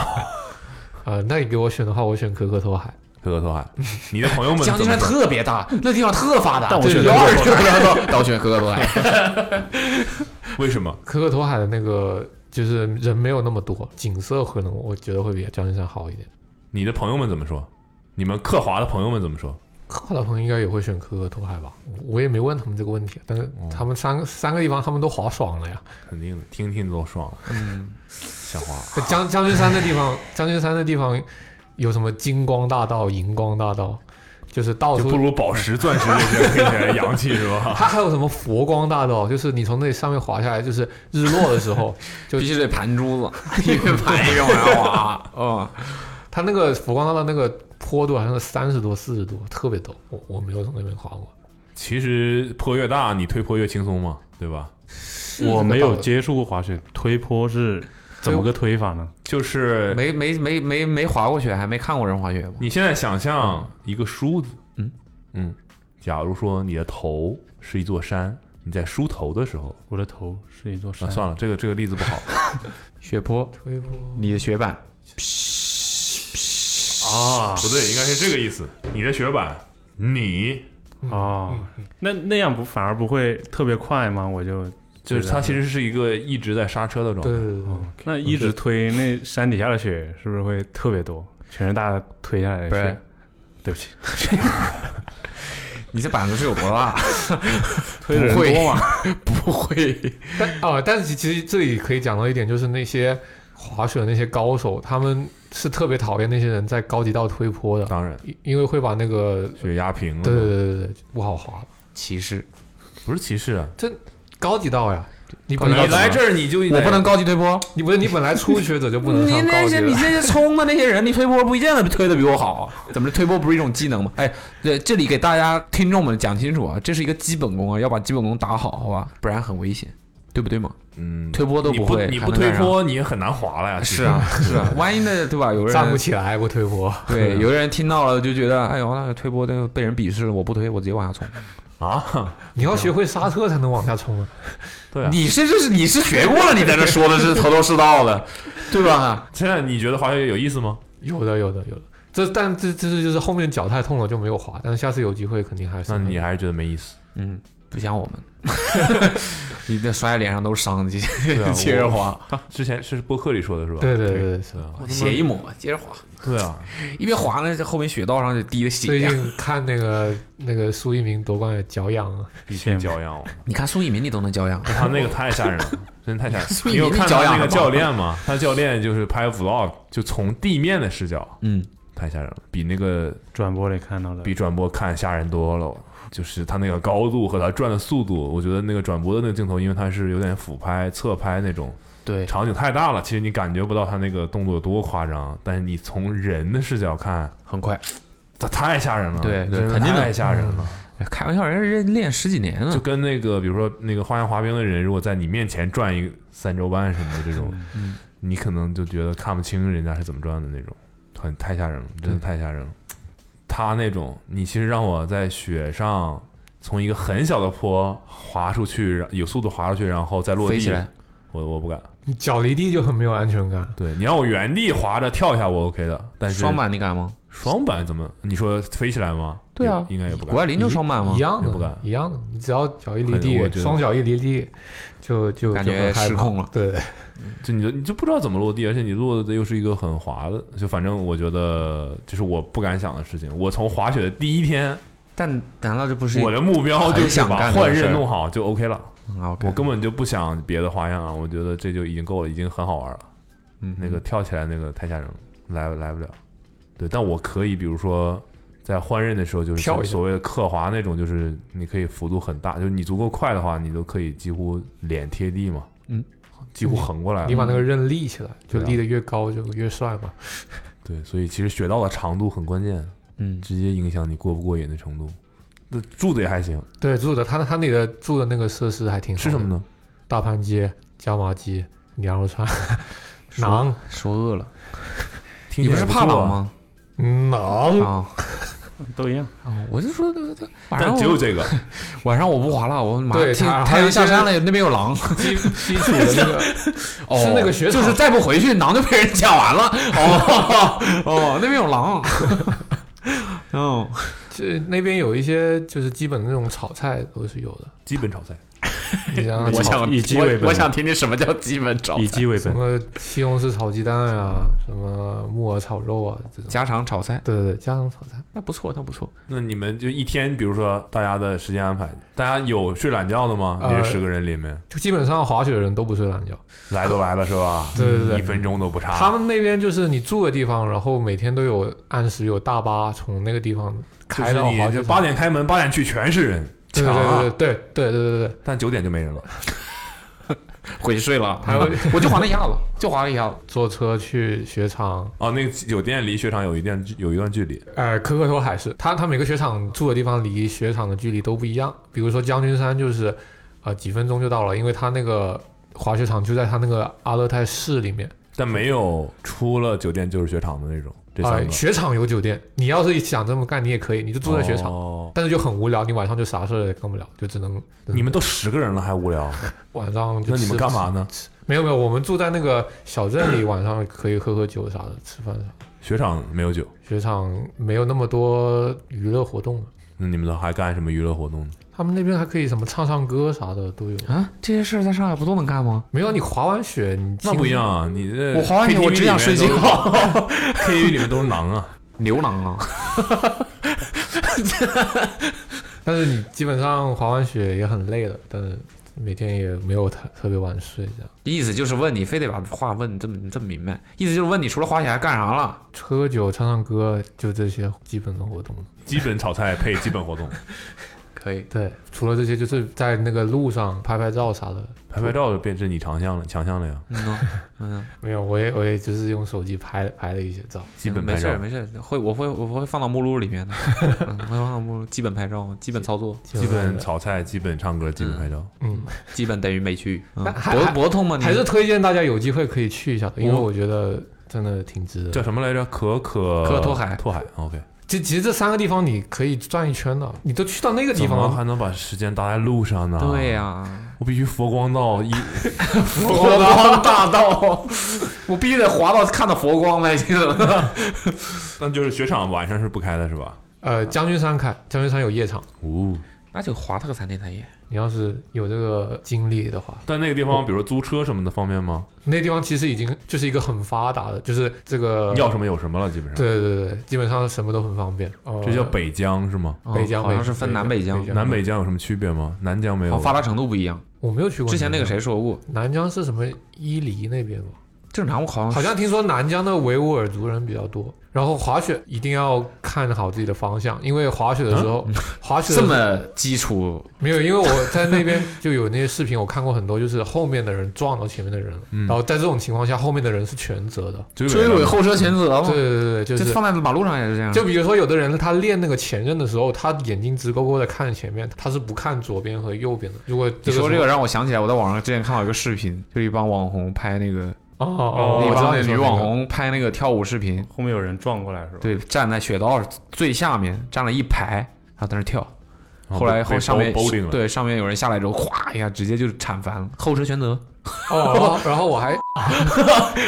呃，那你给我选的话，我选可可托海。
可可托海，你的朋友们
将
怎
军
么
山
说？
特别大，那地方特发达。
但我
这
选
有
择
二十个，我选可可 多海。
为什么？
可可托海的那个就是人没有那么多，景色可能我觉得会比将军山好一点。
你的朋友们怎么说？你们克华的朋友们怎么说？
克的朋友应该也会选可可托海吧？我也没问他们这个问题，但是他们三个、三个地方他们都滑爽了呀。
肯定的，听听都爽了。嗯，想花了。
江将军山的地方，将军山的地方有什么金光大道、银光大道，就是到
就
处
不如宝石、钻石这些听起来洋气是吧？
它还有什么佛光大道，就是你从那上面滑下来，就是日落的时 候，就
必须得盘 珠子，一个盘一个往
啊
上滑。嗯，
它那个佛光大道那个坡度好像是三十多、四十多，特别陡。我我没有从那边滑过，
其实坡越大，你推坡越轻松嘛，对吧？
我没
这个
有
道理
接触过滑雪，推坡是怎么个推法呢？
就是
没没没没没滑过雪，还没看过人滑雪吗？
你现在想象一个梳子，
嗯
嗯，假如说你的头是一座山，你在梳头的时候，
我的头是一座
啊，
山，
算了，这个这个例子不好。
雪坡，
推坡
你的雪板，
啊
不对，应该是这个意思。你的雪板，你
哦，那那样不反而不会特别快吗？我就
就是它，其实是一个一直在刹车的状
对
态。
对对对，
那一直推，那山底下的雪是不是会特别多？全是大家推下来的
不
雪
是。
对不起，
你这板子是有多大？
推的人
不会
多嘛？
不会，
但啊、但是其实这里可以讲到一点，就是那些滑雪的那些高手，他们是特别讨厌那些人在高级道推坡的，
当然，
因因为会把那个
雪压平了。
对对对对对不好滑，
歧视。
不是歧视啊。
高级道呀，你本
你
来
来这儿你就
我不能高级推坡。
你不是你本来初学者就不能上高级的，
这些冲的那些人，你推坡不见得推的比我好。啊怎么着推坡不是一种技能吗？哎，对，这里给大家听众们讲清楚啊，这是一个基本功啊，要把基本功打好，好吧，不然很危险，对不对嘛？
嗯，
推坡都
你
会，
你
还
不
能
推
干啥。
坡，你也很难滑了呀。其实
是啊，，是啊， 万一呢，对吧？有
站不
人
起来不推坡，
对，有的人听到了就觉得，哎呦，那个推坡那个被人鄙视了，我不推，我直接往下冲。
啊，
你要学会刹车才能往下冲啊。
对啊。
你是这是你是学过了，你在这说的是头头是道的，对吧？
现在你觉得滑雪有意思吗？
有的有的有的，这但这这是就是后面脚太痛了就没有滑，但是下次有机会肯定还是
那你还是觉得没意思。
嗯，不像我 们，你这摔在脸上都是伤，你
对 啊
接着滑，
之前是播客里说的是吧？
对对对对是
对啊，
血一抹，接着滑。
对啊，
一边滑呢，这后面雪道上就滴的血
最
呀。
近看那个那个苏一鸣夺冠也脚痒啊，
必须教养我。
你看苏翊鸣，你都能教养，
他啊那个太吓人了，真的太吓人 了。
所以
你有
你
看
脚
他
痒
那个
了吗
教练吗？他教练就是拍 vlog，就从地面的视角，
嗯，
太吓人了，比那个
转播里看到的，
比转播看吓人多了。就是他那个高度和他转的速度，我觉得那个转播的那个镜头，因为它是有点俯拍、侧拍那种，
对
场景太大了，其实你感觉不到他那个动作有多夸张，但是你从人的视角看，
很快。
他太吓人了，
对对
真的
肯定的
太吓人了。
哎开玩笑，人家练十几年
就
了，
跟那个比如说那个花样滑冰的人，如果在你面前转一个三周半什么的这种，
嗯
你可能就觉得看不清人家是怎么转的那种，很太吓人了，真的太吓人了。
嗯
他那种，你其实让我在雪上从一个很小的坡滑出去，有速度滑出去，然后再落
飞
地
起来，
我我不敢。
你脚离地就很没有安全感。
对，你让我原地滑着跳一下，我 OK 的，但是
双板你敢吗？
双板怎么？你说飞起来吗？
对啊
也应该也不
谷爱
敢。
凌就双板吗
一？样
也不敢
的，一样的，你只要脚一离
很我
地，
觉得
双脚一离地，就就
感觉
就很害怕
失控了
对，
就你就你就不知道怎么落地，而且你落的又是一个很滑的，就反正我觉得这是我不敢想的事情。我从滑雪的第一天，
但难道这不是
我的目标就
很
是
想
把
干这个
换
事
刃
儿
弄好就 OK 了，
啊？OK？
我根本就不想别的花样啊，我觉得这就已经够了，已经很好玩了。
嗯
那个跳起来那个太吓人了，来来不了。对，但我可以，比如说在换刃的时候，就是
跳一下
所谓的刻滑那种，就是你可以幅度很大，就是你足够快的话，你都可以几乎脸贴地嘛，
嗯，
几乎横过来了
你。把那个刃立起来，就
对啊
立得越高就越帅嘛。
对，所以其实雪道的长度很关键，
嗯，
直接影响你过不过瘾的程度。那住的也还行，
对，住的他他那个住的那个设施还挺好
吃什么
的？
呢？
大盘鸡、椒麻鸡、羊肉串、馕、
说饿了，
听
你不
起来
是
不
怕
错
冷
啊？嗯
吗？
馕，
啊
都一样。
啊！我就说，这这晚上
但只有
我
这个，
晚上我不滑了，我马上
对
天
他
太阳下山
还
了，那边有狼，
基基础的那个
哦，
是那个雪
就
场
是再不回去，狼就被人抢完 了。哦哦，那边有 狼。哦，
这那边有一些就是基本的那种炒菜都是有的。
基本炒菜。
你想想
我想以鸡为本
哦我我想听听什么叫基本招
以鸡为
什
本，
么西红柿炒鸡蛋啊，什么木耳炒肉啊这种。
家常炒菜，
对对对，家常炒菜。
那不错，那不错。
那你们就一天，比如说大家的时间安排，大家有睡懒觉的吗？你
呃
这十个人里面，
就基本上滑雪的人都不睡懒觉，
来都来了是吧？
对对对
一分钟都不差。
他们那边就是你住的地方，然后每天都有按时有大巴从那个地方开到滑
你
雪
就
场
八点开门，八点去全是人，
对
强啊
对对对对对对对对，
但九点就没人了。
回去睡了，
还有
我就滑了一下子，就滑了一下子。
坐车去雪场，
哦，那个酒店离雪场有一段有一段距离。
呃，可可托海是，它它每个雪场住的地方离雪场的距离都不一样，比如说将军山就是，呃，几分钟就到了，因为它那个滑雪场就在它那个阿勒泰市里面，
但没有出了酒店就是雪场的那种，这
啊、
三个
雪场有酒店，你要是想这么干，你也可以，你就住在雪场，
哦，
但是就很无聊，你晚上就啥事儿也干不了，就只能
你们都十个人了还无聊，
晚上就
那你们
吃
干嘛？呢？
没有没有，我们住在那个小镇里，晚上可以喝喝酒啥的，吃饭啥的。
雪场没有酒，
雪场没有那么多娱乐活动了，
那你们都还干什么娱乐活动呢？
他们那边还可以什么唱唱歌啥的都有。
啊，这些事儿在上海不都能干吗？
没有，你滑完雪，你
那不一
进
样啊！你这
我滑完雪
KTV
我只想睡觉
里面都 ，KTV 里面都是狼啊！
牛郎啊，
但是你基本上滑完雪也很累了，但是每天也没有特特别晚睡，这样
意思就是问你，非得把话问这么这么明白，意思就是问你除了滑雪还干啥了？
喝酒、唱唱歌，就这些基本的活动。
基本炒菜配基本活动，
可以，
对，除了这些，就是在那个路上拍拍照啥的。
拍拍照就变成你强项了，强项了呀！
嗯哦、
没有，我也我也就是用手机拍拍了一些照。
基
嗯
本
没
拍
事
照
儿，没事儿，会我会我会放到目录里面 的，嗯、我会放到目录，基本拍照，基本操作，
基本炒菜，基本唱歌，基本拍照。
嗯，
基本等于没去，嗯、
那还
脖
还
脖痛吗？你
啊
还是推荐大家有机会可以去一下的，因为
我
我觉得真的挺值
叫
得。
什么来着？可可
可托海
托海，OK。
其其实这三个地方你可以转一圈的，你都去到那个地
怎
方
么
了，
还能把时间搭在路上呢？
对呀、
我必须佛光 道一，
佛光大道，我必须得滑到看到佛光才行。
那就是雪场晚上是不开的，是吧？
呃，将军山开，将军山有夜场，
哦，
那就滑它个三天三夜。
你要是有这个精力的话，
但那个地方，比如租车什么的方便吗？
那地方其实已经就是一个很发达的，就是这个
要什么有什么了，基本上。
对对对对，基本上什么都很方便。哦
这叫北疆是吗？
北疆，
好像是分南哦北疆，
疆
南北疆有什么区别吗？南疆没有
好。发达程度不一样。
我没有去过。
之前那个谁，说过，
南疆是什么伊犁那边吗？
正常我好像
好像听说南疆的维吾尔族人比较多，然后滑雪一定要看好自己的方向，因为滑雪的时候，
嗯
滑雪的
这么基础，
没有，因为我在那边就有那些视频，我看过很多，就是后面的人撞到前面的人了，
嗯
然后在这种情况下，后面的人是全责的。
嗯追
追尾
了
后车前责嘛
对，对对对，就
哦这
是
放在马路上也是这样。
就比如说有的人他练那个前刃的时候，他眼睛直勾勾的看着前面，他是不看左边和右边的。如果
你
个
说这
时
个
候
让我想起来，我在网上之前看到一个视频，就是一帮网红拍那个，
哦哦，
一
我知道
帮
你
女
说那个
网，红拍那个跳舞视频，
后面有人撞过来是吧？
对，站在雪道最下面站了一排，然后在那跳。后
哦
来后上面
包定了。
对上面有人下来之后，咵一下直接就铲翻了，后车全责，
哦，然后然后我还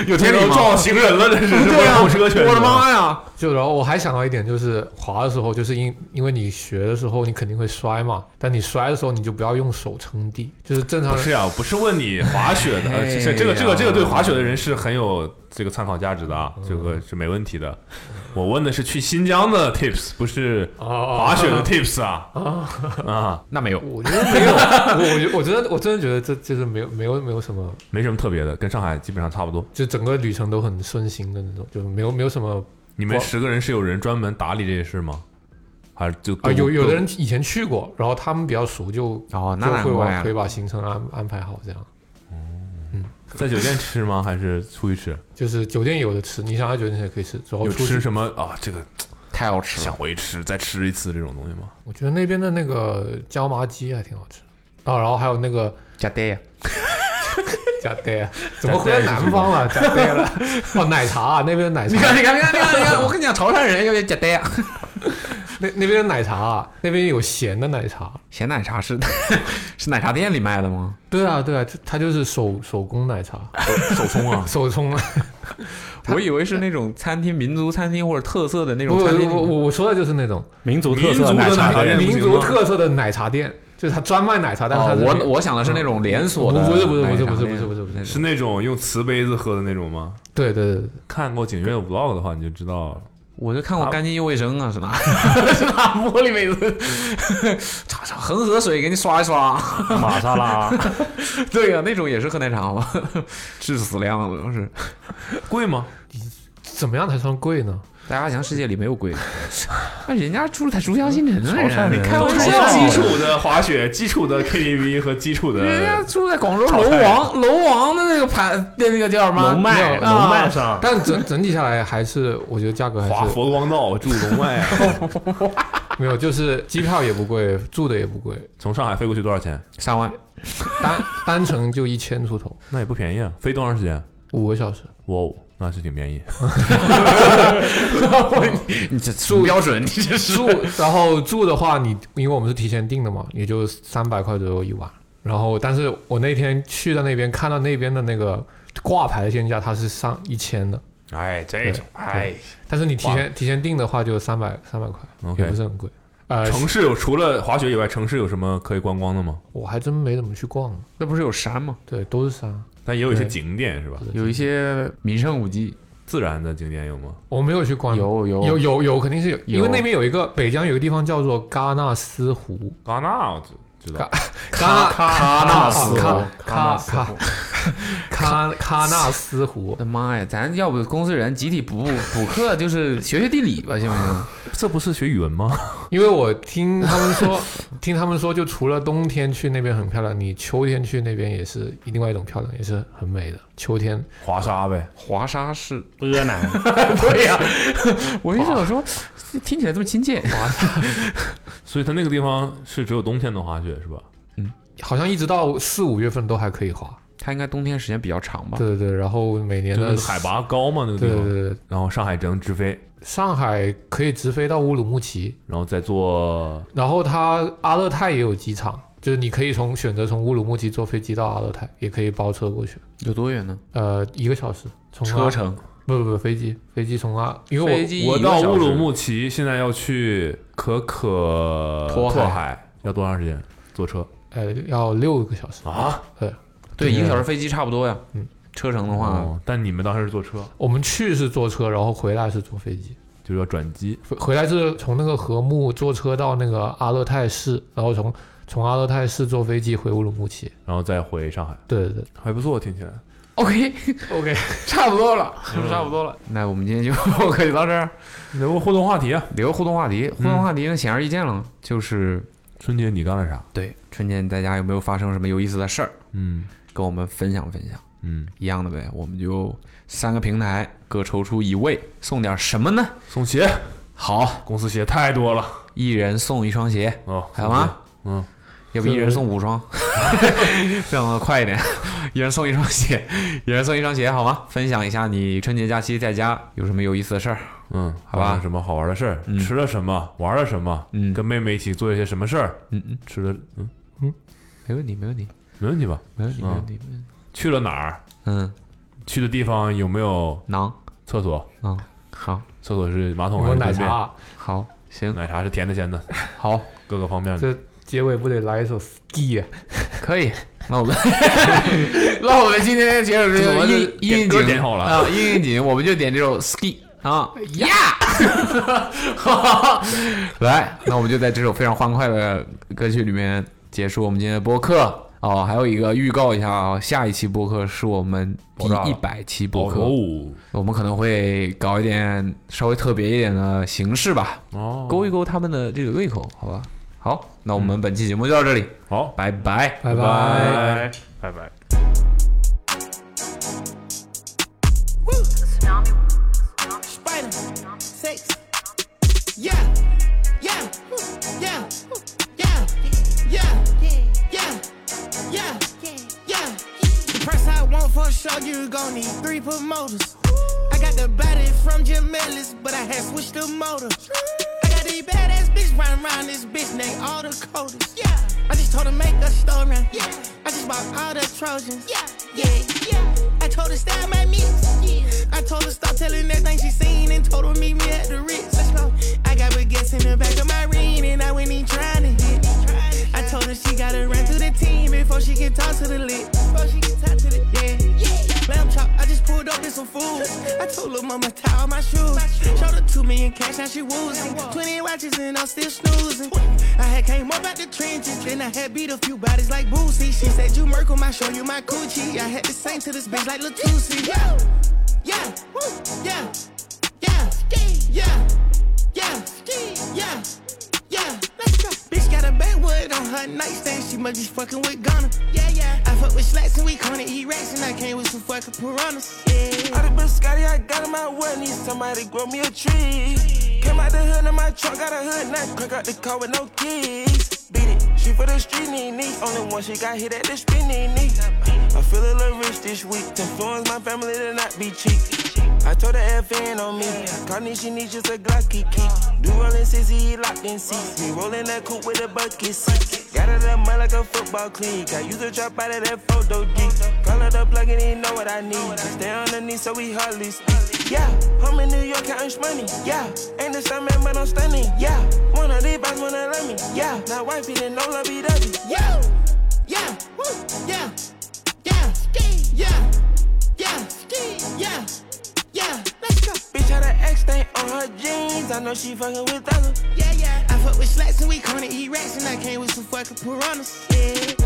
有
这都撞行人了， 这是
对啊，
后车全。
我的！妈呀！
就然后我还想到一点，就是滑的时候，就是因因为你学的时候你肯定会摔嘛，但你摔的时候你就不要用手撑地，就是正常
不
人
是呀，我不是问你滑雪的，
哎
呃这这个这个这个对滑雪的人是很有这个参考价值的
嗯
啊，这个是没问题的。我问的是去新疆的 tips，不是
哦哦
滑雪的 tips 啊啊，
那没有，
我觉得没有，我我我真的我真的觉得这就是没有没有没有什么，
没什么特别的，跟上海基本上差不多。
就整个旅程都很顺心的那种，就没有没有什么
你们
我
十个人是有人专门打理这些事吗？还是就
啊，有有的人以前去过，然后他们比较熟就，
哦那
就
难
会
怪
把
啊
可以把行程安安排好这样。
在酒店吃吗？还是出去吃？
就是酒店有的吃，你想要酒店也可以吃，然后
有
出
吃
去。
什么啊？这个
太好吃了。
想回吃再吃一次这种东西吗？
我觉得那边的那个椒麻鸡还挺好吃的啊，然后还有那个
加爹呀，
加爹，怎么回到南方了？加爹了， 哦，奶茶啊，那边的奶茶，
你看，你看，你看，你看，你看，我跟你讲，潮汕人要加爹呀。
那那边的奶茶啊，那边有咸的奶茶。
咸奶茶是是奶茶店里卖的吗？
对啊，对啊，就它就是手手工奶茶，，
手冲啊
手冲啊。
我以为是那种餐厅、民族餐厅或者特色的那
我
种餐
我
厅。
我我说的就是那种
民族特
民族
色
的
奶
奶茶
茶
店
店
啊不行
民
吗
族特色的奶茶店，就是他专卖奶茶，但是他
哦，
是
我我想的是那种连锁的
不是不是不是
奶茶
不是不
店
是不是不是，
是那种用瓷杯子喝的那种吗？
对对对，
看过景月的 vlog 的话，你就知道了。
我就看过干净又卫生啊，是 哪是哪玻璃杯子，擦擦恒河水给你刷一刷。
玛 莎拉，
对呀、那种也是喝奶茶 吗？致死量了，都是。
贵吗？
怎么样才算贵呢？
大家想世界里没有贵的， 那人家住在珠江新城的啊人，你开玩笑
像基
啊。
础的滑雪、基础的 KTV 和基础
人家
的，
住在广州楼王楼王的那个盘那个叫什么
哎龙脉
那个啊
龙脉
哦
上，
但整整体下来还是我觉得价格还
滑
是
佛光道住龙外，啊
没有，就是机票也不贵，住的也不贵，
从上海飞过去多少钱？
三万，
单单程就一千出头，
那也不便宜啊，飞多长时间？
五个小时。
哇哦，那是挺便宜。
你 这住标准，你这是
住，然后住的话你，因为我们是提前订的嘛，也就三百块左右一晚。然后，但是我那天去到那边，看到那边的那个挂牌的天价，它是上一千的，
哎，这种哎，
但是你提前提前订的话，就三百三百块
OK
也不是很贵。呃，
城市有除了滑雪以外，城市有什么可以观光的吗？
我还真没怎么去逛，
那不是有山吗？
对，都是山，
但也有一些
对
景点是吧？
有一些名胜古迹，
自然的景点有吗？
我没有去逛。
有有
有有有，肯定是有，因
有
为那边有一个北疆有一个地方叫做喀纳斯湖，
戛纳我知知道，
喀
喀纳斯
喀
喀纳
喀
斯
喀喀喀纳斯湖
我，的妈呀！咱要不公司人集体补补课，就是学学地理吧，行不行？
这不是学语文吗？
因为我听他们说， 听他们说，就除了冬天去那边很漂亮，你秋天去那边也是另外一种漂亮，也是很美的。秋天
滑沙呗，
华沙市，
阿南，
对呀、我一直想说，听起来这么亲切。
所以它那个地方是只有冬天能滑雪是吧？
好像一直到四五月份都还可以滑，
它应该冬天时间比较长吧？
对对对。然后每年
就
的
是海，拔高嘛那个地
对对
方，
对对，
然后上海只能直飞，
上海可以直飞到乌鲁木齐，
然后再坐
然后它阿勒泰也有机场，就是你可以从选择从乌鲁木齐坐飞机到阿勒泰，也可以包车过去，
有多远呢？
呃，一个小时。从阿
车程
不不不，飞机飞机从阿，因为
飞
我
机
我
一个小
到
时
乌鲁木齐，现在要去可可
托海
海，要多长时间？坐车
呃要六个小时，
啊？
对，
对
一个小时飞机差不多呀。
嗯，
车程的话，
哦，但你们当时是坐车，
我们去是坐车，然后回来是坐飞机。
就是要转机。
回回来是从那个和木坐车到那个阿勒泰市，然后从从阿勒泰市坐飞机回乌鲁木齐。
然后再回上海，
对对
还不错，听起来。
OK，
对，OK，
差不多了，差不多了。那我们今天就 可以到这儿，
留个互动话题啊，
留个互动话题。互动话题呢，显而易见了，就是
春节你干了啥？
对春节大家有没有发生什么有意思的事儿，
嗯
跟我们分享分享。
嗯，
一样的呗，我们就三个平台各抽出一位，送点什么呢？
送鞋，
好，
公司鞋太多了
一人送一双鞋，
哦，
还有吗？
嗯，
要不一人送五双， 这样快一点，一人送一双鞋，一人送一双鞋，好吗？分享一下你春节假期在家有什么有意思的事儿。
嗯，
好吧
发生什么好玩的事儿
嗯？
吃了什么？玩了什么？
嗯
跟妹妹一起做了些什么事儿？
嗯嗯，
吃了，嗯，
没问题，没问题，
没问题吧？
没问题，没
嗯
问题。没问题
去了哪儿？
嗯，
去的地方有没有
囊，
厕所？
嗯，好，
厕所是马桶
我
哦还是
们奶
便
茶
便？
啊，
好，行，
奶茶是甜的、咸的，
好，
各个方面的。
这结尾不得来一首 ski 啊？
可 以。那我们，那我们今天结束
我
这
们
个应
点
应
歌
景
点好了
啊，应应景，我们就点这首 Ski 啊呀， 来，那我们就在这首非常欢快的歌曲里面结束我们今天的播客。哦，还有一个预告一下啊，下一期播客是我们第
爆炸了
一百期播客，
哦
我们可能会搞一点稍微特别一点的形式吧，
哦，嗯
勾一勾他们的这个胃口，好吧？好，那我们本期节目就到这里，
好，
拜拜。
拜
拜拜
拜拜。
Spider. Six. Yeah. Yeah. Yeah. Yeah. Yeah. Yeah. Yeah. Yeah. The press I want for sure, you gon' need three promoters. I got the body from Jim Ellis, but I had switched the motor. I got these badass bitch running around this bitch named all the coders. Yeah. I just told her make a story. Yeah. I just bought all the Trojans. Yeah. Yeah. Yeah. I told her style my mix. Yeah. I told her stop telling everything she seen and told her meet me at the Ritz. Let's go. I got baguettes in the back of my ring and I wasn't even trying to hit. I Told her she gotta run to the team before she can talk to the league. Before she can talk to the yeah. Lamb chop, I just pulled up with some food. I told her mama tie all my shoes. Showed her two million cash, now she woozy. Twenty watches and I'm still snoozing. I had came up out the trenches, then I had beat a few bodies like Boosie. She said you Merkle, I show you my coochie. I had the same to this bitch like Latusi. Yeah, yeah, yeah, yeah, yeah, yeah, yeah, yeah. Let's go. Bitch got a backwood on her nightstand. She must be fucking with Ghana. Yeah, yeah. I fuck with slacks and we corner eat racks and I came with some fucking piranhas. Yeah.
All the biscotti I got in my well, need somebody grow me a tree. Came out the hood in my trunk, got a hood now, crank out the car with no keys. Beat it, she for the street, nee, nee. Only one she got hit at the street, nee, nee. I feel a little rich this week, to influence my family to not be cheap. I told her FN on me, Connie she needs just a Glocky key. Do rolling six, he locked in seats. Me rolling that coupe with a bucket seat. Got out of mud like a football clique. I used to drop out of that photo geek. Call her the plug and he know what I need. Just stay underneath so we hardly speak. Yeah, home in New York, I earn money. Yeah, ain't the same man, but I'm stunning. Yeah, one of these boys wanna love me. Yeah, now wifey didn't know lovey dovey.
Yeah, yeah, woo, yeah, yeah, ski, yeah, yeah, ski, yeah, yeah, let's go.
Bitch had an X stain on her jeans. I know she fucking with other.
Yeah, yeah. I fuck with slacks and we corner eat racks and I came with some fucking piranhas. Yeah.